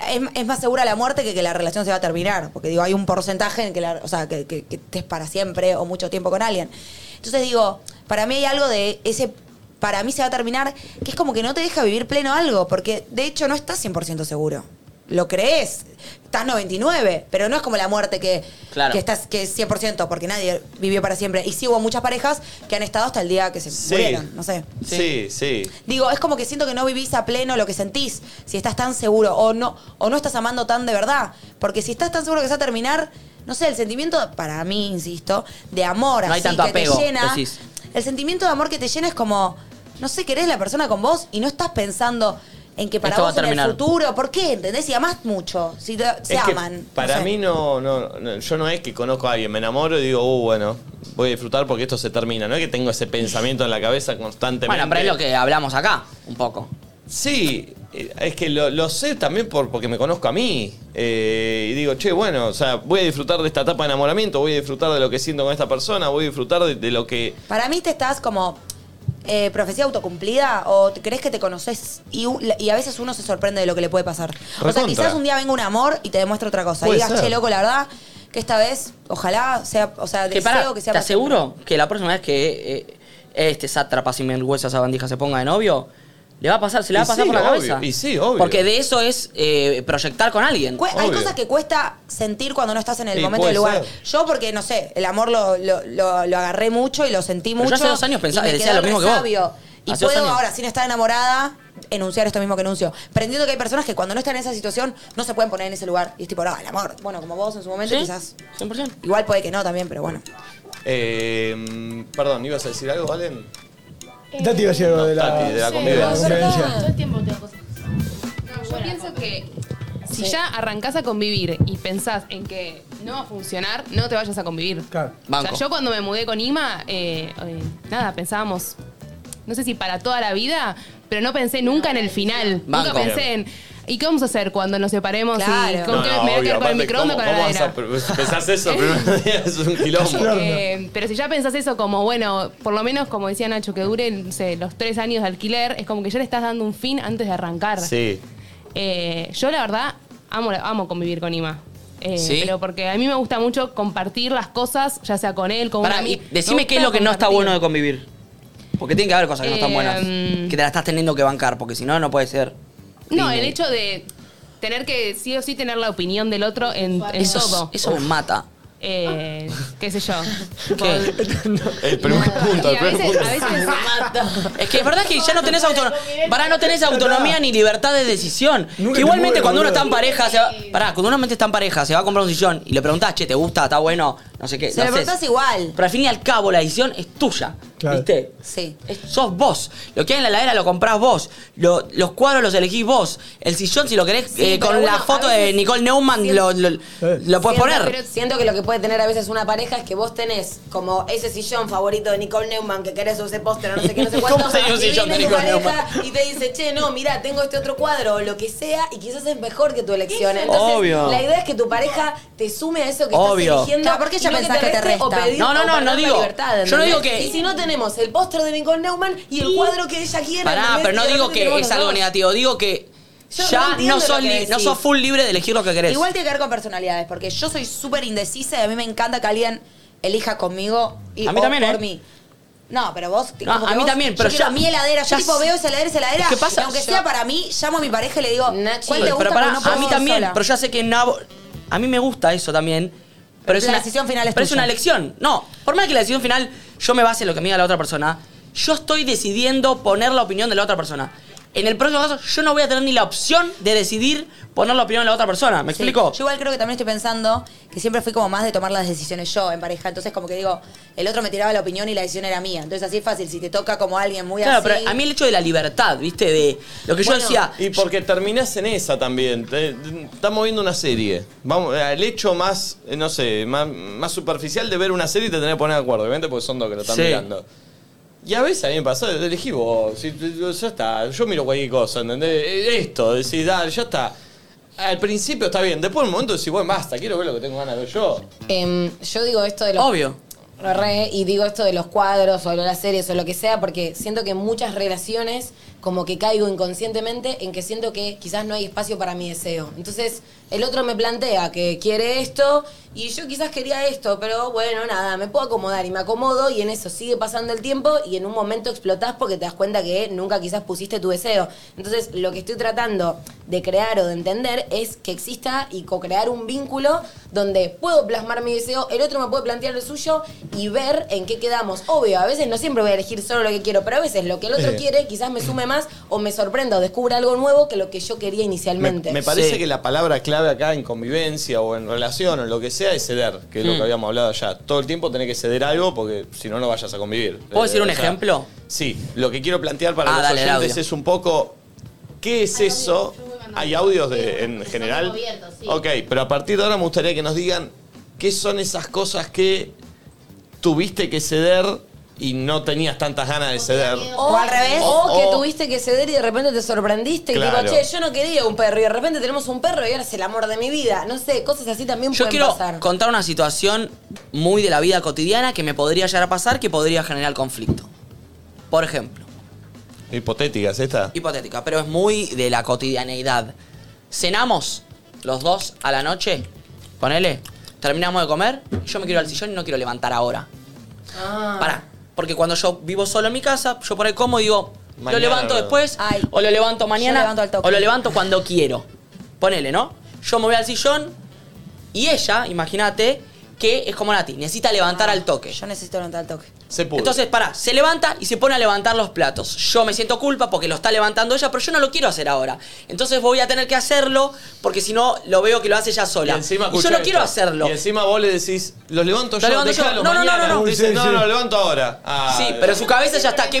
Speaker 3: es, es más segura la muerte que que la relación se va a terminar. Porque digo, hay un porcentaje en que, la- o sea, que, que- que estés para siempre o mucho tiempo con alguien. Entonces digo, para mí hay algo de ese... Para mí se va a terminar, que es como que no te deja vivir pleno algo, porque de hecho no estás 100% seguro. Lo crees, estás 99, pero no es como la muerte que,
Speaker 2: Claro.
Speaker 3: que estás que es 100%, porque nadie vivió para siempre. Y sí hubo muchas parejas que han estado hasta el día que se
Speaker 7: Sí.
Speaker 3: murieron, no sé.
Speaker 7: Sí, sí.
Speaker 3: Digo, es como que siento que no vivís a pleno lo que sentís, si estás tan seguro o no, o no estás amando tan de verdad. Porque si estás tan seguro que se va a terminar, no sé, el sentimiento, para mí, insisto, de amor,
Speaker 2: No hay
Speaker 3: así
Speaker 2: tanto
Speaker 3: que
Speaker 2: apego,
Speaker 3: te llena.
Speaker 2: decís.
Speaker 3: El sentimiento de amor que te llena es como, no sé, querés la persona con vos y no estás pensando en que para
Speaker 2: Esto va
Speaker 3: vos
Speaker 2: a
Speaker 3: en el
Speaker 2: terminar.
Speaker 3: futuro, ¿por qué? ¿Entendés? Y amás mucho, si te- se
Speaker 7: Es que
Speaker 3: aman. no
Speaker 7: Para
Speaker 3: sé.
Speaker 7: mí no, no, no, yo no es que conozco a alguien, me enamoro y digo, uh, bueno, voy a disfrutar porque esto se termina. No es que tengo ese pensamiento en la cabeza constantemente.
Speaker 2: Bueno, pero es lo que hablamos acá, un poco.
Speaker 7: Sí, eh, es que lo, lo sé también por, porque me conozco a mí. Eh, y digo, che, bueno, o sea, voy a disfrutar de esta etapa de enamoramiento, voy a disfrutar de lo que siento con esta persona, voy a disfrutar de, de lo que...
Speaker 3: Para mí te estás como eh, profecía autocumplida o te- crees que te conoces y, u- y a veces uno se sorprende de lo que le puede pasar. O sea,
Speaker 7: Recontra.
Speaker 3: quizás un día venga un amor y te demuestra otra cosa. Y
Speaker 7: Puede
Speaker 3: digas,
Speaker 7: ser.
Speaker 3: che, loco, la verdad, que esta vez, ojalá sea, o sea,
Speaker 2: Que
Speaker 3: deseo
Speaker 2: pará,
Speaker 3: que sea
Speaker 2: te
Speaker 3: para siempre.
Speaker 2: aseguro que la próxima vez que eh, este sátrapa sin vergüenza esa bandija se ponga de novio, le va a pasar, se le va a
Speaker 7: Y
Speaker 2: pasar
Speaker 7: sí,
Speaker 2: por la
Speaker 7: obvio,
Speaker 2: cabeza.
Speaker 7: y sí, obvio.
Speaker 2: Porque de eso es eh, proyectar con alguien.
Speaker 3: Cue- Hay
Speaker 7: Obvio.
Speaker 3: cosas que cuesta sentir cuando no estás en el
Speaker 7: Sí,
Speaker 3: momento y
Speaker 7: puede
Speaker 3: el lugar.
Speaker 7: ser.
Speaker 3: Yo porque, no sé, el amor lo, lo- lo- lo agarré mucho y lo sentí
Speaker 2: Pero yo
Speaker 3: mucho.
Speaker 2: hace dos años pensaba-
Speaker 3: y me
Speaker 2: decía
Speaker 3: quedó
Speaker 2: lo mismo que vos.
Speaker 3: resabio. Y
Speaker 2: Hace dos
Speaker 3: puedo
Speaker 2: años.
Speaker 3: ahora, sin estar enamorada, enunciar esto mismo que enuncio. Pero entiendo que hay personas que cuando no están en esa situación no se pueden poner en ese lugar. Y es tipo, no, el amor. Bueno, como vos en su momento
Speaker 2: ¿Sí?
Speaker 3: quizás.
Speaker 2: 100%.
Speaker 3: Igual puede que no también, pero bueno.
Speaker 7: Eh, perdón, ¿ibas a decir algo, Valen?
Speaker 6: Tati iba a decir algo de la,
Speaker 7: Tati, de la
Speaker 6: de
Speaker 7: convivencia.
Speaker 5: Todo el tiempo tengo cosas.
Speaker 8: Yo pienso que si ya arrancás a convivir y pensás en que no va a funcionar, no te vayas a convivir.
Speaker 6: Claro.
Speaker 2: Banco.
Speaker 8: O sea, yo cuando me mudé con Ima, eh, eh, nada, pensábamos, no sé si para toda la vida, pero no pensé nunca en el final.
Speaker 2: Banco.
Speaker 8: Nunca pensé en. ¿Y qué vamos a hacer cuando nos separemos?
Speaker 3: Claro.
Speaker 8: ¿Y con qué me voy a quedar con el microondas o con la heladera?
Speaker 7: pensás eso el primer día? Es un quilombo.
Speaker 8: Eh, pero si ya pensás eso como, bueno, por lo menos como decía Nacho, que dure no sé, los tres años de alquiler, es como que ya le estás dando un fin antes de arrancar.
Speaker 7: Sí.
Speaker 8: Eh, yo la verdad amo, amo convivir con Ima. Eh,
Speaker 2: Sí.
Speaker 8: Pero porque a mí me gusta mucho compartir las cosas, ya sea con él, con
Speaker 2: Pará,
Speaker 8: una
Speaker 2: y
Speaker 8: ami- me
Speaker 2: decime qué es
Speaker 8: gusta
Speaker 2: lo que no está
Speaker 8: compartir.
Speaker 2: bueno de convivir. Porque tiene que haber cosas que no están
Speaker 8: Eh,
Speaker 2: buenas. Que te las estás teniendo que bancar, porque si no, no puede ser.
Speaker 8: No,
Speaker 2: Disney.
Speaker 8: el hecho de tener que sí o sí tener la opinión del otro en, en
Speaker 2: Eso, es-
Speaker 8: todo.
Speaker 2: eso me mata.
Speaker 8: Eh, qué sé yo.
Speaker 2: ¿Qué?
Speaker 7: El primer punto, el
Speaker 8: Y a
Speaker 7: primer
Speaker 8: veces,
Speaker 7: punto.
Speaker 8: a veces
Speaker 2: Es que es verdad que ya no tenés autonomía. Pará, no tenés autonomía ni libertad de decisión.
Speaker 6: Nunca
Speaker 2: Que
Speaker 6: te
Speaker 2: igualmente
Speaker 6: mueves,
Speaker 2: cuando uno está
Speaker 6: boludo.
Speaker 2: en pareja, se va. Pará, cuando uno está en pareja, se va a comprar un sillón y le preguntás, che, ¿te gusta? ¿Está bueno? No sé qué.
Speaker 3: Se lo
Speaker 2: haces.
Speaker 3: preguntás igual.
Speaker 2: Pero al fin y al cabo, la decisión es tuya.
Speaker 6: Claro.
Speaker 2: ¿Viste?
Speaker 3: Sí.
Speaker 2: Es- sos vos. Lo que hay en la heladera lo comprás vos. Lo- los cuadros los elegís vos. El sillón, si lo querés,
Speaker 4: Sí,
Speaker 2: eh, con
Speaker 4: pero
Speaker 2: la
Speaker 4: bueno,
Speaker 2: foto
Speaker 4: a
Speaker 2: de
Speaker 4: veces
Speaker 2: Nicole Neumann,
Speaker 4: siento-
Speaker 2: lo, lo, lo podés
Speaker 4: Siento-
Speaker 2: poner.
Speaker 4: pero siento que lo que puede tener a veces una pareja es que vos tenés como ese sillón favorito de Nicole Neumann que querés ese póster o no sé qué, no sé cuánto.
Speaker 2: ¿Cómo sería un
Speaker 4: y
Speaker 2: sillón
Speaker 4: viene
Speaker 2: de
Speaker 4: tu
Speaker 2: Nicole
Speaker 4: pareja Y te dice, che, no, mira, tengo este otro cuadro o lo que sea y quizás es mejor que tu elección. Entonces,
Speaker 2: Obvio.
Speaker 4: la idea es que tu pareja te sume a eso que
Speaker 2: Obvio.
Speaker 4: estás eligiendo.
Speaker 3: Claro, ¿por qué
Speaker 4: y
Speaker 3: ella
Speaker 4: no
Speaker 3: pensás que te
Speaker 4: reste o
Speaker 3: resta?
Speaker 4: pedir
Speaker 2: No, no,
Speaker 4: o
Speaker 2: no,
Speaker 4: pagar
Speaker 2: no
Speaker 4: la
Speaker 2: digo-
Speaker 4: libertad,
Speaker 2: yo no digo
Speaker 4: ¿entendés?
Speaker 2: que-
Speaker 4: Y si no tenemos el póster de Nicole Neumann y el cuadro que ella quiere.
Speaker 2: Pará,
Speaker 4: ¿entendés?
Speaker 2: pero no
Speaker 4: Y de
Speaker 2: digo
Speaker 4: repente
Speaker 2: que
Speaker 4: tenemos
Speaker 2: es
Speaker 4: los
Speaker 2: algo
Speaker 4: dos.
Speaker 2: negativo, digo que
Speaker 4: Yo no
Speaker 2: ya no,
Speaker 4: entiendo
Speaker 2: sos
Speaker 4: lo que
Speaker 2: li- no
Speaker 4: decís.
Speaker 2: sos full libre de elegir lo que querés.
Speaker 3: Igual tiene que ver con personalidades, porque yo soy súper indecisa y a mí me encanta que alguien elija conmigo y
Speaker 2: A mí
Speaker 3: o
Speaker 2: también,
Speaker 3: por
Speaker 2: ¿eh?
Speaker 3: mí. No, pero vos.
Speaker 2: No,
Speaker 3: como que
Speaker 2: a mí
Speaker 3: vos-
Speaker 2: también, pero
Speaker 3: yo
Speaker 2: ya-
Speaker 3: quiero mi heladera. Yo
Speaker 2: ya
Speaker 3: tipo
Speaker 2: sé.
Speaker 3: veo esa heladera, esa heladera.
Speaker 2: ¿Qué pasa?
Speaker 3: y aunque
Speaker 2: Yo-
Speaker 3: sea para mí, llamo a mi pareja y le digo,
Speaker 4: Nachi.
Speaker 3: ¿cuál te
Speaker 2: pero
Speaker 3: gusta?
Speaker 2: pará,
Speaker 3: Porque no puedo
Speaker 2: a mí
Speaker 3: vivir
Speaker 2: también,
Speaker 3: sola.
Speaker 2: pero ya sé que Nabo- a mí me gusta eso también. Pero
Speaker 3: Pero
Speaker 2: es
Speaker 3: la
Speaker 2: una
Speaker 3: decisión final es
Speaker 2: Pero es
Speaker 3: tuya.
Speaker 2: una elección. No, por más que la decisión final yo me base en lo que me diga la otra persona, yo estoy decidiendo poner la opinión de la otra persona. En el próximo caso, yo no voy a tener ni la opción de decidir poner la opinión de la otra persona. ¿Me
Speaker 3: Sí.
Speaker 2: explico?
Speaker 3: Yo igual creo que también estoy pensando que siempre fui como más de tomar las decisiones yo en pareja. Entonces, como que digo, el otro me tiraba la opinión y la decisión era mía. Entonces, así es fácil. Si te toca como alguien muy
Speaker 2: claro,
Speaker 3: así.
Speaker 2: pero a mí el hecho de la libertad, ¿viste? De lo que
Speaker 3: Bueno.
Speaker 2: yo decía,
Speaker 7: Y porque terminás en esa también. Te- te- Estamos viendo una serie. Vamos, el hecho más, eh, no sé, más, más superficial de ver una serie y te tenés que poner de acuerdo, obviamente, porque son dos que lo están
Speaker 2: Sí.
Speaker 7: mirando. Y a veces a mí me pasó, elegí vos, si- ya está, yo miro cualquier cosa, ¿entendés? Eh, Esto, decís, dale, ya está. Al principio está bien, después en un momento decís, bueno, basta, quiero ver lo que tengo ganas de ver yo.
Speaker 4: Em, yo digo esto de los
Speaker 2: obvio.
Speaker 4: Re, y digo esto de los cuadros o de las series o lo que sea, porque siento que en muchas relaciones como que caigo inconscientemente en que siento que quizás no hay espacio para mi deseo. Entonces el otro me plantea que quiere esto y yo quizás quería esto, pero bueno, nada, me puedo acomodar y me acomodo y en eso sigue pasando el tiempo y en un momento explotás porque te das cuenta que nunca quizás pusiste tu deseo. Entonces lo que estoy tratando de crear o de entender es que exista y co-crear un vínculo donde puedo plasmar mi deseo, el otro me puede plantear el suyo y ver en qué quedamos. Obvio, a veces no siempre voy a elegir solo lo que quiero, pero a veces lo que el otro
Speaker 7: Eh.
Speaker 4: quiere quizás me sume más o me sorprenda o descubra algo nuevo que lo que yo quería
Speaker 7: Me,
Speaker 4: inicialmente.
Speaker 7: me parece
Speaker 2: Sí.
Speaker 7: que la palabra clave acá en convivencia o en relación o en lo que sea es ceder, que es
Speaker 2: Mm.
Speaker 7: lo que habíamos hablado ya. Todo el tiempo tenés que ceder algo porque si no, no vayas a convivir.
Speaker 2: ¿Puedo
Speaker 7: Eh,
Speaker 2: decir un
Speaker 7: o sea,
Speaker 2: ejemplo?
Speaker 7: Sí, lo que quiero plantear para
Speaker 2: Ah,
Speaker 7: los
Speaker 2: dale, el
Speaker 7: oyentes
Speaker 2: audio.
Speaker 7: es un poco qué es eso.
Speaker 5: yo voy mandando.
Speaker 7: Hay audios
Speaker 5: Sí,
Speaker 7: de, en
Speaker 5: son
Speaker 7: general.
Speaker 5: abiertos, sí.
Speaker 7: Ok, pero a partir de ahora me gustaría que nos digan qué son esas cosas que tuviste que ceder y no tenías tantas ganas de ceder.
Speaker 3: O al revés.
Speaker 4: O que
Speaker 7: O-
Speaker 4: tuviste que ceder y de repente te sorprendiste y
Speaker 7: Claro.
Speaker 4: digo, che, yo no quería un perro y de repente tenemos un perro y ahora es el amor de mi vida. No sé, cosas así también
Speaker 2: Yo
Speaker 4: pueden
Speaker 2: quiero
Speaker 4: pasar.
Speaker 2: contar una situación muy de la vida cotidiana que me podría llegar a pasar que podría generar conflicto. Por ejemplo,
Speaker 7: Hipotéticas, esta.
Speaker 2: hipotética, pero es muy de la cotidianeidad. Cenamos los dos a la noche, ponele, terminamos de comer, yo me quiero ir al sillón y no quiero levantar ahora.
Speaker 3: Ah.
Speaker 2: Pará, porque cuando yo vivo solo en mi casa, yo por ahí como y digo,
Speaker 7: Mañana,
Speaker 2: lo levanto
Speaker 7: bro.
Speaker 2: después,
Speaker 3: Ay,
Speaker 2: o lo levanto mañana,
Speaker 3: yo levanto al toque.
Speaker 2: o lo levanto cuando quiero. Ponele, ¿no? Yo me voy al sillón y ella, imagínate, que es como Nati, necesita levantar al toque.
Speaker 3: Ah. Yo necesito levantar el toque.
Speaker 7: Se pudo.
Speaker 2: Entonces, pará, se levanta y se pone a levantar los platos. Yo me siento culpa porque lo está levantando ella, pero yo no lo quiero hacer ahora. Entonces voy a tener que hacerlo porque si no, lo veo que lo hace ella
Speaker 7: Y
Speaker 2: sola.
Speaker 7: encima,
Speaker 2: Y yo
Speaker 7: escuchá
Speaker 2: no
Speaker 7: esto.
Speaker 2: quiero hacerlo.
Speaker 7: Y encima vos le decís, los levanto yo,
Speaker 2: levanto yo.
Speaker 7: dejalo
Speaker 2: No, no, no,
Speaker 7: mañana.
Speaker 2: no, no.
Speaker 7: Dice,
Speaker 6: Sí,
Speaker 7: no,
Speaker 6: sí.
Speaker 7: no, lo levanto ahora. Ah, Ah,
Speaker 2: Sí, pero en su cabeza ya está. ¿qué?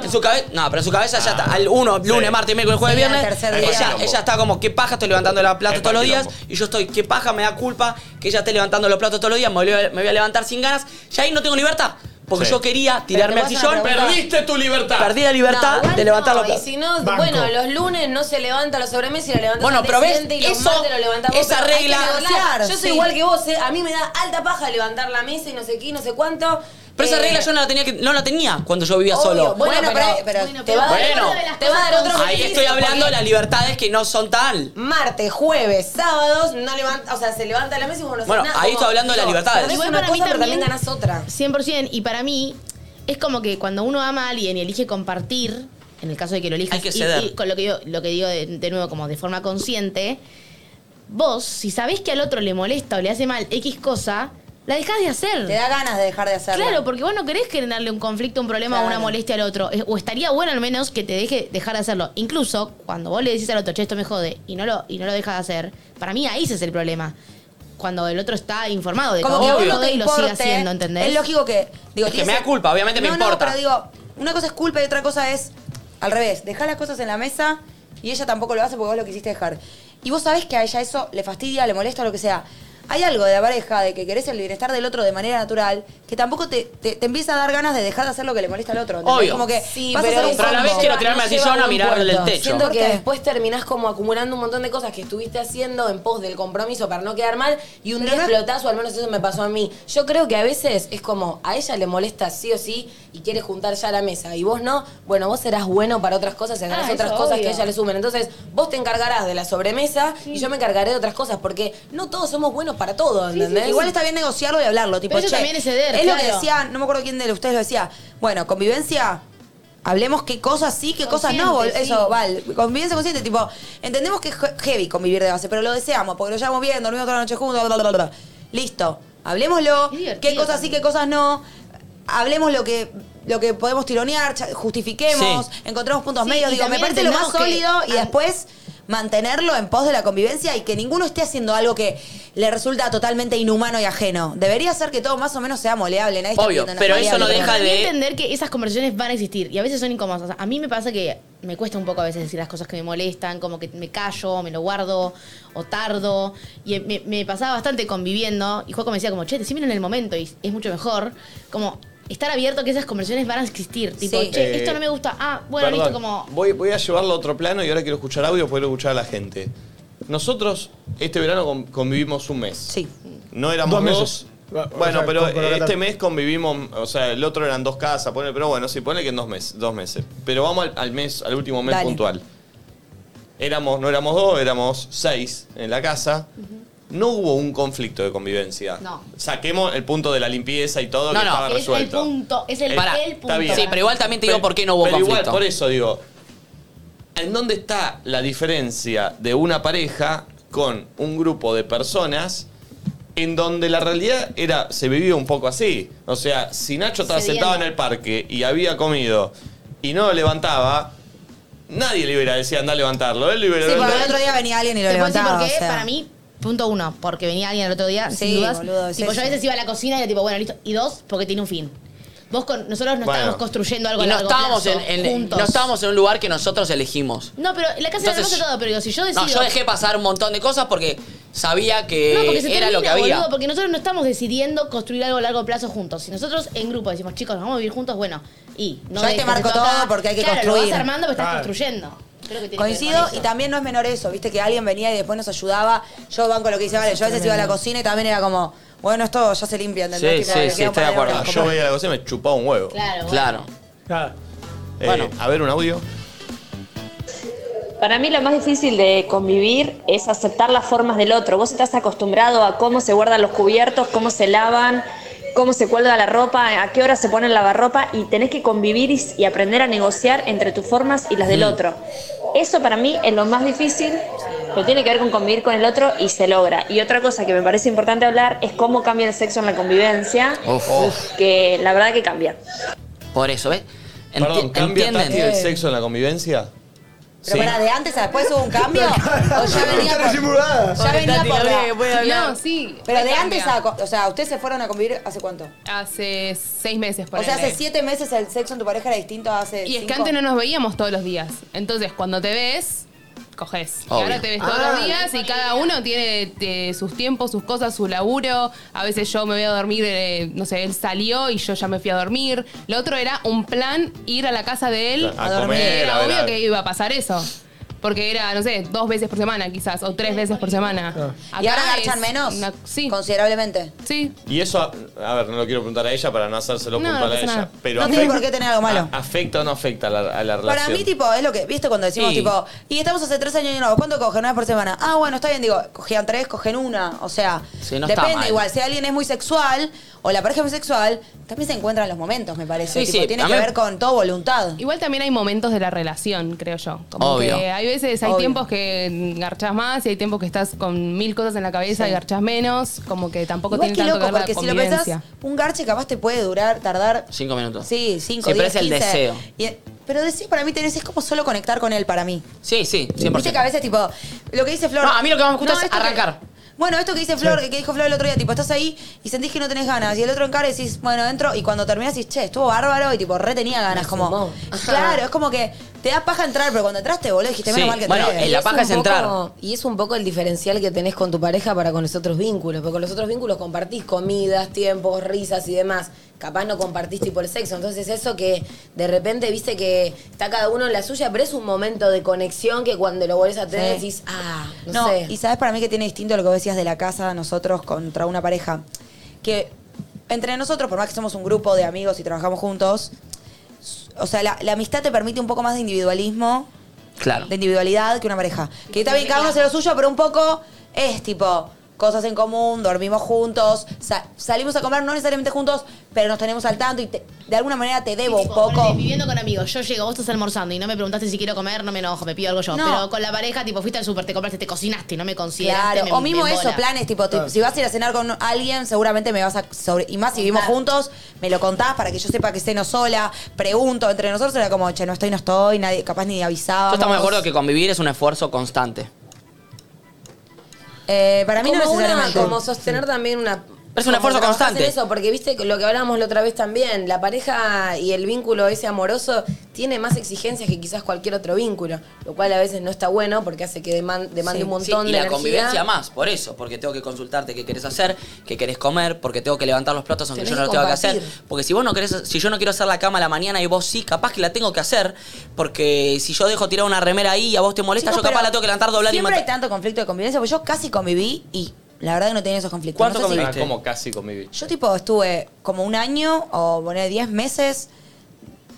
Speaker 2: En su cabe- no, pero en su cabeza ya está. Al 1, lunes,
Speaker 7: Sí.
Speaker 2: martes, miércoles, jueves,
Speaker 3: Sí, al
Speaker 2: viernes.
Speaker 3: tercer
Speaker 7: día.
Speaker 2: Ella,
Speaker 7: Quilombo.
Speaker 2: ella está como, qué paja, estoy levantando los platos
Speaker 7: Es
Speaker 2: todos los días.
Speaker 7: quilombo.
Speaker 2: Y yo estoy, qué paja, me da culpa que ella esté levantando los platos todos los días. Me voy a, me voy a levantar sin ganas. Ya ahí no tengo libertad. Porque
Speaker 7: Sí.
Speaker 2: yo quería tirarme
Speaker 3: te
Speaker 2: al
Speaker 3: vas a
Speaker 2: sillón.
Speaker 3: preguntar-
Speaker 7: Perdiste tu libertad.
Speaker 2: Perdí la libertad
Speaker 4: No, igual
Speaker 2: de levantar
Speaker 4: no,
Speaker 2: los platos.
Speaker 4: Y si no,
Speaker 6: Banco.
Speaker 4: bueno, los lunes no se levanta la sobremesa y la levantas
Speaker 2: Bueno,
Speaker 4: al día
Speaker 2: pero ves,
Speaker 4: siguiente y los
Speaker 2: eso-
Speaker 4: martes lo levantás vos,
Speaker 2: esa
Speaker 4: pero hay que
Speaker 2: regla-
Speaker 4: negociar. Yo soy
Speaker 3: Sí.
Speaker 4: igual que vos, ¿eh? a mí me da alta paja levantar la mesa y no sé qué, no sé cuánto.
Speaker 2: Pero esa
Speaker 4: Eh,
Speaker 2: regla yo no la tenía, que- no la tenía cuando yo vivía solo.
Speaker 4: Bueno,
Speaker 3: Bueno,
Speaker 4: pero,
Speaker 3: pero- pero
Speaker 4: te va a dar,
Speaker 2: Bueno.
Speaker 4: te va a dar otro
Speaker 2: Ahí
Speaker 4: beneficio,
Speaker 2: estoy hablando de
Speaker 4: porque
Speaker 2: las libertades que no son tal.
Speaker 4: Martes, jueves, sábados, no levanta, o sea, se levanta la mesa y vos no
Speaker 2: Bueno,
Speaker 4: haces nada,
Speaker 2: ahí estoy
Speaker 4: como,
Speaker 2: hablando de las
Speaker 4: digo,
Speaker 2: libertades.
Speaker 4: perdés
Speaker 5: Igual
Speaker 4: una
Speaker 5: para mí
Speaker 4: cosa, pero también
Speaker 5: también-
Speaker 4: ganás otra.
Speaker 5: 100%. Y para mí, es como que cuando uno ama a alguien y elige compartir, en el caso de que lo elijas,
Speaker 2: Hay que
Speaker 5: y-
Speaker 2: ceder.
Speaker 5: y con lo que, yo, lo que digo de, de nuevo, como de forma consciente, vos, si sabés que al otro le molesta o le hace mal X cosa, la dejás de hacer.
Speaker 3: Te da ganas de dejar de hacerlo.
Speaker 5: Claro, porque vos no querés generarle un conflicto, un problema o una
Speaker 3: Claro.
Speaker 5: molestia al otro. Es- O estaría bueno al menos que te deje dejar de hacerlo. Incluso cuando vos le decís al otro, che, esto me jode, y no lo, y no lo deja de hacer, para mí ahí ese es el problema. Cuando el otro está informado de
Speaker 3: Como
Speaker 5: que
Speaker 3: que a vos
Speaker 5: lo
Speaker 3: no
Speaker 5: jode
Speaker 3: te
Speaker 5: y lo sigue
Speaker 3: importe.
Speaker 5: haciendo, ¿entendés?
Speaker 3: Es lógico que. Digo,
Speaker 2: Es que
Speaker 3: tienes-
Speaker 2: me da culpa, obviamente me
Speaker 3: No,
Speaker 2: importa.
Speaker 3: No, pero digo, una cosa es culpa y otra cosa es al revés. Dejá las cosas en la mesa y ella tampoco lo hace porque vos lo quisiste dejar. Y vos sabés que a ella eso le fastidia, le molesta, lo que sea. Hay algo de la pareja, de que querés el bienestar del otro de manera natural, que tampoco te, te- te empieza a dar ganas de dejar de hacer lo que le molesta al otro. ¿entendés?
Speaker 2: Obvio.
Speaker 3: Como que
Speaker 4: Sí,
Speaker 3: vas a
Speaker 4: pero-
Speaker 3: hacer un
Speaker 2: Pero a la vez
Speaker 3: combo.
Speaker 2: quiero tirarme al
Speaker 4: lleva
Speaker 2: sillón a
Speaker 4: buen
Speaker 2: mirar el
Speaker 4: puerto.
Speaker 2: techo.
Speaker 4: Siento que
Speaker 3: ¿Por qué?
Speaker 4: después terminás como acumulando un montón de cosas que estuviste haciendo en pos del compromiso para no quedar mal y un
Speaker 3: Pero
Speaker 4: día
Speaker 3: no-
Speaker 4: explotás, o al menos eso me pasó a mí. Yo creo que a veces es como a ella le molesta sí o sí y quiere juntar ya la mesa y vos no, bueno, vos serás bueno para otras cosas y harás
Speaker 5: Ah,
Speaker 4: otras
Speaker 5: eso,
Speaker 4: cosas que
Speaker 5: obvio.
Speaker 4: a ella le sumen. Entonces, vos te encargarás de la sobremesa y yo me encargaré de otras cosas porque no todos somos buenos para todo, ¿entendés?
Speaker 3: Igual está bien negociarlo y hablarlo. Tipo,
Speaker 5: Pero eso
Speaker 3: che,
Speaker 5: también es ceder,
Speaker 3: Es lo que
Speaker 5: claro.
Speaker 3: decía, no me acuerdo quién de ustedes lo decía. Bueno, convivencia. Hablemos qué cosas sí, qué cosas no. bol-
Speaker 5: Consciente, sí.
Speaker 3: Eso, vale. Convivencia consciente. Tipo, entendemos que es he- heavy convivir de base, pero lo deseamos porque lo llevamos bien, dormimos toda la noche juntos. bla, bla, bla, bla. Listo. Hablemoslo.
Speaker 5: Es divertido
Speaker 3: Qué cosas sí,
Speaker 5: también.
Speaker 3: qué cosas no. Hablemos lo que lo que podemos tironear, cha- justifiquemos,
Speaker 2: Sí.
Speaker 3: encontremos puntos
Speaker 5: Sí,
Speaker 3: medios.
Speaker 5: y
Speaker 3: Digo, me
Speaker 5: también
Speaker 3: parece lo más
Speaker 5: entendamos que-
Speaker 3: sólido y
Speaker 5: an-
Speaker 3: después mantenerlo en pos de la convivencia y que ninguno esté haciendo algo que le resulta totalmente inhumano y ajeno. Debería ser que todo más o menos sea moleable. Nadie está
Speaker 2: Obvio,
Speaker 3: pidiendo nada
Speaker 2: pero eso no
Speaker 3: moleable,
Speaker 2: deja
Speaker 3: pero-
Speaker 5: También
Speaker 2: de.
Speaker 5: entender que esas conversaciones van a existir y a veces son incómodas. O sea, a mí me pasa que me cuesta un poco a veces decir las cosas que me molestan, como que me callo, me lo guardo o tardo. Y eh, me, me pasaba bastante conviviendo y Juaco me decía como, che, decímelo en el momento y es mucho mejor. Como estar abierto a que esas conversaciones van a existir. Tipo,
Speaker 3: Sí.
Speaker 5: che,
Speaker 7: Eh,
Speaker 5: esto no me gusta. Ah, bueno,
Speaker 7: Perdón,
Speaker 5: listo, como...
Speaker 7: Voy, voy a llevarlo a otro plano y ahora quiero escuchar audio para poder escuchar a la gente. Nosotros este verano con- convivimos un mes.
Speaker 3: Sí.
Speaker 7: No éramos
Speaker 6: Dos
Speaker 7: dos.
Speaker 6: meses. O
Speaker 7: Bueno,
Speaker 6: sea,
Speaker 7: pero
Speaker 6: con- con la
Speaker 7: eh, este
Speaker 6: Qatar.
Speaker 7: mes convivimos, o sea, el otro eran dos casas, ponele, pero bueno, sí, ponle que en dos meses, dos meses. Pero vamos al, al mes, al último mes
Speaker 3: Dale.
Speaker 7: puntual. Éramos, no éramos dos, éramos seis en la casa. No hubo un conflicto de convivencia.
Speaker 5: No.
Speaker 7: Saquemos el punto de la limpieza y todo
Speaker 2: No,
Speaker 7: que
Speaker 2: no.
Speaker 7: estaba
Speaker 5: Es
Speaker 7: resuelto.
Speaker 5: el punto, es el,
Speaker 2: Pará,
Speaker 5: el
Speaker 2: está
Speaker 5: punto.
Speaker 7: bien.
Speaker 2: Sí, pero igual también te digo por qué no hubo
Speaker 7: pero
Speaker 2: conflicto.
Speaker 7: Igual, por eso digo, ¿en dónde está la diferencia de una pareja con un grupo de personas en donde la realidad era, se vivía un poco así? O sea, si Nacho estaba
Speaker 5: Cediendo.
Speaker 7: sentado en el parque y había comido y no lo levantaba, nadie le iba a decir anda a levantarlo. Él le iba a
Speaker 3: Sí, porque el
Speaker 7: levantar.
Speaker 3: otro día venía alguien y lo
Speaker 5: ¿Te puedo decir
Speaker 3: levantaba.
Speaker 5: por qué?
Speaker 3: o sea.
Speaker 5: Para mí, punto uno, porque venía alguien el otro día,
Speaker 3: Sí,
Speaker 5: sin dudas.
Speaker 3: boludo, es
Speaker 5: tipo, yo a
Speaker 3: eso.
Speaker 5: veces iba a la cocina y era tipo, bueno, listo. Y dos, porque tiene un fin. Vos con, nosotros no
Speaker 7: Bueno.
Speaker 5: estábamos construyendo algo
Speaker 2: Y
Speaker 5: a
Speaker 2: no
Speaker 5: largo
Speaker 2: estábamos,
Speaker 5: plazo,
Speaker 2: en, en-
Speaker 5: juntos.
Speaker 2: no estábamos en un lugar que nosotros elegimos.
Speaker 5: No, pero la casa era
Speaker 2: Entonces,
Speaker 5: hermosa y todo, pero digo, si yo decido...
Speaker 2: No, yo dejé pasar un montón de cosas porque sabía que
Speaker 5: No, porque se
Speaker 2: era
Speaker 5: termina,
Speaker 2: lo que había.
Speaker 5: boludo, porque nosotros no estamos decidiendo construir algo a largo plazo juntos. Si nosotros en grupo decimos, chicos, nos vamos a vivir juntos, bueno, y... No
Speaker 3: Yo ahí te
Speaker 5: dejes
Speaker 3: este marco
Speaker 5: esto acá.
Speaker 3: todo porque hay que
Speaker 5: claro, lo
Speaker 3: construir.
Speaker 5: vas armando porque
Speaker 6: Claro.
Speaker 5: estás construyendo. Creo que tiene que ver con
Speaker 3: Coincido
Speaker 5: eso.
Speaker 3: y también no es menor eso, viste que alguien venía y después nos ayudaba. Yo banco lo que dice, vale, yo a veces iba a la cocina y también era como, bueno, esto ya se limpia, ¿entendés?
Speaker 2: Sí, sí,
Speaker 3: Tipo, queda
Speaker 2: sí,
Speaker 3: un
Speaker 2: estoy de
Speaker 3: par
Speaker 2: acuerdo.
Speaker 7: Ah,
Speaker 3: horas
Speaker 7: yo
Speaker 3: como-
Speaker 7: veía la cocina y me chupaba un huevo.
Speaker 5: Claro, bueno.
Speaker 2: Claro.
Speaker 6: Nada.
Speaker 7: Eh,
Speaker 2: Bueno.
Speaker 7: a ver un audio.
Speaker 9: Para mí lo más difícil de convivir es aceptar las formas del otro. Vos estás acostumbrado a cómo se guardan los cubiertos, cómo se lavan, cómo se cuelga la ropa, a qué hora se pone el lavarropa y tenés que convivir y, y aprender a negociar entre tus formas y las del
Speaker 8: Mm.
Speaker 9: otro. Eso para mí es lo más difícil, pero tiene que ver con convivir con el otro y se logra. Y otra cosa que me parece importante hablar es cómo cambia el sexo en la convivencia,
Speaker 2: Uf,
Speaker 9: que la verdad que cambia.
Speaker 2: Por eso, ¿ves? Enti-
Speaker 7: Perdón, ¿cambia
Speaker 2: ¿entienden?
Speaker 7: Tati el sexo en la convivencia?
Speaker 3: Pero
Speaker 7: Sí.
Speaker 3: pará, de antes a después hubo un cambio. o ya venía
Speaker 6: Está
Speaker 3: por,
Speaker 6: disimulada.
Speaker 3: ya venía por la-
Speaker 8: No, sí.
Speaker 3: Pero de
Speaker 8: cambia.
Speaker 3: antes a. co- O sea, ¿ustedes se fueron a convivir hace cuánto?
Speaker 8: Hace seis meses, por
Speaker 3: O sea, hace siete meses el sexo en tu pareja era distinto a hace.
Speaker 8: Y es que
Speaker 3: cinco.
Speaker 8: antes no nos veíamos todos los días. Entonces, cuando te ves, coges. Y
Speaker 2: Obvio.
Speaker 8: ahora te ves todos
Speaker 3: Ah.
Speaker 8: los días y cada uno tiene eh, sus tiempos, sus cosas, su laburo. A veces yo me voy a dormir, eh, no sé, él salió y yo ya me fui a dormir. Lo otro era un plan ir a la casa de él
Speaker 7: A comer,
Speaker 8: Era
Speaker 7: a ver,
Speaker 8: obvio
Speaker 7: a-
Speaker 8: que iba a pasar eso. Porque era, no sé, dos veces por semana quizás, o tres veces por semana.
Speaker 3: Ah. ¿Y
Speaker 8: Acá
Speaker 3: ahora
Speaker 8: es
Speaker 3: garchan menos?
Speaker 8: una- sí,
Speaker 3: Considerablemente.
Speaker 8: sí.
Speaker 7: Y eso, a, a ver, no lo quiero preguntar a ella para no hacérselo
Speaker 8: No, no
Speaker 7: puntual a
Speaker 8: pasa
Speaker 7: ella.
Speaker 8: nada.
Speaker 7: Pero
Speaker 3: No tiene por qué tener algo malo.
Speaker 7: a- ¿Afecta o no afecta a la, a la relación?
Speaker 3: Para mí, tipo, es lo que, ¿viste? Cuando decimos,
Speaker 2: Sí.
Speaker 3: tipo, y estamos hace tres años y no, ¿cuánto cogen? Una vez por semana. Ah, bueno, está bien, digo, cogían tres, cogen una. O sea,
Speaker 2: Sí, no está
Speaker 3: depende
Speaker 2: mal.
Speaker 3: igual. Si alguien es muy sexual o la pareja es muy sexual, también se encuentran los momentos, me parece.
Speaker 2: Sí,
Speaker 3: tipo,
Speaker 2: sí,
Speaker 3: tiene
Speaker 2: a
Speaker 3: que
Speaker 2: mí-
Speaker 3: ver con todo voluntad.
Speaker 8: Igual también hay momentos de la relación, creo yo. Como
Speaker 2: Obvio.
Speaker 8: que hay veces, hay
Speaker 3: Obvio.
Speaker 8: tiempos que garchas más y hay tiempos que estás con mil cosas en la cabeza y garchas menos. Como que tampoco
Speaker 3: Igual
Speaker 8: tiene
Speaker 3: que
Speaker 8: tanto
Speaker 3: loco,
Speaker 8: que ver
Speaker 3: porque
Speaker 8: la
Speaker 3: si lo pensás,
Speaker 8: convivencia.
Speaker 3: un garche capaz te puede durar, tardar.
Speaker 2: Cinco minutos.
Speaker 3: Sí, cinco
Speaker 2: Sí, pero
Speaker 3: diez,
Speaker 2: es el
Speaker 3: 15.
Speaker 2: deseo.
Speaker 3: Y- pero decir para mí tenés, es como solo conectar con él para mí.
Speaker 2: Sí, sí, 100%.
Speaker 3: Viste que a veces, tipo, lo que dice Flor.
Speaker 2: No, a mí lo que más me gusta es
Speaker 3: esto que-
Speaker 2: arrancar.
Speaker 3: bueno, esto que dice Flor, que dijo Flor el otro día, tipo, estás ahí y sentís que no tenés ganas. Y el otro encara y decís, bueno, entro. Y cuando terminás decís, che, estuvo bárbaro. Y tipo, re tenía ganas.
Speaker 4: Me
Speaker 3: Como,
Speaker 4: sumó.
Speaker 3: claro, es como que te da paja entrar, pero cuando entraste, boludo, dijiste, menos
Speaker 2: Sí,
Speaker 3: mal que
Speaker 2: bueno,
Speaker 3: entré.
Speaker 2: el- la
Speaker 4: es
Speaker 2: paja
Speaker 4: un
Speaker 2: es entrar.
Speaker 4: poco- y es un poco el diferencial que tenés con tu pareja para con los otros vínculos. Porque con los otros vínculos compartís comidas, tiempos, risas y demás. Capaz no compartís tipo el sexo. Entonces eso que de repente viste que está cada uno en la suya, pero es un momento de conexión que cuando lo volvés a tener
Speaker 3: Sí.
Speaker 4: decís, ah, no,
Speaker 3: No,
Speaker 4: sé.
Speaker 3: y sabes para mí que tiene distinto lo que vos decías de la casa nosotros contra una pareja. Que entre nosotros, por más que somos un grupo de amigos y trabajamos juntos, s- o sea, la, la amistad te permite un poco más de individualismo,
Speaker 2: Claro.
Speaker 3: de individualidad que una pareja. Que está bien, cada uno hace lo suyo, pero un poco es tipo cosas en común, dormimos juntos, sa- salimos a comer no necesariamente juntos, pero nos tenemos al tanto y te- de alguna manera te debo un
Speaker 5: Tipo, ponele,
Speaker 3: poco.
Speaker 5: Viviendo con amigos, yo llego, vos estás almorzando y no me preguntaste si quiero comer, no me enojo, me pido algo yo.
Speaker 3: No.
Speaker 5: Pero con la pareja, tipo, fuiste al súper, te compraste, te cocinaste, no me consideraste.
Speaker 3: Claro,
Speaker 5: me-
Speaker 3: o mismo
Speaker 5: me
Speaker 3: eso,
Speaker 5: embola.
Speaker 3: planes, tipo, te- si vas a ir a cenar con alguien, seguramente me vas a... sobre- y más si vivimos juntos, me lo contás para que yo sepa que ceno sola, pregunto, entre nosotros era como, che, no estoy, no estoy, nadie, capaz ni avisaba.
Speaker 2: Yo estamos de acuerdo que convivir es un esfuerzo constante.
Speaker 3: Eh, para mí no
Speaker 4: como una-
Speaker 3: necesariamente.
Speaker 4: como sostener también una
Speaker 2: Pero es un
Speaker 4: como
Speaker 2: esfuerzo
Speaker 4: trabajás
Speaker 2: constante.
Speaker 4: en eso, porque viste lo que hablábamos la otra vez también, la pareja y el vínculo ese amoroso tiene más exigencias que quizás cualquier otro vínculo, lo cual a veces no está bueno porque hace que deman- demande
Speaker 3: Sí,
Speaker 4: un
Speaker 2: Sí,
Speaker 4: montón
Speaker 2: y
Speaker 4: de
Speaker 2: la
Speaker 4: energía.
Speaker 2: convivencia más, por eso, porque tengo que consultarte qué querés hacer, qué querés comer, porque tengo que levantar los platos aunque
Speaker 4: Tenés
Speaker 2: yo no
Speaker 4: que
Speaker 2: los tengo que hacer.
Speaker 4: compartir.
Speaker 2: Porque si vos no querés, si yo no quiero hacer la cama a la mañana y vos sí, capaz que la tengo que hacer, porque si yo dejo tirar una remera ahí y a vos te molesta, yo
Speaker 3: Chicos,
Speaker 2: capaz
Speaker 3: pero
Speaker 2: la tengo que levantar, doblar y
Speaker 3: Siempre
Speaker 2: matar.
Speaker 3: hay tanto conflicto de convivencia, porque yo casi conviví y la verdad que no tenía esos conflictos.
Speaker 2: ¿Cuánto
Speaker 3: No sé si-
Speaker 7: Ah,
Speaker 2: conviviste?
Speaker 7: como casi conviví.
Speaker 3: Yo tipo estuve como un año o bueno, 10 meses,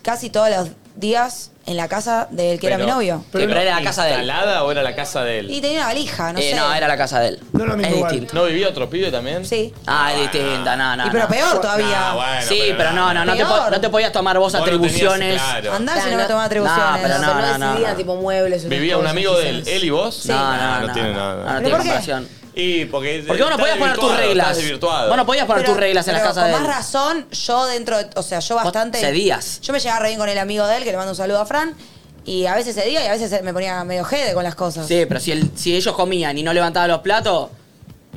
Speaker 3: casi todos los días en la casa del que era mi novio.
Speaker 2: Pero, era la casa de él.
Speaker 7: ¿Instalada o era la casa de
Speaker 3: Y
Speaker 7: él?
Speaker 3: tenía una valija, no
Speaker 2: Eh,
Speaker 3: sé.
Speaker 2: no, era la casa de él.
Speaker 6: No era lo mismo
Speaker 2: es
Speaker 6: igual.
Speaker 2: distinto.
Speaker 7: ¿No vivía otro pibe también?
Speaker 3: Sí.
Speaker 2: Ah, es distinta, no, no.
Speaker 3: y pero
Speaker 2: no.
Speaker 3: peor todavía.
Speaker 7: Ah, bueno,
Speaker 2: sí, pero, no, no, no te,
Speaker 3: Peor.
Speaker 2: po- no te podías tomar vos,
Speaker 7: Vos no tenías-
Speaker 2: atribuciones.
Speaker 7: claro.
Speaker 3: Andá
Speaker 4: Claro,
Speaker 3: si no me
Speaker 4: no-
Speaker 3: tomas atribuciones.
Speaker 2: no, pero
Speaker 4: Pero no,
Speaker 2: no, no,
Speaker 4: decidía
Speaker 2: no.
Speaker 4: tipo muebles. unas
Speaker 7: ¿Vivía un
Speaker 4: cosas,
Speaker 7: amigo de él,
Speaker 4: quizás.
Speaker 7: él y vos?
Speaker 2: No,
Speaker 7: Ah,
Speaker 2: no,
Speaker 7: no,
Speaker 2: no.
Speaker 7: tiene
Speaker 2: no,
Speaker 7: nada.
Speaker 2: no
Speaker 3: ¿Pero
Speaker 2: tiene
Speaker 3: por qué?
Speaker 2: comparación.
Speaker 7: Y porque.
Speaker 2: Porque vos no
Speaker 7: estás
Speaker 2: podías poner tus
Speaker 7: desvirtuado,
Speaker 2: reglas.
Speaker 7: estás desvirtuado.
Speaker 2: Vos no podías poner
Speaker 3: Pero-
Speaker 2: tus reglas en la
Speaker 3: pero
Speaker 2: casa de él.
Speaker 3: Con más razón, yo dentro, de- o sea, yo bastante.
Speaker 2: cedías.
Speaker 3: Yo me llevaba re bien con el amigo de él, que le mando un saludo a Fran. Y a veces cedía y a veces me ponía medio jede con las cosas.
Speaker 2: Sí, pero si, el- si ellos comían y no levantaban los platos,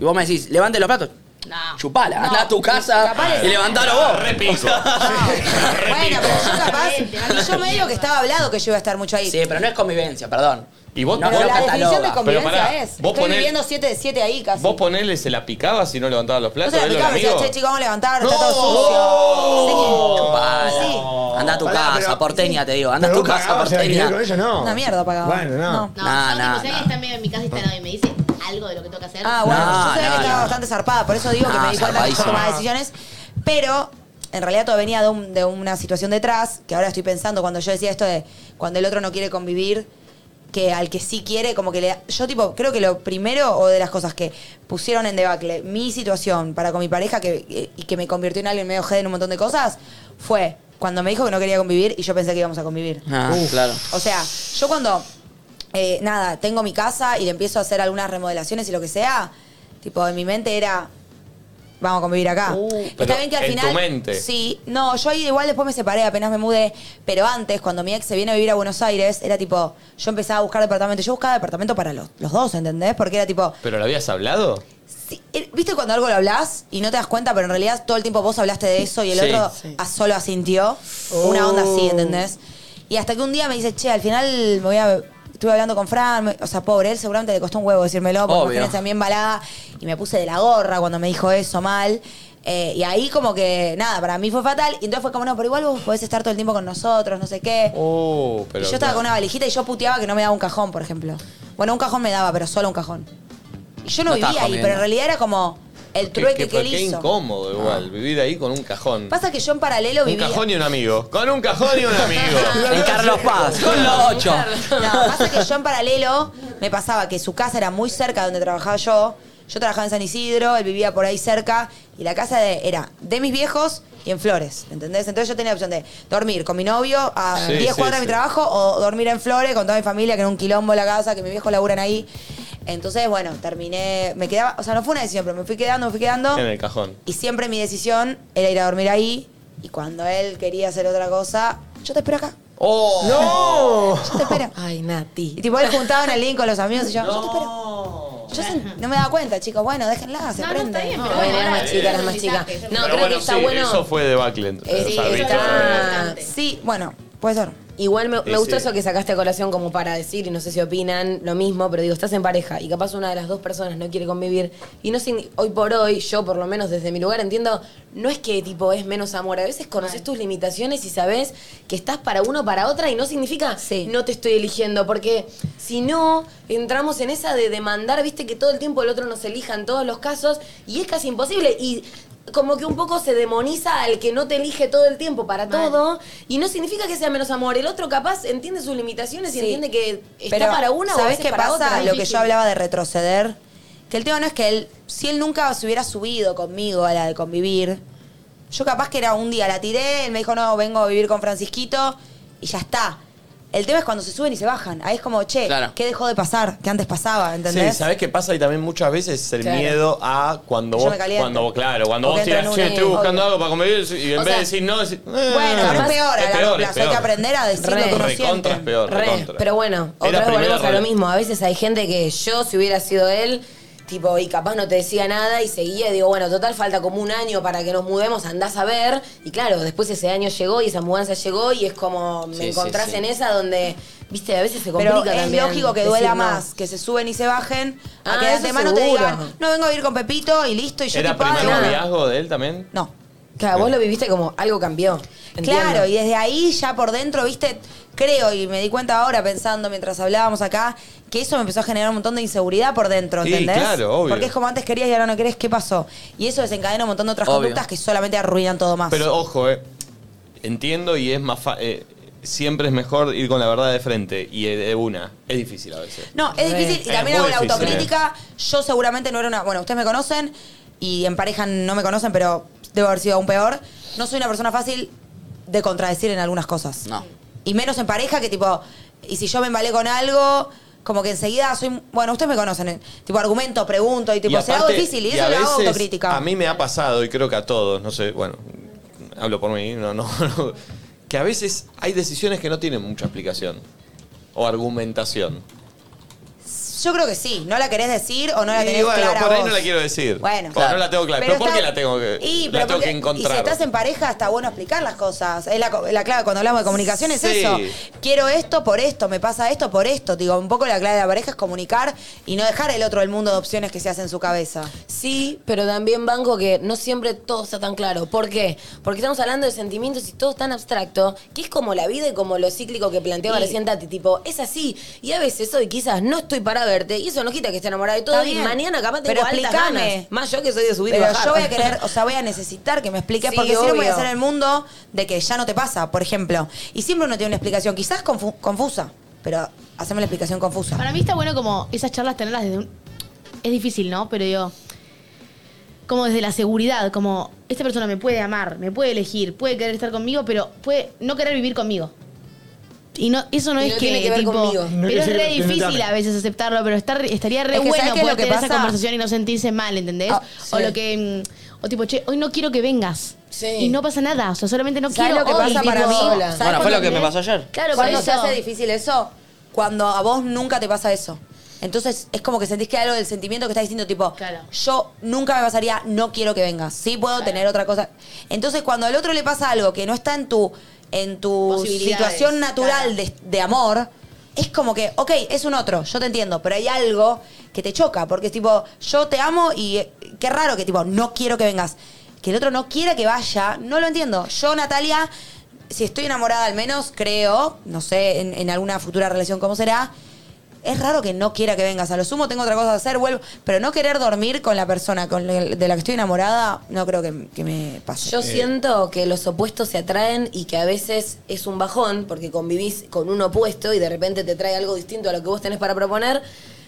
Speaker 2: y vos me decís, levante los platos,
Speaker 5: No.
Speaker 2: chupala,
Speaker 3: No.
Speaker 2: andá a tu casa
Speaker 3: Capaz
Speaker 2: y
Speaker 3: le-
Speaker 2: levantalo vos.
Speaker 7: Repico.
Speaker 3: Bueno, pero yo capaz.
Speaker 5: Exactamente,
Speaker 3: Y yo medio que estaba hablado que yo iba a estar mucho ahí.
Speaker 2: Sí, pero no es convivencia, perdón.
Speaker 7: Y vos-
Speaker 2: no,
Speaker 3: pero
Speaker 2: no
Speaker 3: la definición de
Speaker 2: cataloga.
Speaker 7: con-
Speaker 3: convivencia
Speaker 7: pará,
Speaker 3: es.
Speaker 7: vos
Speaker 3: Estoy
Speaker 7: ponés-
Speaker 3: viviendo 7 de 7 ahí casi.
Speaker 7: Vos ponele, se la picaba si no levantabas los
Speaker 3: no
Speaker 7: platos.
Speaker 3: se la
Speaker 7: él o el
Speaker 3: picaba, me decía,
Speaker 7: amigo?
Speaker 3: che, chicos, vamos a levantar,
Speaker 7: No.
Speaker 3: está todo sucio. Sí.
Speaker 2: Chupala.
Speaker 3: Sí.
Speaker 2: Andá a tu
Speaker 6: Pará,
Speaker 2: casa,
Speaker 6: pero-
Speaker 2: porteña, te digo. Andá a
Speaker 6: Pero
Speaker 2: tu
Speaker 6: vos
Speaker 2: casa,
Speaker 6: pagabas el alquiler
Speaker 2: porteña.
Speaker 6: con ella, no.
Speaker 3: Una mierda pagaba.
Speaker 6: Bueno, no.
Speaker 5: No,
Speaker 2: No,
Speaker 5: yo,
Speaker 2: no,
Speaker 5: tipo, si
Speaker 2: no.
Speaker 5: alguien está en medio de mi casa y está al lado y me dice algo de lo que tengo que hacer.
Speaker 3: Ah, bueno,
Speaker 2: No,
Speaker 3: yo sabía
Speaker 2: no,
Speaker 3: que estaba
Speaker 2: no.
Speaker 3: bastante zarpada, por eso digo que
Speaker 2: Ah,
Speaker 3: me di cuenta que yo
Speaker 2: zarpadísima.
Speaker 3: tomaba decisiones. Pero en realidad todo venía de, un- de una situación detrás, que ahora estoy pensando cuando yo decía esto de cuando el otro no quiere convivir, que al que sí quiere, como que le. Yo, tipo, creo que lo primero o de las cosas que pusieron en debacle mi situación para con mi pareja que, eh, y que me convirtió en alguien medio jede en un montón de cosas fue cuando me dijo que no quería convivir y yo pensé que íbamos a convivir.
Speaker 2: Ah, claro.
Speaker 3: O sea, yo cuando, eh, nada, tengo mi casa y le empiezo a hacer algunas remodelaciones y lo que sea, tipo, en mi mente era, vamos a convivir acá.
Speaker 7: Uh, pero en tu mente.
Speaker 3: Sí, no, yo ahí igual después me separé, apenas me mudé, pero antes, cuando mi ex se viene a vivir a Buenos Aires, era tipo, yo empezaba a buscar departamento, yo buscaba departamento para los, los dos, ¿entendés? Porque era tipo,
Speaker 7: ¿Pero lo habías hablado?
Speaker 3: sí, eh, ¿viste cuando algo lo hablas y no te das cuenta, pero en realidad todo el tiempo vos hablaste de eso y el
Speaker 2: Sí,
Speaker 3: otro
Speaker 2: sí.
Speaker 3: a- solo asintió? Una onda así, ¿entendés? Y hasta que un día me dice, che, al final me voy a... Estuve hablando con Fran, me- o sea, pobre, él seguramente le costó un huevo decírmelo, porque
Speaker 2: Obvio.
Speaker 3: imagínense a mí embalada, y me puse de la gorra cuando me dijo eso mal. Eh, y ahí como que, nada, para mí fue fatal. Y entonces fue como, no, pero igual vos podés estar todo el tiempo con nosotros, no sé qué.
Speaker 7: Oh,
Speaker 3: y
Speaker 7: pero.
Speaker 3: yo estaba con una valijita y yo puteaba que no me daba un cajón, por ejemplo. Bueno, un cajón me daba, pero solo un cajón. Y yo no,
Speaker 2: No
Speaker 3: vivía
Speaker 2: estaba
Speaker 3: ahí,
Speaker 2: comiendo.
Speaker 3: pero en realidad era como el
Speaker 7: Qué-
Speaker 3: trueque
Speaker 7: qué-
Speaker 3: que él
Speaker 7: qué
Speaker 3: hizo.
Speaker 7: incómodo igual, vivir ahí con un cajón.
Speaker 3: Pasa que yo en paralelo
Speaker 7: Un
Speaker 3: vivía.
Speaker 7: cajón y un amigo. Con un cajón y un amigo.
Speaker 2: En Carlos Paz, con los ocho.
Speaker 3: No, pasa que yo en paralelo me pasaba que su casa era muy cerca de donde trabajaba yo. Yo trabajaba en San Isidro, él vivía por ahí cerca y la casa de- era de mis viejos y en Flores, ¿entendés? Entonces yo tenía la opción de dormir con mi novio a
Speaker 7: Sí,
Speaker 3: 10
Speaker 7: sí,
Speaker 3: cuadras de mi
Speaker 7: sí.
Speaker 3: trabajo o dormir en Flores con toda mi familia, que era un quilombo la casa, que mis viejos laburan ahí. Entonces, bueno, terminé, me quedaba, o sea, no fue una decisión, pero me fui quedando, me fui quedando.
Speaker 7: En el cajón.
Speaker 3: Y siempre mi decisión era ir a dormir ahí y cuando él quería hacer otra cosa, yo te espero acá.
Speaker 7: ¡Oh!
Speaker 6: ¡No!
Speaker 3: Yo te espero.
Speaker 4: Ay,
Speaker 3: Y
Speaker 4: Nati.
Speaker 3: tipo, él juntaba en el link con los amigos y yo, yo te espero. Yo sen- no me daba cuenta, chicos. Bueno, déjenla, se
Speaker 5: No, no,
Speaker 3: prende.
Speaker 5: está bien, pero
Speaker 4: Ah, Bueno,
Speaker 5: ahora
Speaker 4: eras más chica, eras más chica.
Speaker 5: aprendizaje,
Speaker 4: No,
Speaker 7: Pero
Speaker 4: creo que está
Speaker 7: sí,
Speaker 4: bueno.
Speaker 7: Eso fue debacle.
Speaker 4: Eh,
Speaker 7: entonces,
Speaker 4: sí,
Speaker 7: o sea,
Speaker 5: eso
Speaker 7: ¿viste?
Speaker 4: está-
Speaker 3: Sí, bueno, puede ser.
Speaker 4: Igual me, me
Speaker 7: Sí,
Speaker 4: gustó
Speaker 7: sí.
Speaker 4: eso que sacaste a colación como para decir, y no sé si opinan lo mismo, pero digo, estás en pareja y capaz una de las dos personas no quiere convivir. Y no signi- hoy por hoy, yo por lo menos desde mi lugar entiendo, no es que tipo es menos amor. A veces conoces tus limitaciones y sabes que estás para uno o para otra y no significa
Speaker 3: Sí.
Speaker 4: no te estoy eligiendo, porque si no, entramos en esa de demandar, viste, que todo el tiempo el otro nos elija en todos los casos y es casi imposible. Y. Como que un poco se demoniza al que no te elige todo el tiempo para
Speaker 5: Mal.
Speaker 4: todo, y no significa que sea menos amor. El otro capaz entiende sus limitaciones
Speaker 3: Sí.
Speaker 4: y entiende que está
Speaker 3: Pero,
Speaker 4: para una o a
Speaker 3: ¿sabés
Speaker 4: veces
Speaker 3: qué
Speaker 4: para
Speaker 3: pasa?
Speaker 4: otra.
Speaker 3: Lo que
Speaker 5: Difícil.
Speaker 3: yo hablaba de retroceder. Que el tema no es que él, si él nunca se hubiera subido conmigo a la de convivir, yo capaz que era un día la tiré, él me dijo, no, vengo a vivir con Francisquito y ya está. El tema es cuando se suben y se bajan. Ahí es como, che,
Speaker 2: Claro.
Speaker 3: ¿qué dejó de pasar? ¿Qué antes pasaba? ¿Entendés?
Speaker 7: Sí, ¿sabés qué pasa? Y también muchas veces es el
Speaker 4: Claro.
Speaker 7: miedo a cuando
Speaker 3: Yo
Speaker 7: vos,
Speaker 3: me caliento.
Speaker 7: cuando vos, claro, cuando
Speaker 3: O
Speaker 7: vos
Speaker 3: que entro en
Speaker 7: digas,
Speaker 3: una-
Speaker 7: che, estoy buscando
Speaker 3: obvio.
Speaker 7: algo para comer y en vez
Speaker 4: O sea,
Speaker 7: de decir "Eh, no, decís,
Speaker 3: Bueno, pero es peor a largo plazo. Hay que aprender a decir lo que uno
Speaker 7: Re
Speaker 3: siente.
Speaker 7: contra es peor, re
Speaker 4: Re,
Speaker 7: contra.
Speaker 4: pero bueno,
Speaker 7: Era
Speaker 4: otra vez
Speaker 7: primera
Speaker 4: volvemos a lo
Speaker 7: red.
Speaker 4: mismo. A veces hay gente que yo, si hubiera sido él, tipo, y capaz no te decía nada y seguía, digo, bueno, total, falta como un año para que nos mudemos, andás a ver. Y claro, después ese año llegó y esa mudanza llegó y es como, me
Speaker 2: Sí, sí,
Speaker 4: encontrás
Speaker 2: sí.
Speaker 4: en esa donde, viste, a veces se complica
Speaker 3: Pero es
Speaker 4: también
Speaker 3: lógico que duela
Speaker 4: decir no.
Speaker 3: más, que se suben y se bajen, a
Speaker 4: Ah,
Speaker 3: que de
Speaker 4: eso
Speaker 3: antemano te
Speaker 4: seguro.
Speaker 3: digan, no vengo a vivir con Pepito y listo, y yo
Speaker 7: ¿Era
Speaker 3: tipo, ah,
Speaker 7: primer
Speaker 3: nada.
Speaker 7: noviazgo de él también?
Speaker 3: No.
Speaker 4: Claro, vos lo viviste como algo cambió. entiendo.
Speaker 3: Claro, y desde ahí ya por dentro, viste, creo, y me di cuenta ahora pensando mientras hablábamos acá, que eso me empezó a generar un montón de inseguridad por dentro,
Speaker 7: Sí,
Speaker 3: ¿entendés?
Speaker 7: claro, obvio.
Speaker 3: Porque es como antes querías y ahora no querés, ¿qué pasó? Y eso desencadena un montón de otras
Speaker 2: Obvio.
Speaker 3: conductas que solamente arruinan todo más.
Speaker 7: Pero ojo, eh, entiendo y es más fa- eh, siempre es mejor ir con la verdad de frente y eh, de de una. Es difícil a veces.
Speaker 3: No, es
Speaker 4: Re.
Speaker 3: difícil. Y
Speaker 7: Es
Speaker 3: también
Speaker 7: muy
Speaker 3: hago la
Speaker 7: difícil,
Speaker 3: autocrítica.
Speaker 7: eh.
Speaker 3: Yo seguramente no era una. Bueno, ustedes me conocen y en pareja no me conocen, pero debo haber sido aún peor. No soy una persona fácil de contradecir en algunas cosas.
Speaker 2: No.
Speaker 3: Y menos en pareja que tipo. Y si yo me embalé con algo. Como que enseguida soy. Bueno, ustedes me conocen. eh, Tipo, argumento, pregunto y tipo, se hago
Speaker 7: aparte-
Speaker 3: difícil. Y eso
Speaker 7: a
Speaker 3: lo hago
Speaker 7: veces
Speaker 3: autocrítica.
Speaker 7: A mí me ha pasado, y creo que a todos, no sé, bueno, hablo por mí, no, no, no, que a veces hay decisiones que no tienen mucha explicación o argumentación.
Speaker 3: Yo creo que sí. No la querés decir o no la
Speaker 7: Y
Speaker 3: tenés
Speaker 7: bueno,
Speaker 3: clara.
Speaker 7: por ahí
Speaker 3: vos.
Speaker 7: no la quiero decir.
Speaker 3: Bueno,
Speaker 7: O no la tengo clara. ¿Pero, por qué
Speaker 3: está-
Speaker 7: la tengo que,
Speaker 3: Y,
Speaker 7: la tengo
Speaker 3: pero
Speaker 7: que
Speaker 3: porque-
Speaker 7: encontrar?
Speaker 3: Y si estás en pareja, está bueno explicar las cosas. Es la, co- la clave cuando hablamos de comunicación, es
Speaker 7: Sí.
Speaker 3: eso. Quiero esto por esto, me pasa esto por esto. Digo, un poco la clave de la pareja es comunicar y no dejar el otro el mundo de opciones que se hace en su cabeza.
Speaker 4: Sí, pero también banco que no siempre todo está tan claro. ¿Por qué? Porque estamos hablando de sentimientos y todo es tan abstracto que es como la vida y como lo cíclico que planteaba
Speaker 3: Y-
Speaker 4: recién Tati. Tipo, es así. Y a veces hoy quizás no estoy para verte y eso no quita que esté enamorada de todo
Speaker 3: Está
Speaker 4: y
Speaker 3: bien.
Speaker 4: mañana capaz tengo
Speaker 3: Pero
Speaker 4: altas
Speaker 3: explícame.
Speaker 4: ganas. Más yo que soy de subir y
Speaker 3: Pero
Speaker 4: bajar.
Speaker 3: yo voy a querer, o sea, voy a necesitar que me expliques,
Speaker 4: Sí,
Speaker 3: porque si no voy a
Speaker 4: obvio.
Speaker 3: hacer el mundo de que ya no te pasa, por ejemplo. Y siempre uno tiene una explicación, quizás confu- confusa, pero haceme la explicación confusa.
Speaker 5: Para mí está bueno como esas charlas tenerlas desde un... Es difícil, ¿no? Pero digo, como desde la seguridad, como esta persona me puede amar, me puede elegir, puede querer estar conmigo, pero puede no querer vivir conmigo. Y no, eso no
Speaker 4: Y
Speaker 5: es
Speaker 4: no
Speaker 5: que,
Speaker 4: tiene que ver
Speaker 5: tipo,
Speaker 4: conmigo.
Speaker 6: No
Speaker 5: pero
Speaker 6: es que
Speaker 5: es re
Speaker 6: sea- que no te
Speaker 5: difícil a
Speaker 6: ame.
Speaker 5: veces aceptarlo, pero estar, estaría re
Speaker 3: Es que
Speaker 5: bueno
Speaker 3: ¿sabes qué es
Speaker 5: poder
Speaker 3: lo que
Speaker 5: tener esa
Speaker 3: pasa?
Speaker 5: conversación y no sentirse mal, ¿entendés?
Speaker 3: Ah,
Speaker 5: O
Speaker 4: sí.
Speaker 5: lo que mm, o tipo, che, hoy no quiero que vengas.
Speaker 4: Sí.
Speaker 5: Y no pasa nada, o sea, solamente no
Speaker 3: ¿Sabes
Speaker 5: quiero
Speaker 3: lo que
Speaker 5: hoy,
Speaker 3: pasa
Speaker 5: tipo,
Speaker 3: para mí?
Speaker 4: sola.
Speaker 3: ¿Sabes
Speaker 2: Bueno, fue
Speaker 3: cuándo
Speaker 2: lo que me
Speaker 3: tenés-
Speaker 2: pasó ayer.
Speaker 5: Claro, por
Speaker 3: cuando
Speaker 5: eso.
Speaker 3: se hace difícil eso, cuando a vos nunca te pasa eso. Entonces es como que sentís que hay algo del sentimiento que estás diciendo, tipo,
Speaker 5: Claro.
Speaker 3: yo nunca me pasaría, no quiero que vengas. Sí puedo tener otra cosa. Entonces cuando al otro le pasa algo que no está en tu, en tu
Speaker 5: Posibilidades,
Speaker 3: situación natural
Speaker 5: claro.
Speaker 3: de, de amor, es como que, ok, es un otro, yo te entiendo, pero hay algo que te choca, porque es tipo, yo te amo y eh, qué raro que tipo, no quiero que vengas. que el otro no quiera que vaya, no lo entiendo. Yo, Natalia, si estoy enamorada al menos, creo, no sé, en, en alguna futura relación cómo será, es raro que no quiera que vengas. A lo sumo tengo otra cosa que hacer, vuelvo. Pero no querer dormir con la persona con la- de la que estoy enamorada, no creo que, que me pase.
Speaker 5: Eh.
Speaker 4: Yo siento que los opuestos se atraen y que a veces es un bajón porque convivís con un opuesto y de repente te trae algo distinto a lo que vos tenés para proponer,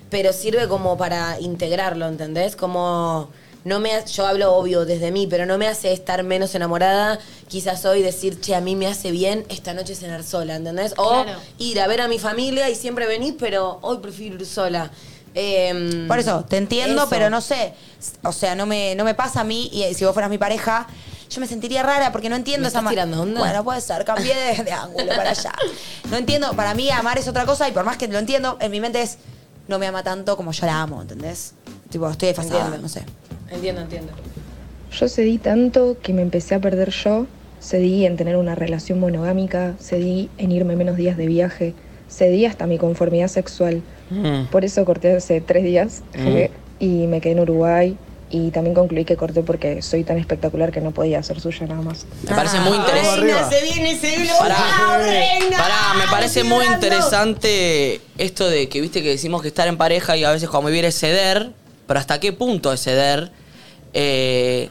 Speaker 4: pero sirve como para integrarlo, ¿entendés? Como no me ha- yo hablo obvio desde mí, pero no me hace estar menos enamorada, quizás hoy decir, "Che, a mí me hace bien esta noche cenar sola", ¿entendés? O
Speaker 5: Claro.
Speaker 4: ir a ver a mi familia y siempre venís, pero hoy prefiero ir sola. Em,
Speaker 3: Por eso, te entiendo,
Speaker 4: eso.
Speaker 3: pero no sé. O sea, no me, no me pasa a mí y eh, si vos fueras mi pareja, yo me sentiría rara porque no entiendo
Speaker 4: ¿Me
Speaker 3: esa
Speaker 4: estás
Speaker 3: ma-
Speaker 4: tirando onda?
Speaker 3: Bueno, puede ser, cambié de, de ángulo para allá. No entiendo, para mí amar es otra cosa y por más que lo entiendo, en mi mente es no me ama tanto como yo la amo, ¿entendés? Tipo, estoy desfasada,
Speaker 4: Entiendo.
Speaker 3: no sé.
Speaker 4: Entiendo, entiendo.
Speaker 10: Yo cedí tanto que me empecé a perder yo, cedí en tener una relación monogámica, cedí en irme menos días de viaje, cedí hasta mi conformidad sexual.
Speaker 3: Mm.
Speaker 10: Por eso corté hace tres días jeje, y me quedé en Uruguay y también concluí que corté porque soy tan espectacular que no podía ser suya nada más.
Speaker 2: Me parece muy interesante.
Speaker 6: arriba.
Speaker 4: se viene, se viene.
Speaker 2: Pará,
Speaker 4: ¡Wow, reina!
Speaker 2: pará, me parece
Speaker 4: Estoy
Speaker 2: muy
Speaker 4: llorando.
Speaker 2: interesante esto de que viste que decimos que estar en pareja y a veces como vivir es ceder, pero hasta qué punto es ceder, Eh,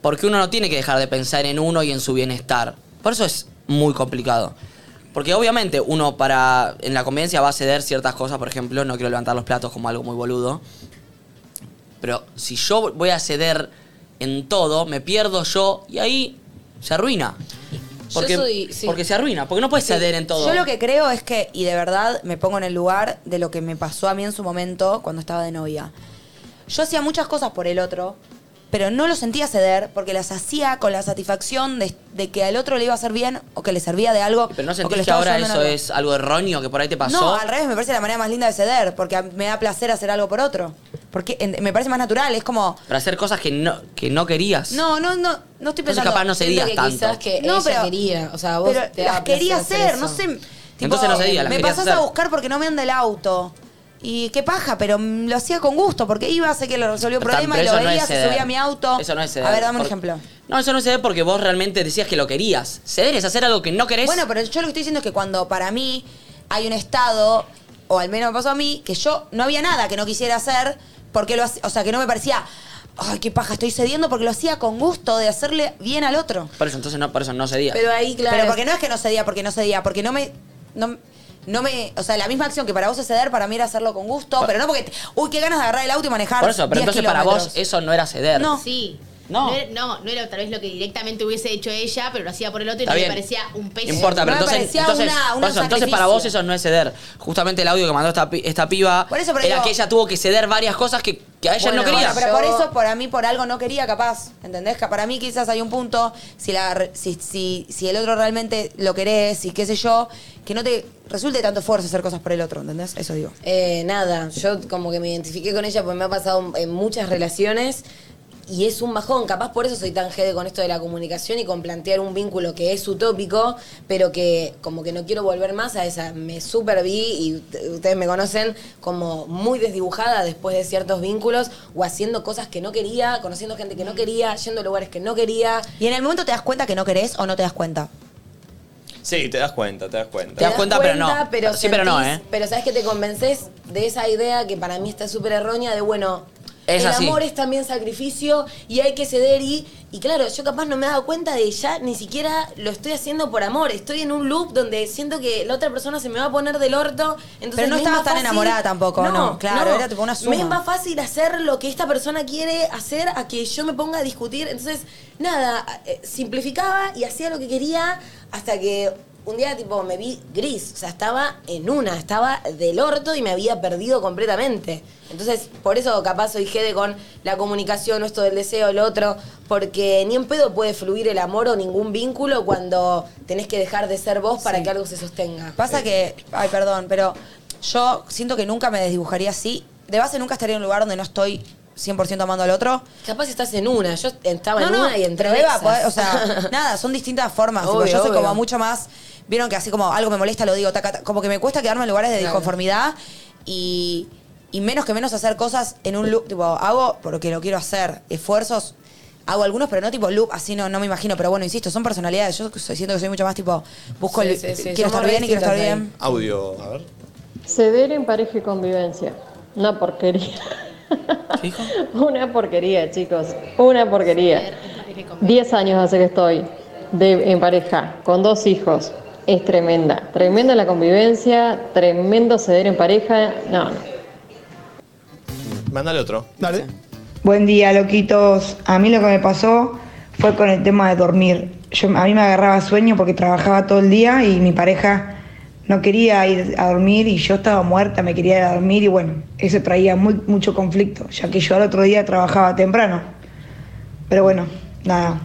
Speaker 2: porque uno no tiene que dejar de pensar en uno y en su bienestar. Por eso es muy complicado. Porque obviamente uno para en la convivencia va a ceder ciertas cosas, por ejemplo, no quiero levantar los platos como algo muy boludo. Pero si yo voy a ceder en todo, me pierdo yo y ahí se arruina. Porque,
Speaker 4: soy- sí.
Speaker 2: porque se arruina, porque no puedes ceder en todo.
Speaker 3: Yo lo que creo es que, y de verdad me pongo en el lugar de lo que me pasó a mí en su momento cuando estaba de novia. Yo hacía muchas cosas por el otro, pero no lo sentía ceder porque las hacía con la satisfacción de, de que al otro le iba a hacer bien o que le servía de algo.
Speaker 2: Pero no
Speaker 3: o que
Speaker 2: sentís
Speaker 3: le
Speaker 2: que
Speaker 3: estaba
Speaker 2: ahora
Speaker 3: ayudando en
Speaker 2: eso
Speaker 3: algo.
Speaker 2: es algo erróneo que por ahí te pasó.
Speaker 3: No, al revés, me parece la manera más linda de ceder porque a- me da placer hacer algo por otro. Porque en- me parece más natural, es como.
Speaker 2: Para hacer cosas que no, que no querías.
Speaker 3: No, no, no, no estoy
Speaker 2: Entonces
Speaker 3: pensando.
Speaker 2: capaz no
Speaker 4: Siento
Speaker 2: cedías
Speaker 4: que
Speaker 2: tanto.
Speaker 4: quizás que ella quería, o sea, vos
Speaker 3: pero
Speaker 4: te
Speaker 3: las
Speaker 4: da placer
Speaker 3: quería
Speaker 4: hacer
Speaker 3: hacer,
Speaker 4: eso.
Speaker 3: no sé. tipo,
Speaker 2: Entonces no cedía, las
Speaker 3: Me
Speaker 2: querías
Speaker 3: pasás
Speaker 2: hacer.
Speaker 3: a buscar porque no me anda el auto. Y qué paja, pero mm, lo hacía con gusto, porque iba, sé que le resolvió el
Speaker 2: Pero tan-
Speaker 3: problema y
Speaker 2: pero
Speaker 3: lo
Speaker 2: eso no es
Speaker 3: veía, se
Speaker 2: ceder.
Speaker 3: subía a mi auto.
Speaker 2: Eso no es ceder.
Speaker 3: A ver, dame un
Speaker 2: Porque-
Speaker 3: ejemplo.
Speaker 2: No, eso no es ceder porque vos realmente decías que lo querías. Ceder es hacer algo que no querés.
Speaker 3: Bueno, pero yo lo que estoy diciendo es que cuando para mí hay un estado, o al menos me pasó a mí, que yo no había nada que no quisiera hacer, porque lo hacía, o sea, que no me parecía, ay, qué paja, estoy cediendo, porque lo hacía con gusto de hacerle bien al otro.
Speaker 2: Por eso, entonces no, por eso no cedías.
Speaker 4: Pero ahí, claro.
Speaker 3: Pero porque no es que no cedía, porque no cedía, porque no me. No, no me. O sea, la misma acción que para vos es ceder, para mí era hacerlo con gusto, pero no porque. te- uy, qué ganas de agarrar el auto y manejar.
Speaker 2: por eso, pero
Speaker 3: 10
Speaker 2: entonces para vos
Speaker 3: kilómetros.
Speaker 2: eso no era ceder.
Speaker 3: No.
Speaker 5: Sí.
Speaker 2: No.
Speaker 5: No. era- No, no era tal vez lo que directamente hubiese hecho ella, pero lo hacía por el otro y
Speaker 2: Está
Speaker 5: no me
Speaker 2: bien.
Speaker 5: parecía un peso.
Speaker 2: No importa, pero
Speaker 3: No me
Speaker 2: entonces,
Speaker 3: parecía
Speaker 2: entonces,
Speaker 3: una- un
Speaker 2: por eso, entonces para
Speaker 3: sacrificio.
Speaker 2: vos eso no es ceder. Justamente el audio que mandó esta, pi- esta piba
Speaker 3: Por eso, pero
Speaker 2: era
Speaker 3: digo-
Speaker 2: que ella tuvo que ceder varias cosas que, que a ella
Speaker 4: Bueno,
Speaker 2: no quería.
Speaker 3: Bueno, pero por
Speaker 4: Yo-
Speaker 3: eso, para mí, por algo no quería, capaz. ¿Entendés? Que Para mí, quizás hay un punto, si, la, re- si, si, si el otro realmente lo querés y qué sé yo, que no te resulte tanto esfuerzo hacer cosas por el otro, ¿entendés? Eso digo.
Speaker 4: Eh, nada, yo como que me identifiqué con ella porque me ha pasado en muchas relaciones y es un bajón. Capaz por eso soy tan jede con esto de la comunicación y con plantear un vínculo que es utópico, pero que como que no quiero volver más a esa. Me super vi y ut- ustedes me conocen como muy desdibujada después de ciertos vínculos o haciendo cosas que no quería, conociendo gente que no quería, yendo a lugares que no quería.
Speaker 3: Y en el momento te das cuenta que no querés o no te das cuenta.
Speaker 7: Sí, te das cuenta, te das
Speaker 2: Te
Speaker 7: cuenta.
Speaker 2: das cuenta, pero no. Sí, pero no, ¿eh?
Speaker 4: Pero sabes que te convences de esa idea que para mí está súper errónea de, bueno,
Speaker 2: Es
Speaker 4: el
Speaker 2: así.
Speaker 4: amor es también sacrificio y hay que ceder y... Y claro, yo capaz no me he dado cuenta de ya ni siquiera lo estoy haciendo por amor. Estoy en un loop donde siento que la otra persona se me va a poner del orto. Entonces
Speaker 3: Pero no
Speaker 4: me es
Speaker 3: estabas
Speaker 4: más
Speaker 3: tan
Speaker 4: fácil-
Speaker 3: enamorada tampoco, no, claro, era tipo una suma.
Speaker 4: Me es más fácil hacer lo que esta persona quiere hacer a que yo me ponga a discutir. Entonces, nada, eh, simplificaba y hacía lo que quería hasta que un día tipo me vi gris. O sea, estaba en una, estaba del orto y me había perdido completamente. Entonces, por eso capaz soy jede con la comunicación, o esto del deseo, el otro, porque ni en pedo puede fluir el amor o ningún vínculo cuando tenés que dejar de ser vos para que algo se sostenga.
Speaker 3: Pasa que, ay, perdón, pero yo siento que nunca me desdibujaría así. De base nunca estaría en un lugar donde no estoy 100% amando al otro.
Speaker 4: Capaz estás en una, yo estaba
Speaker 3: No,
Speaker 4: en
Speaker 3: no,
Speaker 4: una y entré
Speaker 3: pero
Speaker 4: en
Speaker 3: Eva,
Speaker 4: esas.
Speaker 3: podés- o sea, nada, son distintas formas. Tipo,
Speaker 4: Obvio,
Speaker 3: yo soy
Speaker 4: obvio.
Speaker 3: como mucho más, vieron que así como algo me molesta, lo digo, taca, taca, como que me cuesta quedarme en lugares de
Speaker 4: Claro.
Speaker 3: disconformidad y, y menos que menos hacer cosas en un look, tipo, hago porque lo quiero hacer, esfuerzos Hago algunos, pero no tipo loop, así no, no me imagino. Pero bueno, insisto, son personalidades. Yo soy- siento que soy mucho más tipo, busco
Speaker 4: Sí,
Speaker 3: el-
Speaker 4: sí, sí,
Speaker 3: quiero
Speaker 4: somos
Speaker 3: estar bien y quiero estar
Speaker 4: distintas ahí.
Speaker 3: bien.
Speaker 7: Audio, a ver.
Speaker 9: Ceder en pareja y convivencia. Una porquería.
Speaker 2: ¿Qué dijo?
Speaker 9: Una porquería, chicos. Una porquería. Diez años hace que estoy de- en pareja, con dos hijos. Es tremenda. Tremenda la convivencia, tremendo ceder en pareja. No, no.
Speaker 7: Mándale otro.
Speaker 6: Dale.
Speaker 10: Buen día, loquitos. A mí lo que me pasó fue con el tema de dormir. Yo, a mí me agarraba sueño porque trabajaba todo el día y mi pareja no quería ir a dormir y yo estaba muerta, me quería ir a dormir y bueno, eso traía muy- mucho conflicto, ya que yo al otro día trabajaba temprano. Pero bueno, nada,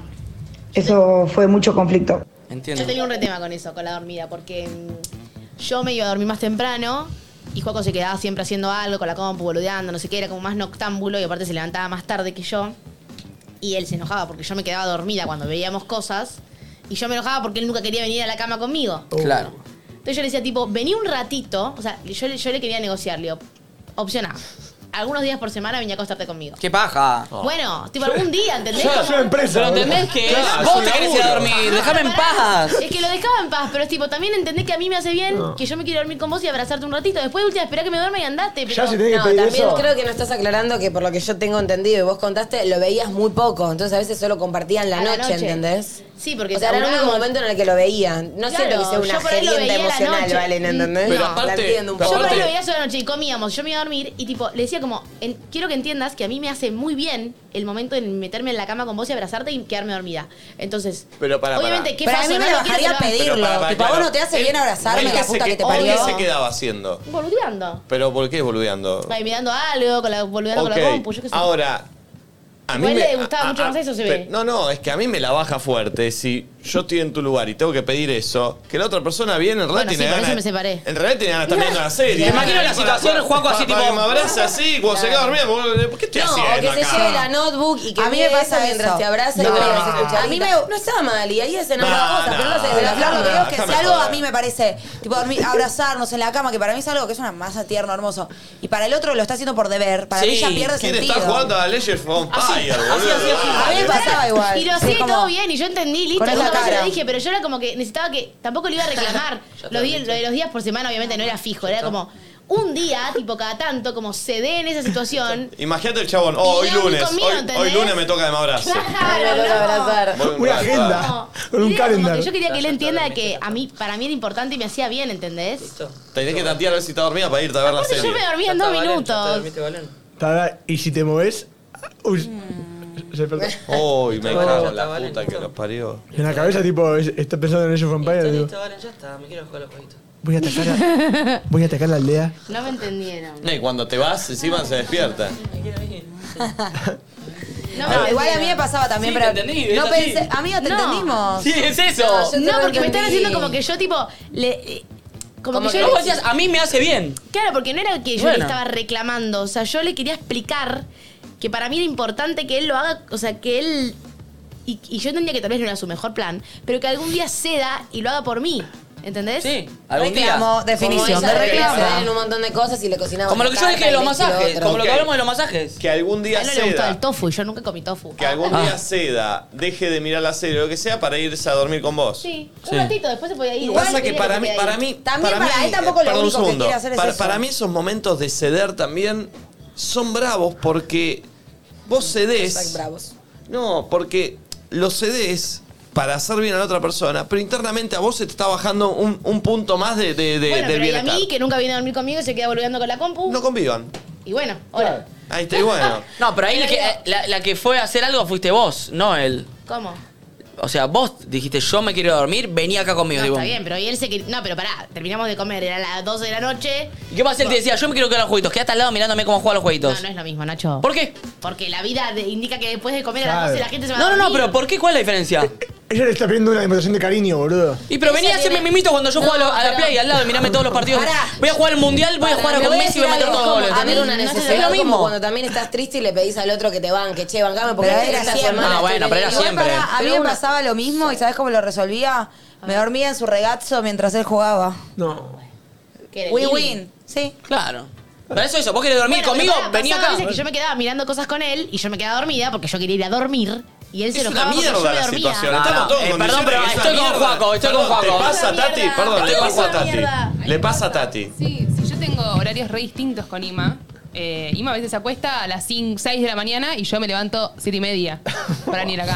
Speaker 10: eso fue mucho conflicto.
Speaker 2: Entiendo.
Speaker 5: Yo tenía un retema con eso, con la dormida, porque mm, yo me iba a dormir más temprano y Juaco se quedaba siempre haciendo algo con la compu, boludeando, no sé qué, era como más noctámbulo y aparte se levantaba más tarde que yo. Y él se enojaba porque yo me quedaba dormida cuando veíamos cosas y yo me enojaba porque él nunca quería venir a la cama conmigo.
Speaker 2: Claro.
Speaker 5: Entonces yo le decía, tipo, vení un ratito, o sea, yo, le- yo le quería negociar, le digo, opción A, algunos días por semana venía a acostarte conmigo.
Speaker 2: ¡Qué paja!
Speaker 7: Oh.
Speaker 5: Bueno, tipo, algún día, ¿entendés?
Speaker 6: Es una
Speaker 5: Como-
Speaker 6: empresa.
Speaker 2: Pero
Speaker 6: boludo.
Speaker 2: entendés que
Speaker 7: Claro, es
Speaker 2: vos
Speaker 7: un
Speaker 2: te querés ir a
Speaker 7: laburo.
Speaker 2: dormir, Eh, déjame en paz.
Speaker 5: Es que lo dejaba en paz, pero es tipo, también entendés que a mí me hace bien que yo me quiero dormir con vos y abrazarte un ratito. Después de última, esperá que me duerma y andate. Pero,
Speaker 6: Ya se tiene que
Speaker 4: No,
Speaker 6: pedir
Speaker 4: también
Speaker 6: eso.
Speaker 4: creo que no estás aclarando que por lo que yo tengo entendido y vos contaste, lo veías muy poco. Entonces a veces solo compartían la,
Speaker 5: A la
Speaker 4: noche,
Speaker 5: noche.
Speaker 4: ¿entendés?
Speaker 5: Sí, porque
Speaker 4: O sea, era el único
Speaker 5: laburábamos-
Speaker 4: momento en el que lo veían. No
Speaker 5: Claro,
Speaker 4: siento que sea una
Speaker 5: yo por ahí lo
Speaker 4: gerienda
Speaker 5: veía a la
Speaker 4: emocional,
Speaker 5: noche.
Speaker 4: Valen, ¿entendés? No,
Speaker 5: Pero
Speaker 4: la
Speaker 7: aparte-
Speaker 4: entiendo un
Speaker 7: pero
Speaker 5: Yo
Speaker 4: poco.
Speaker 5: por
Speaker 7: Aparte-
Speaker 5: ahí lo veía sola noche y comíamos, yo me iba a dormir y tipo, le decía como, en- quiero que entiendas que a mí me hace muy bien el momento de meterme en la cama con vos y abrazarte y quedarme dormida. Entonces,
Speaker 7: Pero pará, pará.
Speaker 5: obviamente, ¿qué
Speaker 3: Pero a
Speaker 5: pasa?
Speaker 3: mí me
Speaker 5: No lo quiero,
Speaker 3: bajaría
Speaker 5: pero
Speaker 3: a
Speaker 5: lo-
Speaker 3: pedirlo. Tipo, a vos no te hace bien abrazarme,
Speaker 7: él
Speaker 3: la
Speaker 7: que se
Speaker 3: puta que te
Speaker 7: hoy
Speaker 3: parió.
Speaker 7: que se quedaba haciendo?
Speaker 5: Boludeando.
Speaker 7: ¿Pero por qué boludeando?
Speaker 5: Ay, mirando algo, con la, boludeando
Speaker 7: Ok,
Speaker 5: con la compu, yo qué sé.
Speaker 7: Ahora, a mí
Speaker 5: Igual
Speaker 7: me,
Speaker 5: le gustaba mucho más eso, se ve.
Speaker 7: pero- No, no, es que a mí me la baja fuerte. Si yo estoy en tu lugar y tengo que pedir eso, que la otra persona viene, en realidad
Speaker 5: Bueno,
Speaker 7: tiene
Speaker 5: sí, por
Speaker 7: ganas.
Speaker 5: eso me separé.
Speaker 7: En realidad tiene ganas de estar viendo la serie.
Speaker 2: Te imagino la situación, el Juanjo así,
Speaker 7: Pa- pa-
Speaker 2: tipo-
Speaker 7: que me abraza así, cuando se queda dormido, me- ¿por qué estoy
Speaker 4: No,
Speaker 7: haciendo
Speaker 4: o que se
Speaker 7: acá?
Speaker 4: lleve la notebook y que
Speaker 3: A mí me
Speaker 4: mire
Speaker 3: pasa
Speaker 4: eso mientras
Speaker 3: eso.
Speaker 4: te abraza
Speaker 3: No.
Speaker 4: y mientras escuchas.
Speaker 3: A mí me-
Speaker 4: no está mal, y ahí hacen otras
Speaker 7: No,
Speaker 4: cosas, pero no se
Speaker 7: no,
Speaker 3: Pero
Speaker 4: desgastan.
Speaker 3: claro, lo que digo es que
Speaker 7: Déjame
Speaker 3: si algo
Speaker 7: joder.
Speaker 3: a mí me parece, tipo dormir- abrazarnos en la cama, que para mí es algo que es una masa tierno, hermoso, y para el otro lo está haciendo por deber, para
Speaker 2: Sí,
Speaker 3: mí ya pierde
Speaker 7: ¿Quién
Speaker 3: sentido.
Speaker 7: está jugando a Legend of Empire,
Speaker 2: así,
Speaker 7: boludo?
Speaker 2: así, así.
Speaker 3: A mí me pasaba igual.
Speaker 5: Y lo
Speaker 3: Sí,
Speaker 5: hacía y
Speaker 3: como-
Speaker 5: todo bien, y yo entendí, listo,
Speaker 3: Con esa
Speaker 5: nunca más se
Speaker 3: cara.
Speaker 5: lo dije, pero yo era como que necesitaba que, tampoco le iba a reclamar. los, días, lo de los días por semana obviamente no era fijo, era como un día, tipo cada tanto, como se dé en esa situación.
Speaker 7: Imagínate el chabón, oh, hoy
Speaker 5: Y no,
Speaker 7: lunes,
Speaker 5: conmigo,
Speaker 7: hoy,
Speaker 5: ¿entendés?
Speaker 7: hoy lunes me toca de me abrazo.
Speaker 5: Claro,
Speaker 4: Ay, me toca abrazar.
Speaker 7: Voy a un
Speaker 6: Una
Speaker 7: rato.
Speaker 6: agenda.
Speaker 5: no.
Speaker 6: Con un
Speaker 5: Y era como
Speaker 6: calendar.
Speaker 5: que Yo quería que él entienda que a mí, para mí era importante y me hacía bien, ¿entendés?
Speaker 7: Tenés que tantear a ver si está dormida para irte a ver la
Speaker 5: Aparte
Speaker 7: serie.
Speaker 5: yo me dormía en dos minutos.
Speaker 6: Pará, y si te moves. Uy.
Speaker 3: Mm.
Speaker 6: se perdió.
Speaker 7: Uy, me cago en la puta que lo parió.
Speaker 6: En la cabeza, tipo, es- está pensando en ellos Vampire. Digo,
Speaker 2: ya está, me quiero jugar los jueguitos.
Speaker 6: voy a atacar a, voy a atacar la aldea.
Speaker 5: No me entendieron.
Speaker 7: No, y cuando te vas, encima se despierta.
Speaker 5: No,
Speaker 3: No, igual a
Speaker 5: me
Speaker 3: mí me
Speaker 5: entendieron.
Speaker 3: pasaba también,
Speaker 2: Sí,
Speaker 3: pero.
Speaker 2: te entendí, es
Speaker 3: no
Speaker 2: así.
Speaker 3: pensé. Amigo, te
Speaker 5: No.
Speaker 3: entendimos.
Speaker 2: Sí, es eso.
Speaker 4: yo-
Speaker 5: No, porque
Speaker 4: entendí.
Speaker 5: me están haciendo como que yo, tipo, le... eh, Como,
Speaker 4: Como
Speaker 5: que
Speaker 4: que
Speaker 5: yo
Speaker 2: Vos
Speaker 5: le-
Speaker 2: decías, a mí me hace bien.
Speaker 5: Claro, porque no era que yo le
Speaker 2: Bueno.
Speaker 5: estaba reclamando, o sea, yo le quería explicar que para mí era importante que él lo haga, o sea, que él... Y, y yo entendía que tal vez no era su mejor plan, pero que algún día ceda y lo haga por mí, ¿entendés?
Speaker 2: Sí, algún
Speaker 3: Reclamo,
Speaker 2: día.
Speaker 3: definición
Speaker 4: Como
Speaker 3: de
Speaker 4: ella que
Speaker 3: reclamo.
Speaker 4: se den un montón de cosas y le cocinaba.
Speaker 2: Como lo que yo dije de los masajes, como lo que
Speaker 7: Ok.
Speaker 2: hablamos de los masajes.
Speaker 7: Que algún
Speaker 5: A
Speaker 7: día
Speaker 5: él no le gustaba
Speaker 7: ceda.
Speaker 5: el tofu y yo nunca comí tofu. Ah,
Speaker 7: Que algún
Speaker 6: Ah.
Speaker 7: día ceda, deje de mirar la serie o lo que sea para irse a dormir con vos.
Speaker 5: Sí, un
Speaker 2: Sí.
Speaker 5: ratito, después se podía ir.
Speaker 7: Igual pasa
Speaker 5: Tenía
Speaker 7: que para
Speaker 5: se
Speaker 7: mí,
Speaker 5: podía
Speaker 7: para
Speaker 5: ir.
Speaker 7: mí.
Speaker 3: También para
Speaker 7: mí- eh,
Speaker 3: él tampoco lo
Speaker 7: perdón, un
Speaker 3: único que
Speaker 7: segundo.
Speaker 3: quiere hacer es
Speaker 7: para,
Speaker 3: eso.
Speaker 7: para mí esos momentos de ceder también son bravos porque vos cedés.
Speaker 4: bravos.
Speaker 7: No, porque lo cedés para hacer bien a la otra persona, pero internamente a vos se te está bajando un, un punto más de, de, de- del
Speaker 5: Bueno, pero y a
Speaker 7: bienestar.
Speaker 5: mí, que nunca vino a dormir conmigo y se queda volviendo con la compu.
Speaker 7: No convivan.
Speaker 5: Y bueno, hola.
Speaker 7: Ahí está, y bueno.
Speaker 2: No, pero ahí la que, la, la que fue a hacer algo fuiste vos, no él.
Speaker 5: ¿Cómo?
Speaker 2: O sea, vos dijiste, yo me quiero dormir, vení acá conmigo.
Speaker 5: No,
Speaker 2: digo.
Speaker 5: está bien, pero y él se... que- No, pero pará, terminamos de comer, era las 12 de la noche.
Speaker 2: ¿Y qué pasa? Él te decía, yo me quiero quedar a los jueguitos. Quedate al lado mirándome cómo juega a los
Speaker 5: No,
Speaker 2: jueguitos.
Speaker 5: no es lo mismo, Nacho.
Speaker 2: ¿Por qué?
Speaker 5: Porque la vida de- indica que después de comer a
Speaker 6: Claro.
Speaker 5: las 12 la gente se va
Speaker 2: No,
Speaker 5: a
Speaker 2: no, no,
Speaker 5: dormir.
Speaker 2: pero ¿por qué? ¿Cuál es la diferencia?
Speaker 6: Ella le está pidiendo una demostración de cariño, boludo.
Speaker 2: Y pero venía a hacerme
Speaker 4: viene-
Speaker 2: mimitos cuando yo
Speaker 4: No,
Speaker 2: juego a, la- a la
Speaker 4: pero-
Speaker 2: play al lado, mirame todos los partidos.
Speaker 3: Pará.
Speaker 2: Voy a jugar el mundial, voy a jugar
Speaker 4: Pará,
Speaker 2: con
Speaker 4: le
Speaker 2: Messi y voy
Speaker 4: decir
Speaker 2: a meter
Speaker 4: algo,
Speaker 2: todos los
Speaker 4: como
Speaker 2: goles.
Speaker 4: Tener una
Speaker 2: No es-
Speaker 4: necesidad,
Speaker 2: Es lo
Speaker 4: como
Speaker 2: mismo.
Speaker 4: cuando también estás triste y le pedís al otro que te banque, che, bancame porque
Speaker 3: Pero
Speaker 4: esta
Speaker 3: era
Speaker 4: esta
Speaker 3: siempre.
Speaker 4: semana
Speaker 2: Ah,
Speaker 4: estuve
Speaker 2: bueno, pero era
Speaker 4: bien.
Speaker 3: Igual
Speaker 2: siempre.
Speaker 3: pará, a mí me pasaba lo mismo y ¿sabes cómo lo resolvía? Me dormía en su regazo mientras él jugaba.
Speaker 6: No.
Speaker 5: Que era el living.
Speaker 3: Win-win. Sí.
Speaker 2: Claro. Para eso eso, vos querés dormir
Speaker 5: Bueno,
Speaker 2: conmigo,
Speaker 5: pero pará,
Speaker 2: vení
Speaker 5: pasaba
Speaker 2: acá.
Speaker 5: veces que yo me quedaba mirando cosas con él y yo me quedaba dormida porque yo quería ir a dormir. Y él se
Speaker 7: Es una
Speaker 5: enojaba porque yo
Speaker 7: mierda
Speaker 5: me
Speaker 7: la
Speaker 5: dormía.
Speaker 7: situación.
Speaker 2: No,
Speaker 7: Estamos
Speaker 2: no,
Speaker 7: todos en
Speaker 2: eh,
Speaker 7: condiciones
Speaker 2: perdón, pero
Speaker 7: de que es
Speaker 2: estoy
Speaker 7: una
Speaker 2: con
Speaker 7: mierda.
Speaker 2: Juaco, estoy con
Speaker 7: Perdón,
Speaker 2: Juaco.
Speaker 7: ¿Te pasa,
Speaker 5: Mierda.
Speaker 7: Tati? Perdón,
Speaker 5: Estoy
Speaker 7: le
Speaker 5: con
Speaker 7: pasa a
Speaker 5: esa
Speaker 7: Tati.
Speaker 5: mierda.
Speaker 7: Le pasa a Tati.
Speaker 8: Sí, sí, yo tengo horarios re distintos con Ima. Eh, Ima a veces se acuesta a las 6 de la mañana y yo me levanto 7 y media para venir acá.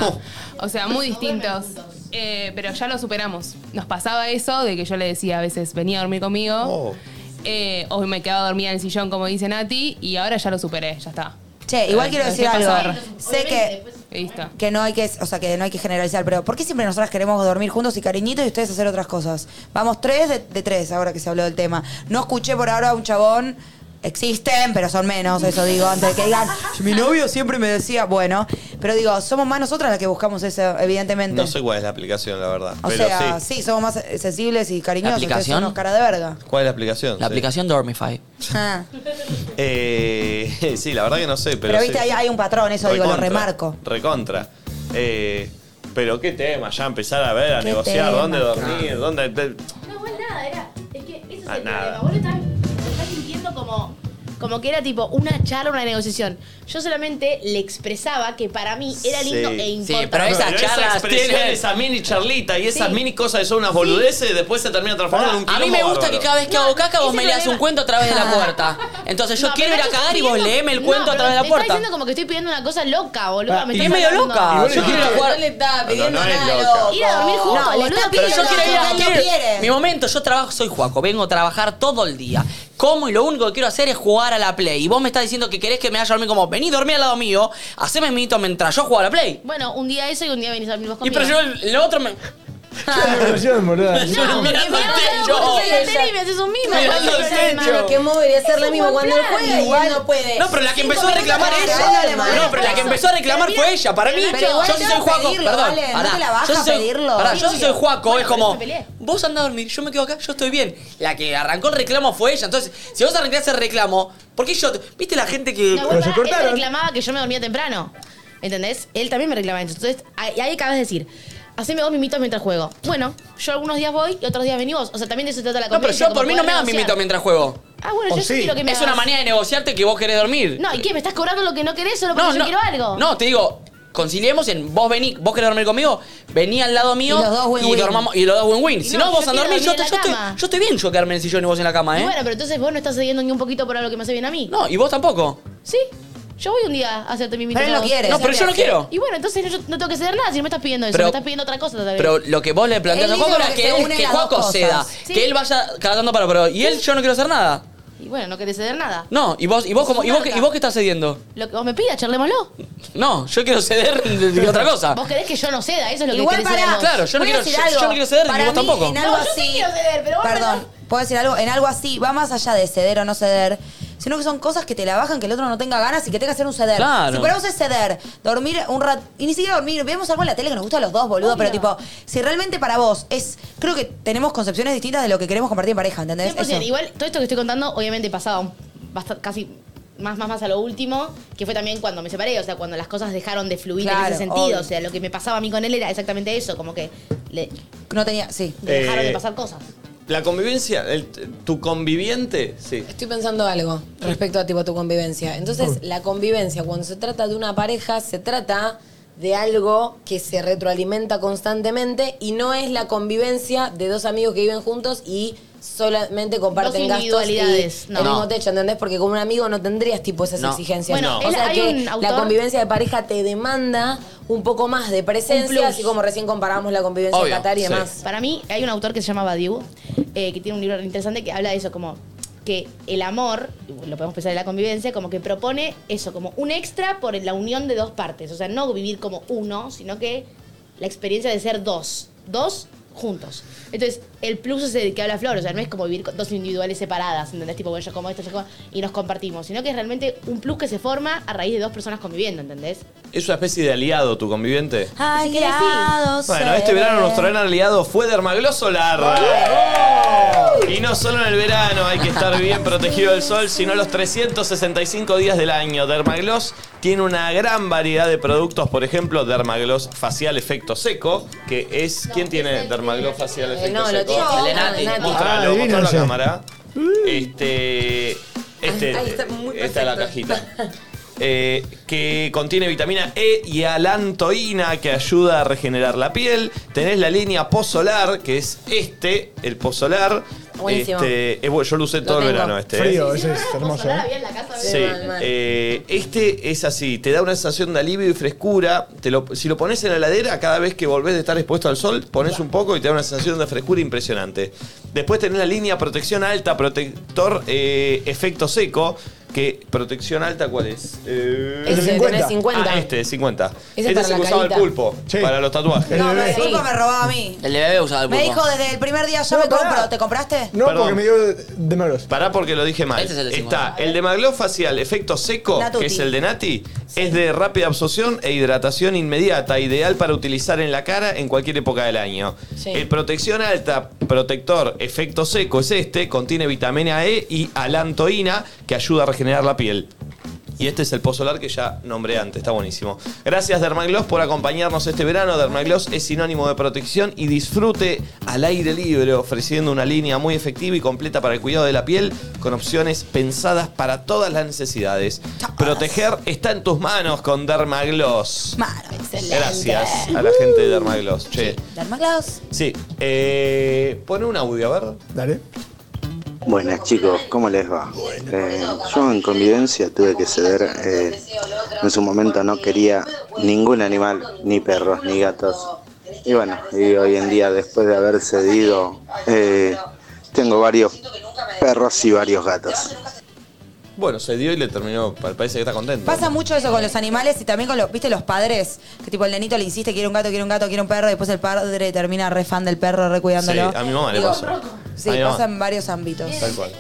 Speaker 8: O sea, muy distintos. Eh, pero ya lo superamos. Nos pasaba eso de que yo le decía a veces, venía a dormir conmigo.
Speaker 7: Oh.
Speaker 8: Eh, o me quedaba dormida en el sillón, como dice Nati, y ahora ya lo superé, ya está.
Speaker 3: Che, igual
Speaker 8: Eh,
Speaker 3: quiero
Speaker 8: lo
Speaker 3: decir
Speaker 8: dejé
Speaker 3: algo.
Speaker 8: pasar.
Speaker 3: Sé que,
Speaker 8: Listo.
Speaker 3: que no hay que, o sea, que no hay que generalizar, pero ¿por qué siempre nosotras queremos dormir juntos y cariñitos y ustedes hacer otras cosas? Vamos tres de, de tres ahora que se habló del tema. No escuché por ahora a un chabón. Existen, pero son menos, eso digo, antes de que digan. Mi novio siempre me decía, bueno, pero digo, somos más nosotras las que buscamos eso, evidentemente.
Speaker 7: No sé cuál es la aplicación, la verdad.
Speaker 3: O
Speaker 7: pero
Speaker 3: sea,
Speaker 7: sí.
Speaker 3: sí. somos más eh, sensibles y cariñosos.
Speaker 2: ¿La aplicación?
Speaker 3: ustedes son unos cara de verga.
Speaker 7: ¿Cuál es la aplicación?
Speaker 2: La
Speaker 7: Sí.
Speaker 2: aplicación Dormify.
Speaker 3: Ah,
Speaker 7: Eh, sí, la verdad que no sé, pero.
Speaker 3: Pero, viste,
Speaker 7: sí.
Speaker 3: hay, hay un patrón, eso digo, lo
Speaker 7: Recontra,
Speaker 3: remarco.
Speaker 7: Recontra. Eh, pero qué tema, ya empezar a ver, a
Speaker 3: Qué
Speaker 7: negociar,
Speaker 3: tema.
Speaker 7: dónde dormir, dónde. te-
Speaker 5: No, igual nada, era. Es que eso es
Speaker 7: Ah,
Speaker 5: el
Speaker 7: nada.
Speaker 5: problema. Vos lo estás, lo estás sintiendo como, como que era tipo una charla, una negociación. Yo solamente le expresaba que para mí era lindo
Speaker 7: Sí.
Speaker 5: e
Speaker 2: Sí,
Speaker 5: importante.
Speaker 2: pero esas
Speaker 7: esa
Speaker 2: charlas
Speaker 7: expresión,
Speaker 2: tienen.
Speaker 7: esa mini charlita y esas
Speaker 5: Sí.
Speaker 7: mini cosas que son unas boludeces, después se termina transformando en un
Speaker 2: A mí
Speaker 7: quilombo
Speaker 2: me gusta
Speaker 7: bárbaro.
Speaker 2: que cada vez que hago caca vos
Speaker 5: ese
Speaker 2: me leas
Speaker 5: problema-
Speaker 2: un cuento a través de la puerta. Entonces yo
Speaker 5: No,
Speaker 2: quiero ir
Speaker 5: pero
Speaker 2: a
Speaker 5: yo
Speaker 2: cagar y
Speaker 5: estoy
Speaker 2: vos
Speaker 5: viendo-
Speaker 2: leeme el
Speaker 5: no,
Speaker 2: cuento a
Speaker 5: pero
Speaker 2: través de
Speaker 5: te
Speaker 2: la
Speaker 5: Estás
Speaker 2: puerta.
Speaker 5: diciendo como que estoy pidiendo una cosa loca, boludo.
Speaker 6: Ah,
Speaker 5: me
Speaker 6: y-
Speaker 5: estás
Speaker 2: Es medio
Speaker 5: matando.
Speaker 2: loca.
Speaker 6: Igual
Speaker 2: Yo
Speaker 6: es
Speaker 2: quiero ir a
Speaker 6: que-
Speaker 2: jugar.
Speaker 4: le está
Speaker 7: pidiendo Ah, no es nada, loca. loco.
Speaker 5: Ir a dormir juntos,
Speaker 3: No, le
Speaker 5: boludo.
Speaker 3: está
Speaker 2: Pero
Speaker 3: pidiendo
Speaker 2: yo
Speaker 3: no,
Speaker 2: quiero ir a
Speaker 3: no
Speaker 2: quiero-
Speaker 3: quiere.
Speaker 2: Mi momento, yo trabajo, soy Juaco, vengo a trabajar todo el día. Como y lo único que quiero hacer es jugar a la Play. Y vos me estás diciendo que querés que me vaya a dormir como, vení, dormí al lado mío, haceme mito mientras yo juego a la Play.
Speaker 5: Bueno, un día eso y un día venís a dormir vos
Speaker 2: Y
Speaker 5: conmigo.
Speaker 2: pero yo el, el otro me.
Speaker 6: Qué diversión, boluda.
Speaker 2: Mirando
Speaker 5: No, porque
Speaker 2: al
Speaker 5: me hago
Speaker 2: techo.
Speaker 5: cosas en la tele y me haces un mimo.
Speaker 2: Mirando
Speaker 5: ¿cuál es
Speaker 2: al
Speaker 5: el problema?
Speaker 2: techo.
Speaker 4: que Mo debería hacer
Speaker 5: Es
Speaker 4: lo
Speaker 5: un
Speaker 4: mismo
Speaker 5: buen
Speaker 4: cuando él
Speaker 5: plan.
Speaker 4: juega y él no puede.
Speaker 2: No, pero la que
Speaker 4: Cinco
Speaker 2: empezó a
Speaker 4: minutos
Speaker 2: reclamar
Speaker 4: para
Speaker 2: ella.
Speaker 4: regalarle la mano.
Speaker 2: No, pero la que empezó a reclamar
Speaker 5: Pero
Speaker 2: fue
Speaker 5: mira,
Speaker 2: ella. Para mí,
Speaker 5: pero igual
Speaker 2: yo sí
Speaker 3: tengo
Speaker 2: soy
Speaker 3: que
Speaker 2: Juaco.
Speaker 3: pedirlo,
Speaker 2: Perdón.
Speaker 3: Ale, no
Speaker 2: pará,
Speaker 3: te la baja
Speaker 2: yo sí soy-
Speaker 3: pedirlo.
Speaker 2: pará, yo sí soy Juaco.
Speaker 5: Bueno,
Speaker 2: Es
Speaker 5: por eso
Speaker 2: como,
Speaker 5: me peleé.
Speaker 2: vos andá a dormir, yo me quedo acá, yo estoy bien. La que arrancó el reclamo fue ella. Entonces, si vos arrancás el reclamo, ¿por qué yo? te- ¿Viste la gente que.?
Speaker 5: No, igual
Speaker 6: se
Speaker 5: pará, él
Speaker 6: cortaron.
Speaker 5: me reclamaba que yo me dormía temprano. ¿Entendés? Él también me reclamaba. eso. Entonces, ahí ahí acabas de decir, haceme vos mimitos mientras juego. Bueno, yo algunos días voy y otros días venís vos. O sea, también de eso trata la
Speaker 2: No, pero
Speaker 5: convivencia.
Speaker 2: yo por
Speaker 5: como
Speaker 2: mí no
Speaker 5: poder
Speaker 2: me hagas
Speaker 5: negociar.
Speaker 2: mimito mientras juego.
Speaker 5: Ah, bueno,
Speaker 6: Oh,
Speaker 5: yo
Speaker 6: sí.
Speaker 5: sí lo que me
Speaker 2: Es una
Speaker 5: hagas.
Speaker 2: manera de negociarte que vos querés dormir.
Speaker 5: No, ¿y qué? ¿Me estás cobrando lo que no querés solo porque yo quiero algo?
Speaker 2: No, te digo, conciliemos en vos vení, vos querés dormir conmigo, vení al lado mío
Speaker 3: Y los dos win-win.
Speaker 2: dormamos- y los dos win-win.
Speaker 5: Y
Speaker 2: Si
Speaker 5: no,
Speaker 2: no, vos
Speaker 5: yo
Speaker 2: a
Speaker 5: quiero
Speaker 2: dormir, yo,
Speaker 5: dormir en
Speaker 2: te- yo
Speaker 5: la cama.
Speaker 2: estoy, yo estoy bien yo quedarme en el sillón y vos en la cama,
Speaker 5: Y
Speaker 2: ¿eh?
Speaker 5: Bueno, pero entonces vos no estás cediendo ni un poquito por algo que me hace bien a mí.
Speaker 2: No, y vos tampoco.
Speaker 5: ¿Sí? Yo voy un día a hacerte mimitos.
Speaker 3: Pero él no
Speaker 5: a vos.
Speaker 3: quiere.
Speaker 2: No, pero yo no quiero.
Speaker 5: Y bueno, entonces yo no tengo que ceder nada si no me estás pidiendo eso.
Speaker 2: Pero-
Speaker 5: me estás pidiendo otra cosa tal vez.
Speaker 2: Pero lo que vos le planteás
Speaker 3: Él
Speaker 2: a Juaco
Speaker 3: dice
Speaker 2: era que,
Speaker 3: que se
Speaker 2: él-
Speaker 3: unen
Speaker 2: que
Speaker 3: las dos
Speaker 2: Juaco
Speaker 3: cosas.
Speaker 2: ceda,
Speaker 5: Sí.
Speaker 2: que él vaya cada tanto para pero y él yo no quiero hacer nada.
Speaker 5: Y bueno, no querés ceder nada.
Speaker 2: No, y vos y vos
Speaker 5: Eso
Speaker 2: como
Speaker 5: es
Speaker 2: y vos,
Speaker 5: marca.
Speaker 2: y vos qué estás cediendo?
Speaker 5: Lo que vos me pidas, charlémoslo.
Speaker 2: No, yo quiero ceder de- de otra cosa.
Speaker 5: Vos querés que yo no ceda, eso es lo que
Speaker 3: Igual
Speaker 5: querés ceder
Speaker 3: para.
Speaker 5: vos.
Speaker 2: Claro, yo no quiero- yo- yo no quiero ceder, ni
Speaker 3: para
Speaker 2: vos
Speaker 3: mí,
Speaker 2: tampoco.
Speaker 3: En algo
Speaker 5: No, yo sí
Speaker 3: así,
Speaker 5: quiero ceder, pero vos
Speaker 3: Perdón,
Speaker 5: me
Speaker 3: puedo decir algo. En algo así, va más allá de ceder o no ceder. Sino que son cosas que te la bajan, que el otro no tenga ganas y que tenga que hacer un ceder.
Speaker 2: Claro.
Speaker 3: Si para vos es ceder, dormir un rato, y ni siquiera dormir, vemos algo en la tele que nos gusta a los dos, boludo, pero tipo, si realmente para vos es, creo que tenemos concepciones distintas de lo que queremos compartir en pareja, ¿entendés?
Speaker 5: 100%.
Speaker 3: Eso.
Speaker 5: Igual todo esto que estoy contando, obviamente pasaba un- basta- casi más, más, más a lo último, que fue también cuando me separé, o sea, cuando las cosas dejaron de fluir en
Speaker 3: Claro,
Speaker 5: ese sentido.
Speaker 3: obvio.
Speaker 5: O sea, lo que me pasaba a mí con él era exactamente eso, como que le,
Speaker 3: No tenía, sí.
Speaker 5: le dejaron
Speaker 7: Eh,
Speaker 5: de pasar cosas.
Speaker 7: La convivencia, el- tu conviviente, sí.
Speaker 4: Estoy pensando algo respecto a tipo tu convivencia. Entonces, la convivencia, cuando se trata de una pareja, se trata de algo que se retroalimenta constantemente y no es la convivencia de dos amigos que viven juntos y solamente comparten
Speaker 5: Dos
Speaker 4: gastos y
Speaker 5: individualidades, no.
Speaker 4: el
Speaker 2: No.
Speaker 4: mismo techo, ¿entendés? Porque con un amigo no tendrías tipo esas
Speaker 2: No.
Speaker 4: exigencias.
Speaker 5: Bueno,
Speaker 4: o
Speaker 5: él-
Speaker 4: sea
Speaker 5: hay
Speaker 4: que
Speaker 5: un
Speaker 4: la
Speaker 5: autor-
Speaker 4: convivencia de pareja te demanda un poco más de
Speaker 5: Un
Speaker 4: presencia,
Speaker 5: plus.
Speaker 4: así como recién comparamos la convivencia
Speaker 2: Obvio,
Speaker 4: de Qatar y
Speaker 7: sí.
Speaker 4: demás.
Speaker 5: Para mí hay un autor que se llama Badiou, eh, que tiene un libro interesante que habla de eso, como que el amor, lo podemos pensar en la convivencia, como que propone eso, como un extra por la unión de dos partes. O sea, no vivir como uno, sino que la experiencia de ser dos. Dos juntos. Entonces, el plus es el que habla Flor, o sea, no es como vivir con dos individuales separadas, ¿entendés? Tipo, bueno, yo como esto, yo como... y nos compartimos, sino que es realmente un plus que se forma a raíz de dos personas conviviendo, ¿entendés?
Speaker 7: ¿Es una especie de aliado tu conviviente?
Speaker 5: Si querés, sí.
Speaker 3: Aliados
Speaker 7: Bueno, este verano
Speaker 5: eh.
Speaker 7: nuestro gran aliado fue Dermagloss Solar. Y no solo en el verano hay que estar bien protegido del sol, sino los 365 días del año. Dermagloss tiene una gran variedad de productos, por ejemplo, Dermagloss Facial Efecto Seco, que es... ¿Quién tiene Dermagloss Facial
Speaker 4: Eh,
Speaker 7: Efecto
Speaker 4: no, lo
Speaker 7: Seco?
Speaker 4: tiene
Speaker 2: El de Nati.
Speaker 4: Nati.
Speaker 7: Mostralo,
Speaker 6: Ah,
Speaker 7: mostralo a la
Speaker 6: adivínense.
Speaker 7: cámara. Este... Este,
Speaker 4: Ahí está, muy
Speaker 7: esta es la
Speaker 4: perfecto.
Speaker 7: cajita.
Speaker 1: eh, que contiene vitamina E y alantoína, que ayuda a regenerar la piel. Tenés la línea posolar, que es este, el posolar.
Speaker 8: Buenísimo.
Speaker 1: Este, es bueno, yo lo usé todo el
Speaker 8: tengo.
Speaker 1: verano este. ¿eh?
Speaker 6: Frío, ese es hermoso. ¿eh?
Speaker 5: Bien, la casa
Speaker 1: Sí, eh, este es así, te da una sensación de alivio y frescura. Te lo- si lo pones en la heladera, cada vez que volvés de estar expuesto al sol, pones un poco y te da una sensación de frescura impresionante. Después tenés la línea protección alta, protector eh, efecto seco, que protección alta, ¿cuál es? Eh,
Speaker 6: El de
Speaker 8: Ese,
Speaker 6: 50.
Speaker 8: tenés 50.
Speaker 1: Ah, este, 50.
Speaker 8: Ese
Speaker 1: este
Speaker 8: para
Speaker 1: es el
Speaker 8: la
Speaker 1: que usaba el
Speaker 8: carita.
Speaker 1: pulpo
Speaker 6: Sí.
Speaker 1: para los tatuajes.
Speaker 3: No, pero
Speaker 6: bebé.
Speaker 3: el pulpo me robaba a mí.
Speaker 2: El de bebé usaba el pulpo.
Speaker 3: Me dijo desde el primer día yo
Speaker 6: No,
Speaker 3: me
Speaker 6: pará.
Speaker 3: compro. ¿Te compraste?
Speaker 6: No,
Speaker 1: Perdón.
Speaker 6: porque me dio de malos.
Speaker 1: Pará porque lo dije mal.
Speaker 2: Este es el de
Speaker 1: Está el de magló facial, efecto seco,
Speaker 3: Natuti.
Speaker 1: que es el de Nati, es de rápida absorción e hidratación inmediata, ideal para utilizar en la cara en cualquier época del año.
Speaker 8: Sí.
Speaker 1: El protección alta, protector, efecto seco es este, contiene vitamina E y alantoína que ayuda a regenerar la piel. Y este es el pozolar que ya nombré antes, está buenísimo. Gracias Dermagloss por acompañarnos este verano. Dermagloss es sinónimo de protección y disfrute al aire libre, ofreciendo una línea muy efectiva y completa para el cuidado de la piel, con opciones pensadas para todas las necesidades. Proteger está en tus manos con Dermagloss.
Speaker 3: Mano, excelente.
Speaker 1: Gracias a la gente de Dermagloss. Che.
Speaker 3: Darma Claus.
Speaker 1: Sí, eh, pone un audio, a ver.
Speaker 6: Dale.
Speaker 4: Buenas chicos, ¿cómo les va? Eh, yo en convivencia tuve que ceder, eh, en su momento no quería ningún animal, ni perros, ni gatos. Y bueno, y hoy en día después de haber cedido, eh, tengo varios perros y varios gatos.
Speaker 1: Bueno, se dio y le terminó, parece que está contento.
Speaker 3: Pasa mucho eso con los animales y también con los, viste, los padres. Que tipo el nenito le insiste, quiere un gato, quiere un gato, quiere un perro, y después el padre termina re fan del perro, re
Speaker 1: Sí,
Speaker 3: cuidándolo.
Speaker 1: a mi mamá le
Speaker 3: Digo,
Speaker 1: pasó.
Speaker 3: Sí,
Speaker 1: A mi mamá.
Speaker 3: pasa en varios ámbitos.
Speaker 1: Tal cual.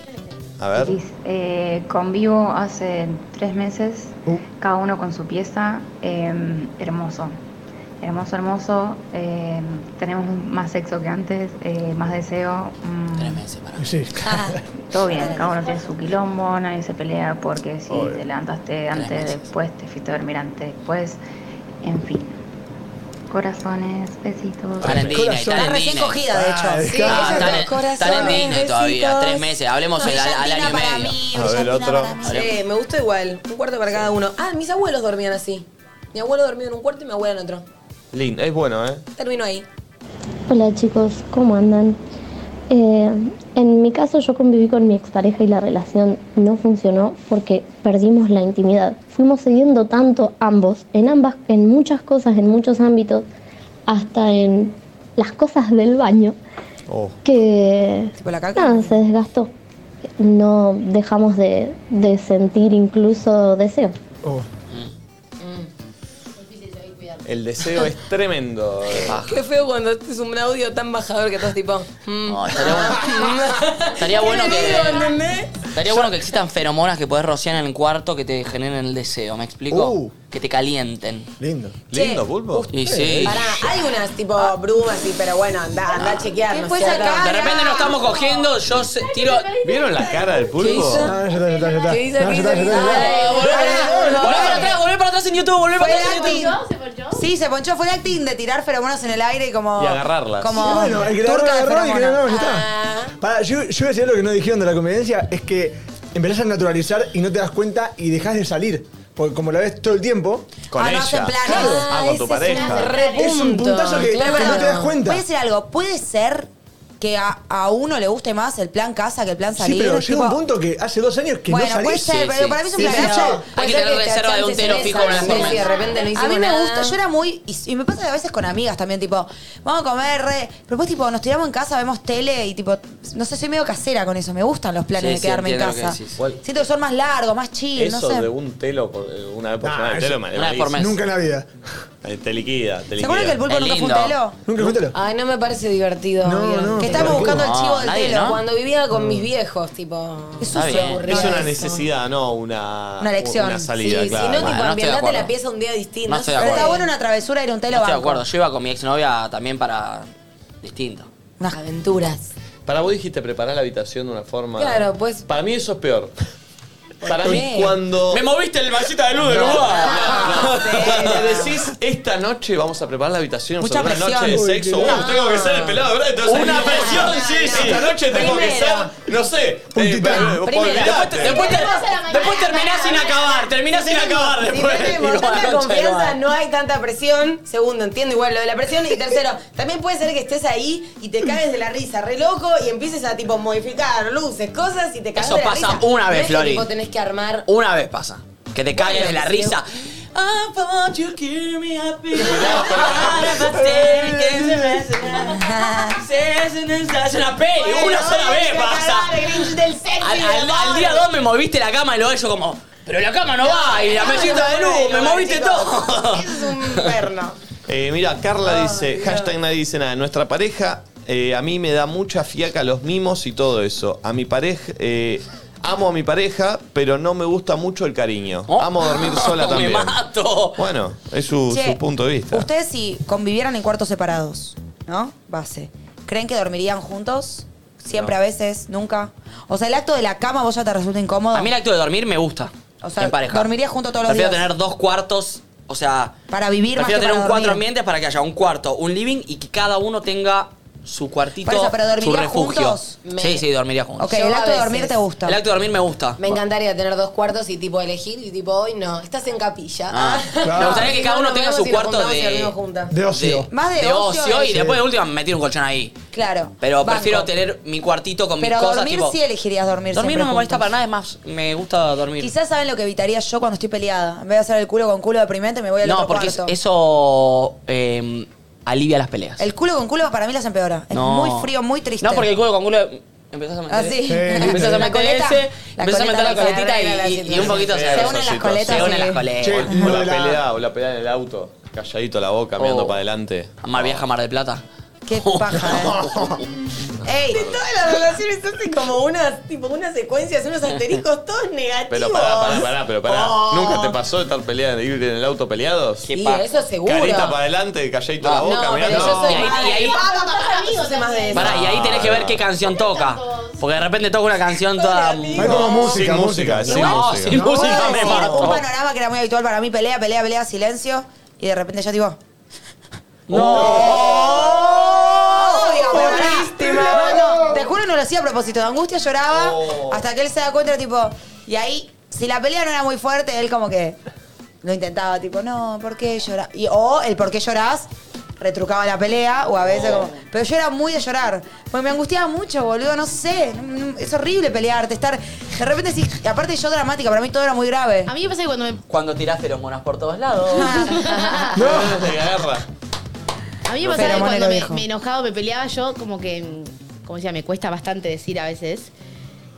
Speaker 1: A ver.
Speaker 11: Eh, convivo hace tres meses, cada uno con su pieza. eh, hermoso. Hermoso, hermoso. eh, tenemos más sexo que antes, eh, más deseo. mm,
Speaker 2: Tres meses, pará.
Speaker 6: Sí.
Speaker 3: Ah,
Speaker 11: todo bien, cada uno tiene su quilombo, nadie se pelea porque si
Speaker 6: Obvio.
Speaker 11: te levantaste antes,
Speaker 2: meses.
Speaker 11: después, te fuiste a dormir antes, después. En fin. Corazones, besitos.
Speaker 2: Están en Disney,
Speaker 6: Corazón.
Speaker 2: están
Speaker 3: Está
Speaker 2: en
Speaker 3: recién
Speaker 2: Disney.
Speaker 3: cogida, de hecho.
Speaker 6: Ah,
Speaker 3: Ella
Speaker 2: Ah, están, en-
Speaker 3: está- corazón,
Speaker 2: están en Disney todavía,
Speaker 3: besitos.
Speaker 2: tres meses. Hablemos el- al, al año y
Speaker 3: Brillantina para
Speaker 2: medio.
Speaker 3: mí,
Speaker 1: A ver,
Speaker 3: brillantina
Speaker 1: otro.
Speaker 3: para mí.
Speaker 8: Sí, me gustó igual. Un cuarto para cada uno. Ah, mis abuelos dormían así. Mi abuelo dormía en un cuarto y mi abuela en otro.
Speaker 1: Lindo, es bueno, ¿eh?
Speaker 8: Termino ahí.
Speaker 11: Hola chicos, ¿cómo andan? Eh, en mi caso yo conviví con mi expareja y la relación no funcionó porque perdimos la intimidad. Fuimos cediendo tanto ambos, en ambas, en muchas cosas, en muchos ámbitos, hasta en las cosas del baño,
Speaker 1: Oh.
Speaker 11: que
Speaker 3: Tipo la caca.
Speaker 11: nada, se desgastó. No dejamos de, de sentir incluso deseo.
Speaker 6: Oh.
Speaker 1: El deseo es tremendo.
Speaker 8: Qué feo cuando este es un audio tan bajador que todos tipo. mm.
Speaker 2: No, estaría bueno. Estaría bueno que.
Speaker 8: ¿Entendés?
Speaker 2: Estaría bueno que existan feromonas que podés rociar en el cuarto que te generen el deseo, ¿me explico?
Speaker 6: Uh.
Speaker 2: Que te calienten.
Speaker 6: Lindo.
Speaker 1: Lindo,
Speaker 8: Che,
Speaker 1: pulpo.
Speaker 2: Y
Speaker 4: Eh.
Speaker 2: sí.
Speaker 8: Pará, hay unas tipo brumas y pero bueno, anda, anda a chequear.
Speaker 3: ¿Qué
Speaker 8: no
Speaker 3: fue
Speaker 8: sé,
Speaker 3: esa
Speaker 8: acá.
Speaker 3: cara?
Speaker 2: De repente no estamos cogiendo, yo se- tiro.
Speaker 1: ¿Vieron la cara del pulpo?
Speaker 6: Ah, ya está, ya está, ya está.
Speaker 8: ¿Qué dice?
Speaker 6: No,
Speaker 8: ¿Qué
Speaker 6: ya está, ya
Speaker 8: dice?
Speaker 6: está, ya está.
Speaker 8: Ay,
Speaker 2: Volvé
Speaker 8: pará,
Speaker 2: para-
Speaker 8: no.
Speaker 2: volvé para atrás, volvé para atrás en YouTube, volvé
Speaker 3: Fue
Speaker 2: para atrás en
Speaker 3: acting.
Speaker 2: YouTube.
Speaker 5: ¿Se ponchó?
Speaker 3: Sí, se ponchó, fue el acting de tirar feromonas en el aire y como.
Speaker 1: Y agarrarlas.
Speaker 3: Como
Speaker 6: Y bueno, el que la
Speaker 3: turca Ah. de
Speaker 6: agarró y el que la
Speaker 3: feromonas.
Speaker 6: no, ya está. Pará, yo, yo voy a decir lo que no dijeron de la convivencia, es que empezás a naturalizar y no te das cuenta y dejas de salir. Porque como la ves todo el tiempo,
Speaker 1: Con
Speaker 3: Ah, no
Speaker 1: ella.
Speaker 3: hacen planes.
Speaker 1: Claro.
Speaker 3: Ah,
Speaker 1: Ah, con tu pareja.
Speaker 6: es un puntazo que,
Speaker 8: claro.
Speaker 6: que no te das cuenta.
Speaker 3: Voy a decir algo, puede ser que a, a uno le guste más el plan casa que el plan
Speaker 6: Sí,
Speaker 3: salir.
Speaker 6: pero llega un
Speaker 3: Tipo,
Speaker 6: punto que hace dos años que
Speaker 3: bueno,
Speaker 6: no salís.
Speaker 3: puede ser,
Speaker 2: Sí,
Speaker 3: pero
Speaker 2: sí.
Speaker 3: para mí es un
Speaker 6: Sí,
Speaker 3: plan
Speaker 6: sí,
Speaker 3: planazo.
Speaker 6: sí.
Speaker 3: Puede
Speaker 2: Hay que
Speaker 3: ser
Speaker 2: tener
Speaker 3: te
Speaker 2: reserva de un
Speaker 3: alcances
Speaker 2: tero
Speaker 3: en
Speaker 2: fijo
Speaker 3: esa,
Speaker 2: para
Speaker 3: sí,
Speaker 2: las
Speaker 3: sí,
Speaker 2: formas.
Speaker 8: de repente no
Speaker 3: A mí
Speaker 8: hicimos
Speaker 3: me
Speaker 8: nada.
Speaker 3: gusta, yo era muy. Y, y me pasa a veces con amigas también, tipo, vamos a comer, re. Pero pues, tipo, nos tiramos en casa, vemos tele y, tipo, no sé, soy medio casera con eso. Me gustan los planes
Speaker 2: Sí,
Speaker 3: de
Speaker 2: sí,
Speaker 3: quedarme en
Speaker 2: entiendo lo
Speaker 3: casa.
Speaker 2: que decís.
Speaker 3: Siento que son más largos, más chill,
Speaker 1: Eso
Speaker 3: no sé.
Speaker 1: de un telo, por- eh, una vez por
Speaker 6: Nah,
Speaker 1: semana, el
Speaker 6: eso-
Speaker 1: telo me
Speaker 2: Ah, una vez por mes.
Speaker 6: Nunca en la vida.
Speaker 1: Eh, Te liquida, te liquida.
Speaker 3: ¿Se acuerdan que el pulpo
Speaker 2: Es
Speaker 3: nunca fue un
Speaker 2: lindo.
Speaker 3: telo?
Speaker 6: Nunca cuéntalo.
Speaker 8: Ay, no me parece divertido.
Speaker 6: No,
Speaker 8: Guido.
Speaker 6: no.
Speaker 3: Que estamos
Speaker 6: ¿por qué?
Speaker 3: buscando el chivo
Speaker 2: No,
Speaker 3: del
Speaker 2: nadie,
Speaker 3: telo.
Speaker 2: ¿no?
Speaker 8: Cuando vivía con mis viejos, tipo.
Speaker 3: Eso
Speaker 2: Está
Speaker 3: se
Speaker 2: bien.
Speaker 3: aburrió
Speaker 1: Es una
Speaker 3: eso.
Speaker 1: necesidad, no una,
Speaker 3: Una elección.
Speaker 1: Una salida,
Speaker 8: sí,
Speaker 1: claro.
Speaker 8: si no,
Speaker 2: Bueno, no
Speaker 8: tipo,
Speaker 2: estoy de
Speaker 8: ambientate
Speaker 2: acuerdo.
Speaker 8: la pieza un día distinto.
Speaker 2: No estoy de
Speaker 3: Pero
Speaker 2: acuerdo.
Speaker 3: está bueno una travesura ir a un telo
Speaker 2: No estoy de
Speaker 3: banco.
Speaker 2: acuerdo, yo iba con mi exnovia también para. distinto.
Speaker 3: Unas aventuras.
Speaker 1: Para vos dijiste preparar la habitación de una forma.
Speaker 8: Claro, pues-
Speaker 1: Para mí eso es peor.
Speaker 7: Para mí, cuando.
Speaker 2: Me moviste el vasito de luz del
Speaker 7: Cuando decís, esta noche vamos a preparar la habitación, vamos a
Speaker 2: Mucha
Speaker 7: preparar una noche de
Speaker 2: presión.
Speaker 7: sexo.
Speaker 2: Uy,
Speaker 7: Uh, tengo que ser el pelado, ¿verdad? Entonces,
Speaker 2: Una presión, sí, sí.
Speaker 7: Esta noche tengo que ser,
Speaker 2: Primero.
Speaker 7: no sé. eh, eh,
Speaker 2: Primero. Después,
Speaker 7: olvidate.
Speaker 2: te- después te- después terminás sin acabar, terminás sin acabar
Speaker 4: Si
Speaker 2: después.
Speaker 4: tenemos
Speaker 2: Digo,
Speaker 4: tanta
Speaker 2: anoche,
Speaker 4: confianza,
Speaker 2: igual.
Speaker 4: no hay tanta presión. Segundo, entiendo igual lo de la presión. Y tercero, también puede ser que estés ahí y te cagues de la risa, re loco, y empieces a tipo modificar luces, cosas, y te cagas
Speaker 2: Eso
Speaker 4: de la
Speaker 2: pasa
Speaker 4: risa.
Speaker 2: una vez,
Speaker 4: no es que,
Speaker 2: Flori.
Speaker 4: tipo, tenés que armar.
Speaker 2: Una vez pasa. Que te cagues de la
Speaker 4: sí.
Speaker 2: risa. I thought you give me a piece of heart, but still it gives me resonance. Resonance. Es una peli, una sola vez pasa. Al, al- al día 2 me moviste la cama y luego yo como, pero la cama no va y la mesita de luz, me moviste todo.
Speaker 4: Es un perno.
Speaker 7: Eh, mira, Carla dice, hashtag nadie dice nada. Nuestra pareja, eh, a mí me da mucha fiaca los mimos y todo eso. A mi pareja, eh, amo a mi pareja, pero no me gusta mucho el cariño. Amo dormir sola
Speaker 2: Oh. Me
Speaker 7: también.
Speaker 2: mato.
Speaker 7: Bueno, es su,
Speaker 3: Che,
Speaker 7: su punto de vista.
Speaker 3: Ustedes si convivieran en cuartos separados, ¿no? Base. ¿Creen que dormirían juntos? Siempre,
Speaker 2: No.
Speaker 3: a veces, nunca. O sea, el acto de la cama vos ya te resulta incómodo.
Speaker 2: A mí el acto de dormir me gusta.
Speaker 3: O sea,
Speaker 2: en pareja.
Speaker 3: dormiría junto todos los
Speaker 2: Prefiero
Speaker 3: días.
Speaker 2: tener dos cuartos, o sea,
Speaker 3: Para vivir más
Speaker 2: prefiero
Speaker 3: que
Speaker 2: tener
Speaker 3: para
Speaker 2: un cuatro
Speaker 3: dormir.
Speaker 2: ambientes para que haya un cuarto, un living y que cada uno tenga su cuartito,
Speaker 3: Por eso, pero
Speaker 2: su
Speaker 3: ¿dormirías
Speaker 2: refugio.
Speaker 3: juntos?
Speaker 4: Me-
Speaker 2: Sí, sí, dormiría juntos.
Speaker 3: Ok, el
Speaker 4: Yo a
Speaker 3: acto de
Speaker 4: veces.
Speaker 3: dormir te gusta.
Speaker 2: El acto de dormir me gusta.
Speaker 4: Me encantaría tener dos cuartos y tipo elegir y tipo hoy no, estás en capilla.
Speaker 2: Ah. Me gustaría que cada uno tenga su cuarto de,
Speaker 6: De ocio.
Speaker 3: Más de ocio
Speaker 2: ocio y
Speaker 3: es-
Speaker 2: después de última meter un colchón ahí.
Speaker 3: Claro.
Speaker 2: Pero
Speaker 3: banco.
Speaker 2: prefiero tener mi cuartito con
Speaker 3: Pero
Speaker 2: mis cosas.
Speaker 3: dormir
Speaker 2: tipo,
Speaker 3: sí elegirías dormir
Speaker 2: dormir
Speaker 3: siempre
Speaker 2: no me molesta
Speaker 3: juntos.
Speaker 2: para nada, es más, me gusta dormir.
Speaker 3: Quizás saben lo que evitaría yo cuando estoy peleada. En vez de hacer el culo con culo deprimente, me voy al
Speaker 2: no,
Speaker 3: otro
Speaker 2: porque es-
Speaker 3: cuarto.
Speaker 2: eso eh, alivia las peleas.
Speaker 3: El culo con culo para mí las empeora. Es
Speaker 2: No.
Speaker 3: muy frío, muy triste.
Speaker 2: No, porque el culo con culo empezás a meter.
Speaker 3: Así.
Speaker 2: ese, Empezás a
Speaker 3: La
Speaker 2: meter
Speaker 3: coleta-
Speaker 2: ese,
Speaker 3: la
Speaker 2: empezás a meter la
Speaker 3: coleta se
Speaker 2: coletita
Speaker 3: arregla la
Speaker 2: y, y- y un
Speaker 3: situación.
Speaker 2: poquito
Speaker 7: Sí,
Speaker 2: se,
Speaker 3: Se unen las
Speaker 7: Rosita,
Speaker 3: coletas.
Speaker 2: se unen
Speaker 3: sí.
Speaker 2: las
Speaker 7: Che,
Speaker 2: coletas.
Speaker 7: o la
Speaker 6: Hola.
Speaker 7: pelea, o la pelea en el auto. Calladito la boca, mirando
Speaker 2: Oh.
Speaker 7: para adelante.
Speaker 2: Mar viaja a Mar del Plata.
Speaker 3: Qué paja, eh. Ey,
Speaker 4: Todas las relaciones hacen como unas, tipo unas secuencias, unos asteriscos todos negativos.
Speaker 7: Pero pará, pará, pará, pero pará.
Speaker 4: Oh.
Speaker 7: ¿Nunca te pasó de estar peleando de ir en el auto peleados?
Speaker 2: Qué
Speaker 4: Sí,
Speaker 2: paja.
Speaker 4: eso seguro.
Speaker 7: Carita para adelante, calladito la boca,
Speaker 4: no, pero
Speaker 7: mirando.
Speaker 4: yo soy
Speaker 2: Y ahí-
Speaker 4: más
Speaker 2: y
Speaker 4: de-
Speaker 2: ahí-
Speaker 4: Ah, papá, amigo, sé más de eso.
Speaker 2: Pará, y ahí tenés que ver qué canción toca. Porque de repente toca una canción toda.
Speaker 6: Hay como
Speaker 7: Sin
Speaker 6: música,
Speaker 7: música, sin
Speaker 2: No,
Speaker 7: música.
Speaker 2: sin música
Speaker 3: puedo
Speaker 2: me
Speaker 3: decir un
Speaker 2: mato.
Speaker 3: panorama que era muy habitual para mí, pelea, pelea, pelea, silencio, y de repente yo digo, ¡Oh!
Speaker 2: ¡Oh!
Speaker 3: obvio, pero pará. No, te juro no lo hacía a propósito, de angustia lloraba, hasta que él se da cuenta, tipo, y ahí, si la pelea no era muy fuerte, él como que lo intentaba, tipo, no, ¿por qué lloras? Y, o el por qué llorás, retrucaba la pelea, o a veces como, pero yo era muy de llorar, porque me angustiaba mucho, boludo, no sé, no- no- es horrible pelearte, estar, de repente, sí, y aparte yo dramática, para mí todo era muy grave.
Speaker 5: A mí me pasa que cuando me,
Speaker 2: Cuando tirás feromonas por todos lados.
Speaker 7: No, te agarra.
Speaker 5: a mí
Speaker 3: Pero
Speaker 5: me pasaba que
Speaker 3: Monero
Speaker 5: cuando me,
Speaker 3: dijo.
Speaker 5: me enojaba, me peleaba, yo como que, mm, como decía, me cuesta bastante decir a veces.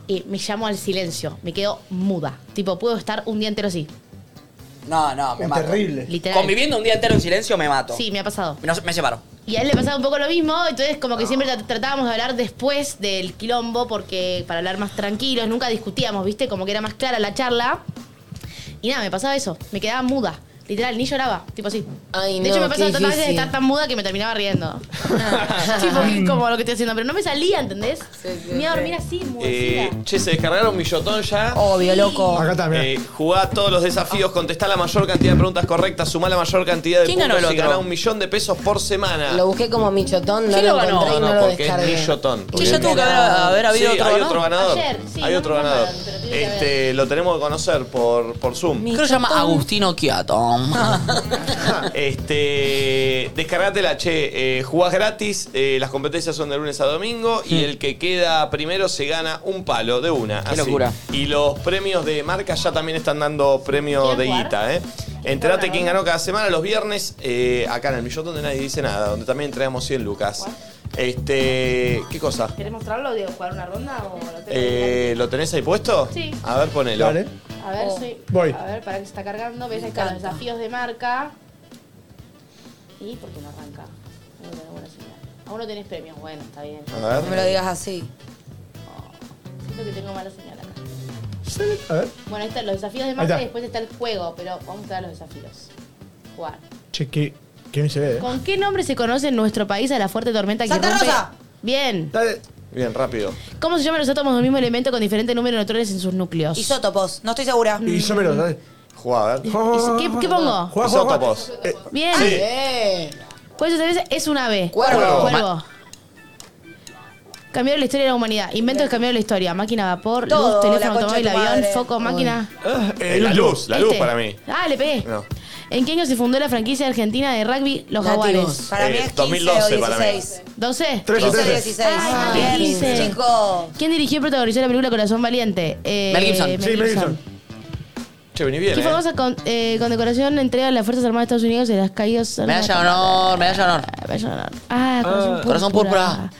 Speaker 5: eh, me llamo al silencio, me quedo muda. Tipo, puedo estar un día entero así,
Speaker 2: No, no, me mato.
Speaker 6: Terrible.
Speaker 5: literal.
Speaker 2: Conviviendo un día entero en silencio me mato.
Speaker 5: Sí, me ha pasado.
Speaker 2: No, me separo.
Speaker 5: Y a él le pasaba un poco lo mismo, entonces como que siempre tra- tratábamos de hablar después del quilombo, porque para hablar más tranquilos, nunca discutíamos, ¿viste? Como que era más clara la charla. Y nada, me pasaba eso, me quedaba muda. Literal, ni lloraba, tipo así.
Speaker 4: Ay,
Speaker 5: de hecho,
Speaker 4: no,
Speaker 5: me pasaba
Speaker 4: qué
Speaker 5: tantas veces de
Speaker 4: difícil.
Speaker 5: estar tan muda que me terminaba riendo. tipo, que- como lo que estoy haciendo, pero no me salía, ¿entendés?
Speaker 4: sí,
Speaker 5: me iba a
Speaker 4: sí.
Speaker 5: dormir así, mudecida.
Speaker 7: Eh, che, se descargaron mi yotón ya.
Speaker 3: Obvio, loco.
Speaker 6: Acá está, mirá.
Speaker 7: Eh, jugá todos los desafíos, contestá la mayor cantidad de preguntas correctas, sumá la mayor cantidad de
Speaker 2: ¿Quién ganó
Speaker 7: puntos
Speaker 2: el
Speaker 7: y
Speaker 2: otro?
Speaker 7: ganá un millón de pesos por semana.
Speaker 4: Lo busqué como michotón, no
Speaker 2: ¿Quién
Speaker 4: lo
Speaker 2: lo ganó?
Speaker 4: encontré y
Speaker 7: no,
Speaker 4: no,
Speaker 7: no,
Speaker 4: lo
Speaker 7: porque es
Speaker 4: descargué.
Speaker 7: millotón.
Speaker 2: Y ya tuvo que haber, haber habido
Speaker 7: Sí,
Speaker 2: otro,
Speaker 7: hay
Speaker 2: ¿no?
Speaker 7: otro ganador.
Speaker 5: Ayer, sí,
Speaker 7: hay
Speaker 5: no
Speaker 7: otro
Speaker 5: me acuerdo,
Speaker 7: ganador.
Speaker 5: pero tuve que
Speaker 7: Este, lo tenemos que conocer por, por Zoom.
Speaker 2: Creo que se llama Agustino Quiato.
Speaker 7: Este, descargatela, che. eh, jugás gratis. eh, las competencias son de lunes a domingo. Y el que queda primero se gana un palo de una.
Speaker 2: Qué
Speaker 7: así.
Speaker 2: locura.
Speaker 7: Y los premios de marca ya también están dando premio
Speaker 5: ¿Quieren
Speaker 7: de
Speaker 5: jugar?
Speaker 7: guita, ¿eh? Enterate quién ganó cada semana los viernes eh, acá en el millón donde nadie dice nada, donde también entregamos 100 lucas. Este, ¿qué cosa?
Speaker 5: ¿Querés mostrarlo? Digo, jugar una ronda o lo tengo que
Speaker 7: Eh, ¿Lo tenés ahí puesto?
Speaker 5: Sí.
Speaker 7: A ver, ponelo.
Speaker 6: Dale.
Speaker 5: cargar? A ver,
Speaker 3: Oh.
Speaker 5: sí.
Speaker 6: Voy.
Speaker 5: A ver, para que se está cargando. Ves, ahí están los desafíos de marca. ¿Y por qué no arranca? No tengo buena señal. Aún no tenés premios. Bueno, está bien. Oh,
Speaker 7: A
Speaker 3: No
Speaker 7: ver.
Speaker 3: me lo digas así.
Speaker 5: Siento que tengo mala señal acá.
Speaker 6: A ver.
Speaker 5: Bueno, ahí están los desafíos de
Speaker 6: Ahí
Speaker 5: marca
Speaker 6: está.
Speaker 5: y después está el juego, pero vamos a ver los desafíos. Jugar.
Speaker 6: Che, qué, qué bien se ve, eh.
Speaker 5: ¿Con qué nombre se conoce en nuestro país a la fuerte tormenta que
Speaker 3: ¡Santa
Speaker 5: rompe-
Speaker 3: Rosa!
Speaker 5: Bien.
Speaker 6: Dale.
Speaker 1: Bien, rápido.
Speaker 5: ¿Cómo se llaman los átomos del mismo elemento con diferente número de neutrones en sus núcleos?
Speaker 4: Isótopos, no estoy segura.
Speaker 6: Isómeros, ¿sabes?
Speaker 1: Jugá, a ver.
Speaker 5: ¿Qué, qué pongo?
Speaker 6: Jugá, jugá, jugá.
Speaker 1: Isótopos.
Speaker 6: Eh,
Speaker 5: Bien.
Speaker 1: Sí.
Speaker 5: Por eso tal vez es una B.
Speaker 4: Cuervo.
Speaker 5: Cuervo. Cambiaron la historia de la humanidad. Inventos que cambiaron la historia. Máquina a vapor,
Speaker 4: Todo,
Speaker 5: luz, teléfono,
Speaker 4: la concha de tu
Speaker 5: automóvil, avión,
Speaker 4: madre.
Speaker 5: foco, máquina.
Speaker 1: Eh, la luz, la luz
Speaker 5: Este.
Speaker 1: para mí.
Speaker 5: Ah, le pegué.
Speaker 1: No.
Speaker 5: ¿En qué año se fundó la franquicia argentina de rugby Los Jaguares?
Speaker 4: Para mí
Speaker 1: Eh,
Speaker 4: es 15
Speaker 1: 2012
Speaker 4: o
Speaker 1: para mí.
Speaker 4: 16.
Speaker 5: ¿12?
Speaker 6: Tres o
Speaker 4: 15 o
Speaker 6: tres.
Speaker 4: 16.
Speaker 5: Ah,
Speaker 4: Bien,
Speaker 5: 15.
Speaker 4: Chico.
Speaker 5: ¿Quién dirigió y protagonizó la película Corazón Valiente? Eh,
Speaker 2: Mel Gibson.
Speaker 6: Sí, Mel Gibson.
Speaker 1: Che, vení bien,
Speaker 5: ¿Qué
Speaker 1: eh.
Speaker 5: famosa con, eh, condecoración entrega a las Fuerzas Armadas de Estados Unidos de las caídas?
Speaker 2: Medalla de honor, medalla de honor.
Speaker 5: Ah, Medalla de honor. Ah, corazón,
Speaker 2: Corazón
Speaker 5: púrpura.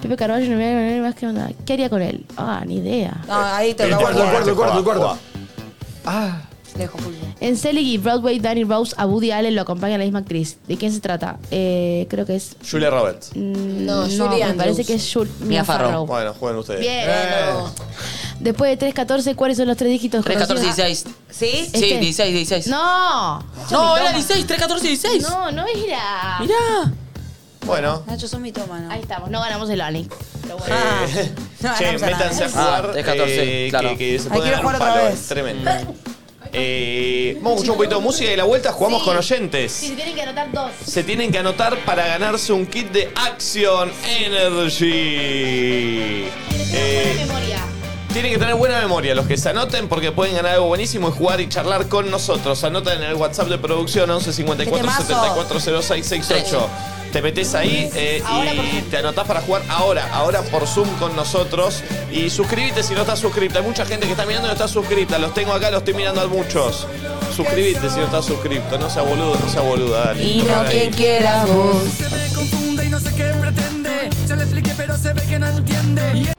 Speaker 5: Pepe Carvalho, no me voy a más que onda. ¿Qué haría con él? Ah, ni idea.
Speaker 4: No, ahí te
Speaker 1: El
Speaker 4: lo
Speaker 1: cuarto,
Speaker 6: Cuarto, cuarto, cuarto,
Speaker 1: Jugá,
Speaker 6: cuarto.
Speaker 1: jugá.
Speaker 6: Ah,
Speaker 4: Dejo pulmón.
Speaker 5: En Selig y Broadway, Danny Rose a Woody Allen lo acompaña la misma actriz. ¿De quién se trata? Eh, creo que es...
Speaker 1: Julia Roberts.
Speaker 5: mm,
Speaker 3: No, Julie
Speaker 5: me
Speaker 3: Andrews.
Speaker 5: parece que es Jul- Mia
Speaker 2: Farrow.
Speaker 5: Farrow.
Speaker 1: Bueno, jueguen ustedes.
Speaker 5: Bien.
Speaker 1: Eh.
Speaker 5: Después de 314, ¿cuáles son los tres dígitos
Speaker 2: 3, 14,
Speaker 5: conocidos?
Speaker 2: 16.
Speaker 4: ¿Sí?
Speaker 2: Sí,
Speaker 5: Este.
Speaker 2: 16, 16.
Speaker 5: No.
Speaker 2: No, era 16, 3, 14, 16.
Speaker 5: No, no era.
Speaker 2: Mirá.
Speaker 1: Bueno.
Speaker 4: Nacho, sos mitómano.
Speaker 5: Ahí estamos, no ganamos el Only.
Speaker 3: Ah.
Speaker 5: Ah.
Speaker 1: Eh,
Speaker 4: No,
Speaker 1: che,
Speaker 4: ganamos a
Speaker 1: métanse a
Speaker 4: nadie.
Speaker 1: jugar.
Speaker 2: Ah, es 14,
Speaker 1: eh,
Speaker 2: claro.
Speaker 1: Que, que se
Speaker 4: Ay,
Speaker 1: pueden
Speaker 4: quiero
Speaker 1: dar un
Speaker 4: jugar otra
Speaker 1: palo.
Speaker 4: vez.
Speaker 1: Es tremendo. Eh, vamos a escuchar un poquito de música y a la vuelta jugamos
Speaker 5: Sí.
Speaker 1: con oyentes.
Speaker 5: Sí, se tienen que anotar dos.
Speaker 1: Se tienen que anotar para ganarse un kit de Action Energy.
Speaker 5: Tienen que tener
Speaker 1: Eh,
Speaker 5: buena memoria.
Speaker 1: tienen que tener buena memoria los que se anoten porque pueden ganar algo buenísimo y jugar y charlar con nosotros. Anotan en el WhatsApp de producción 11 54
Speaker 4: Este mazo.
Speaker 1: 74 06 68. Te metes ahí eh,
Speaker 5: Ahora por
Speaker 1: y
Speaker 5: Zoom.
Speaker 1: te anotás para jugar ahora, ahora por Zoom con nosotros. Y suscríbete si no estás suscrita. Hay mucha gente que está mirando y no está suscrita. Los tengo acá, los estoy mirando a muchos. Suscribite si no estás suscrito. No sea boludo, no sea boluda. Dale.
Speaker 3: Y no
Speaker 1: Dale.
Speaker 3: quien quiera vos.
Speaker 12: Se me confunde y no sé qué pretende. Ya le expliqué, pero se ve que no entiende.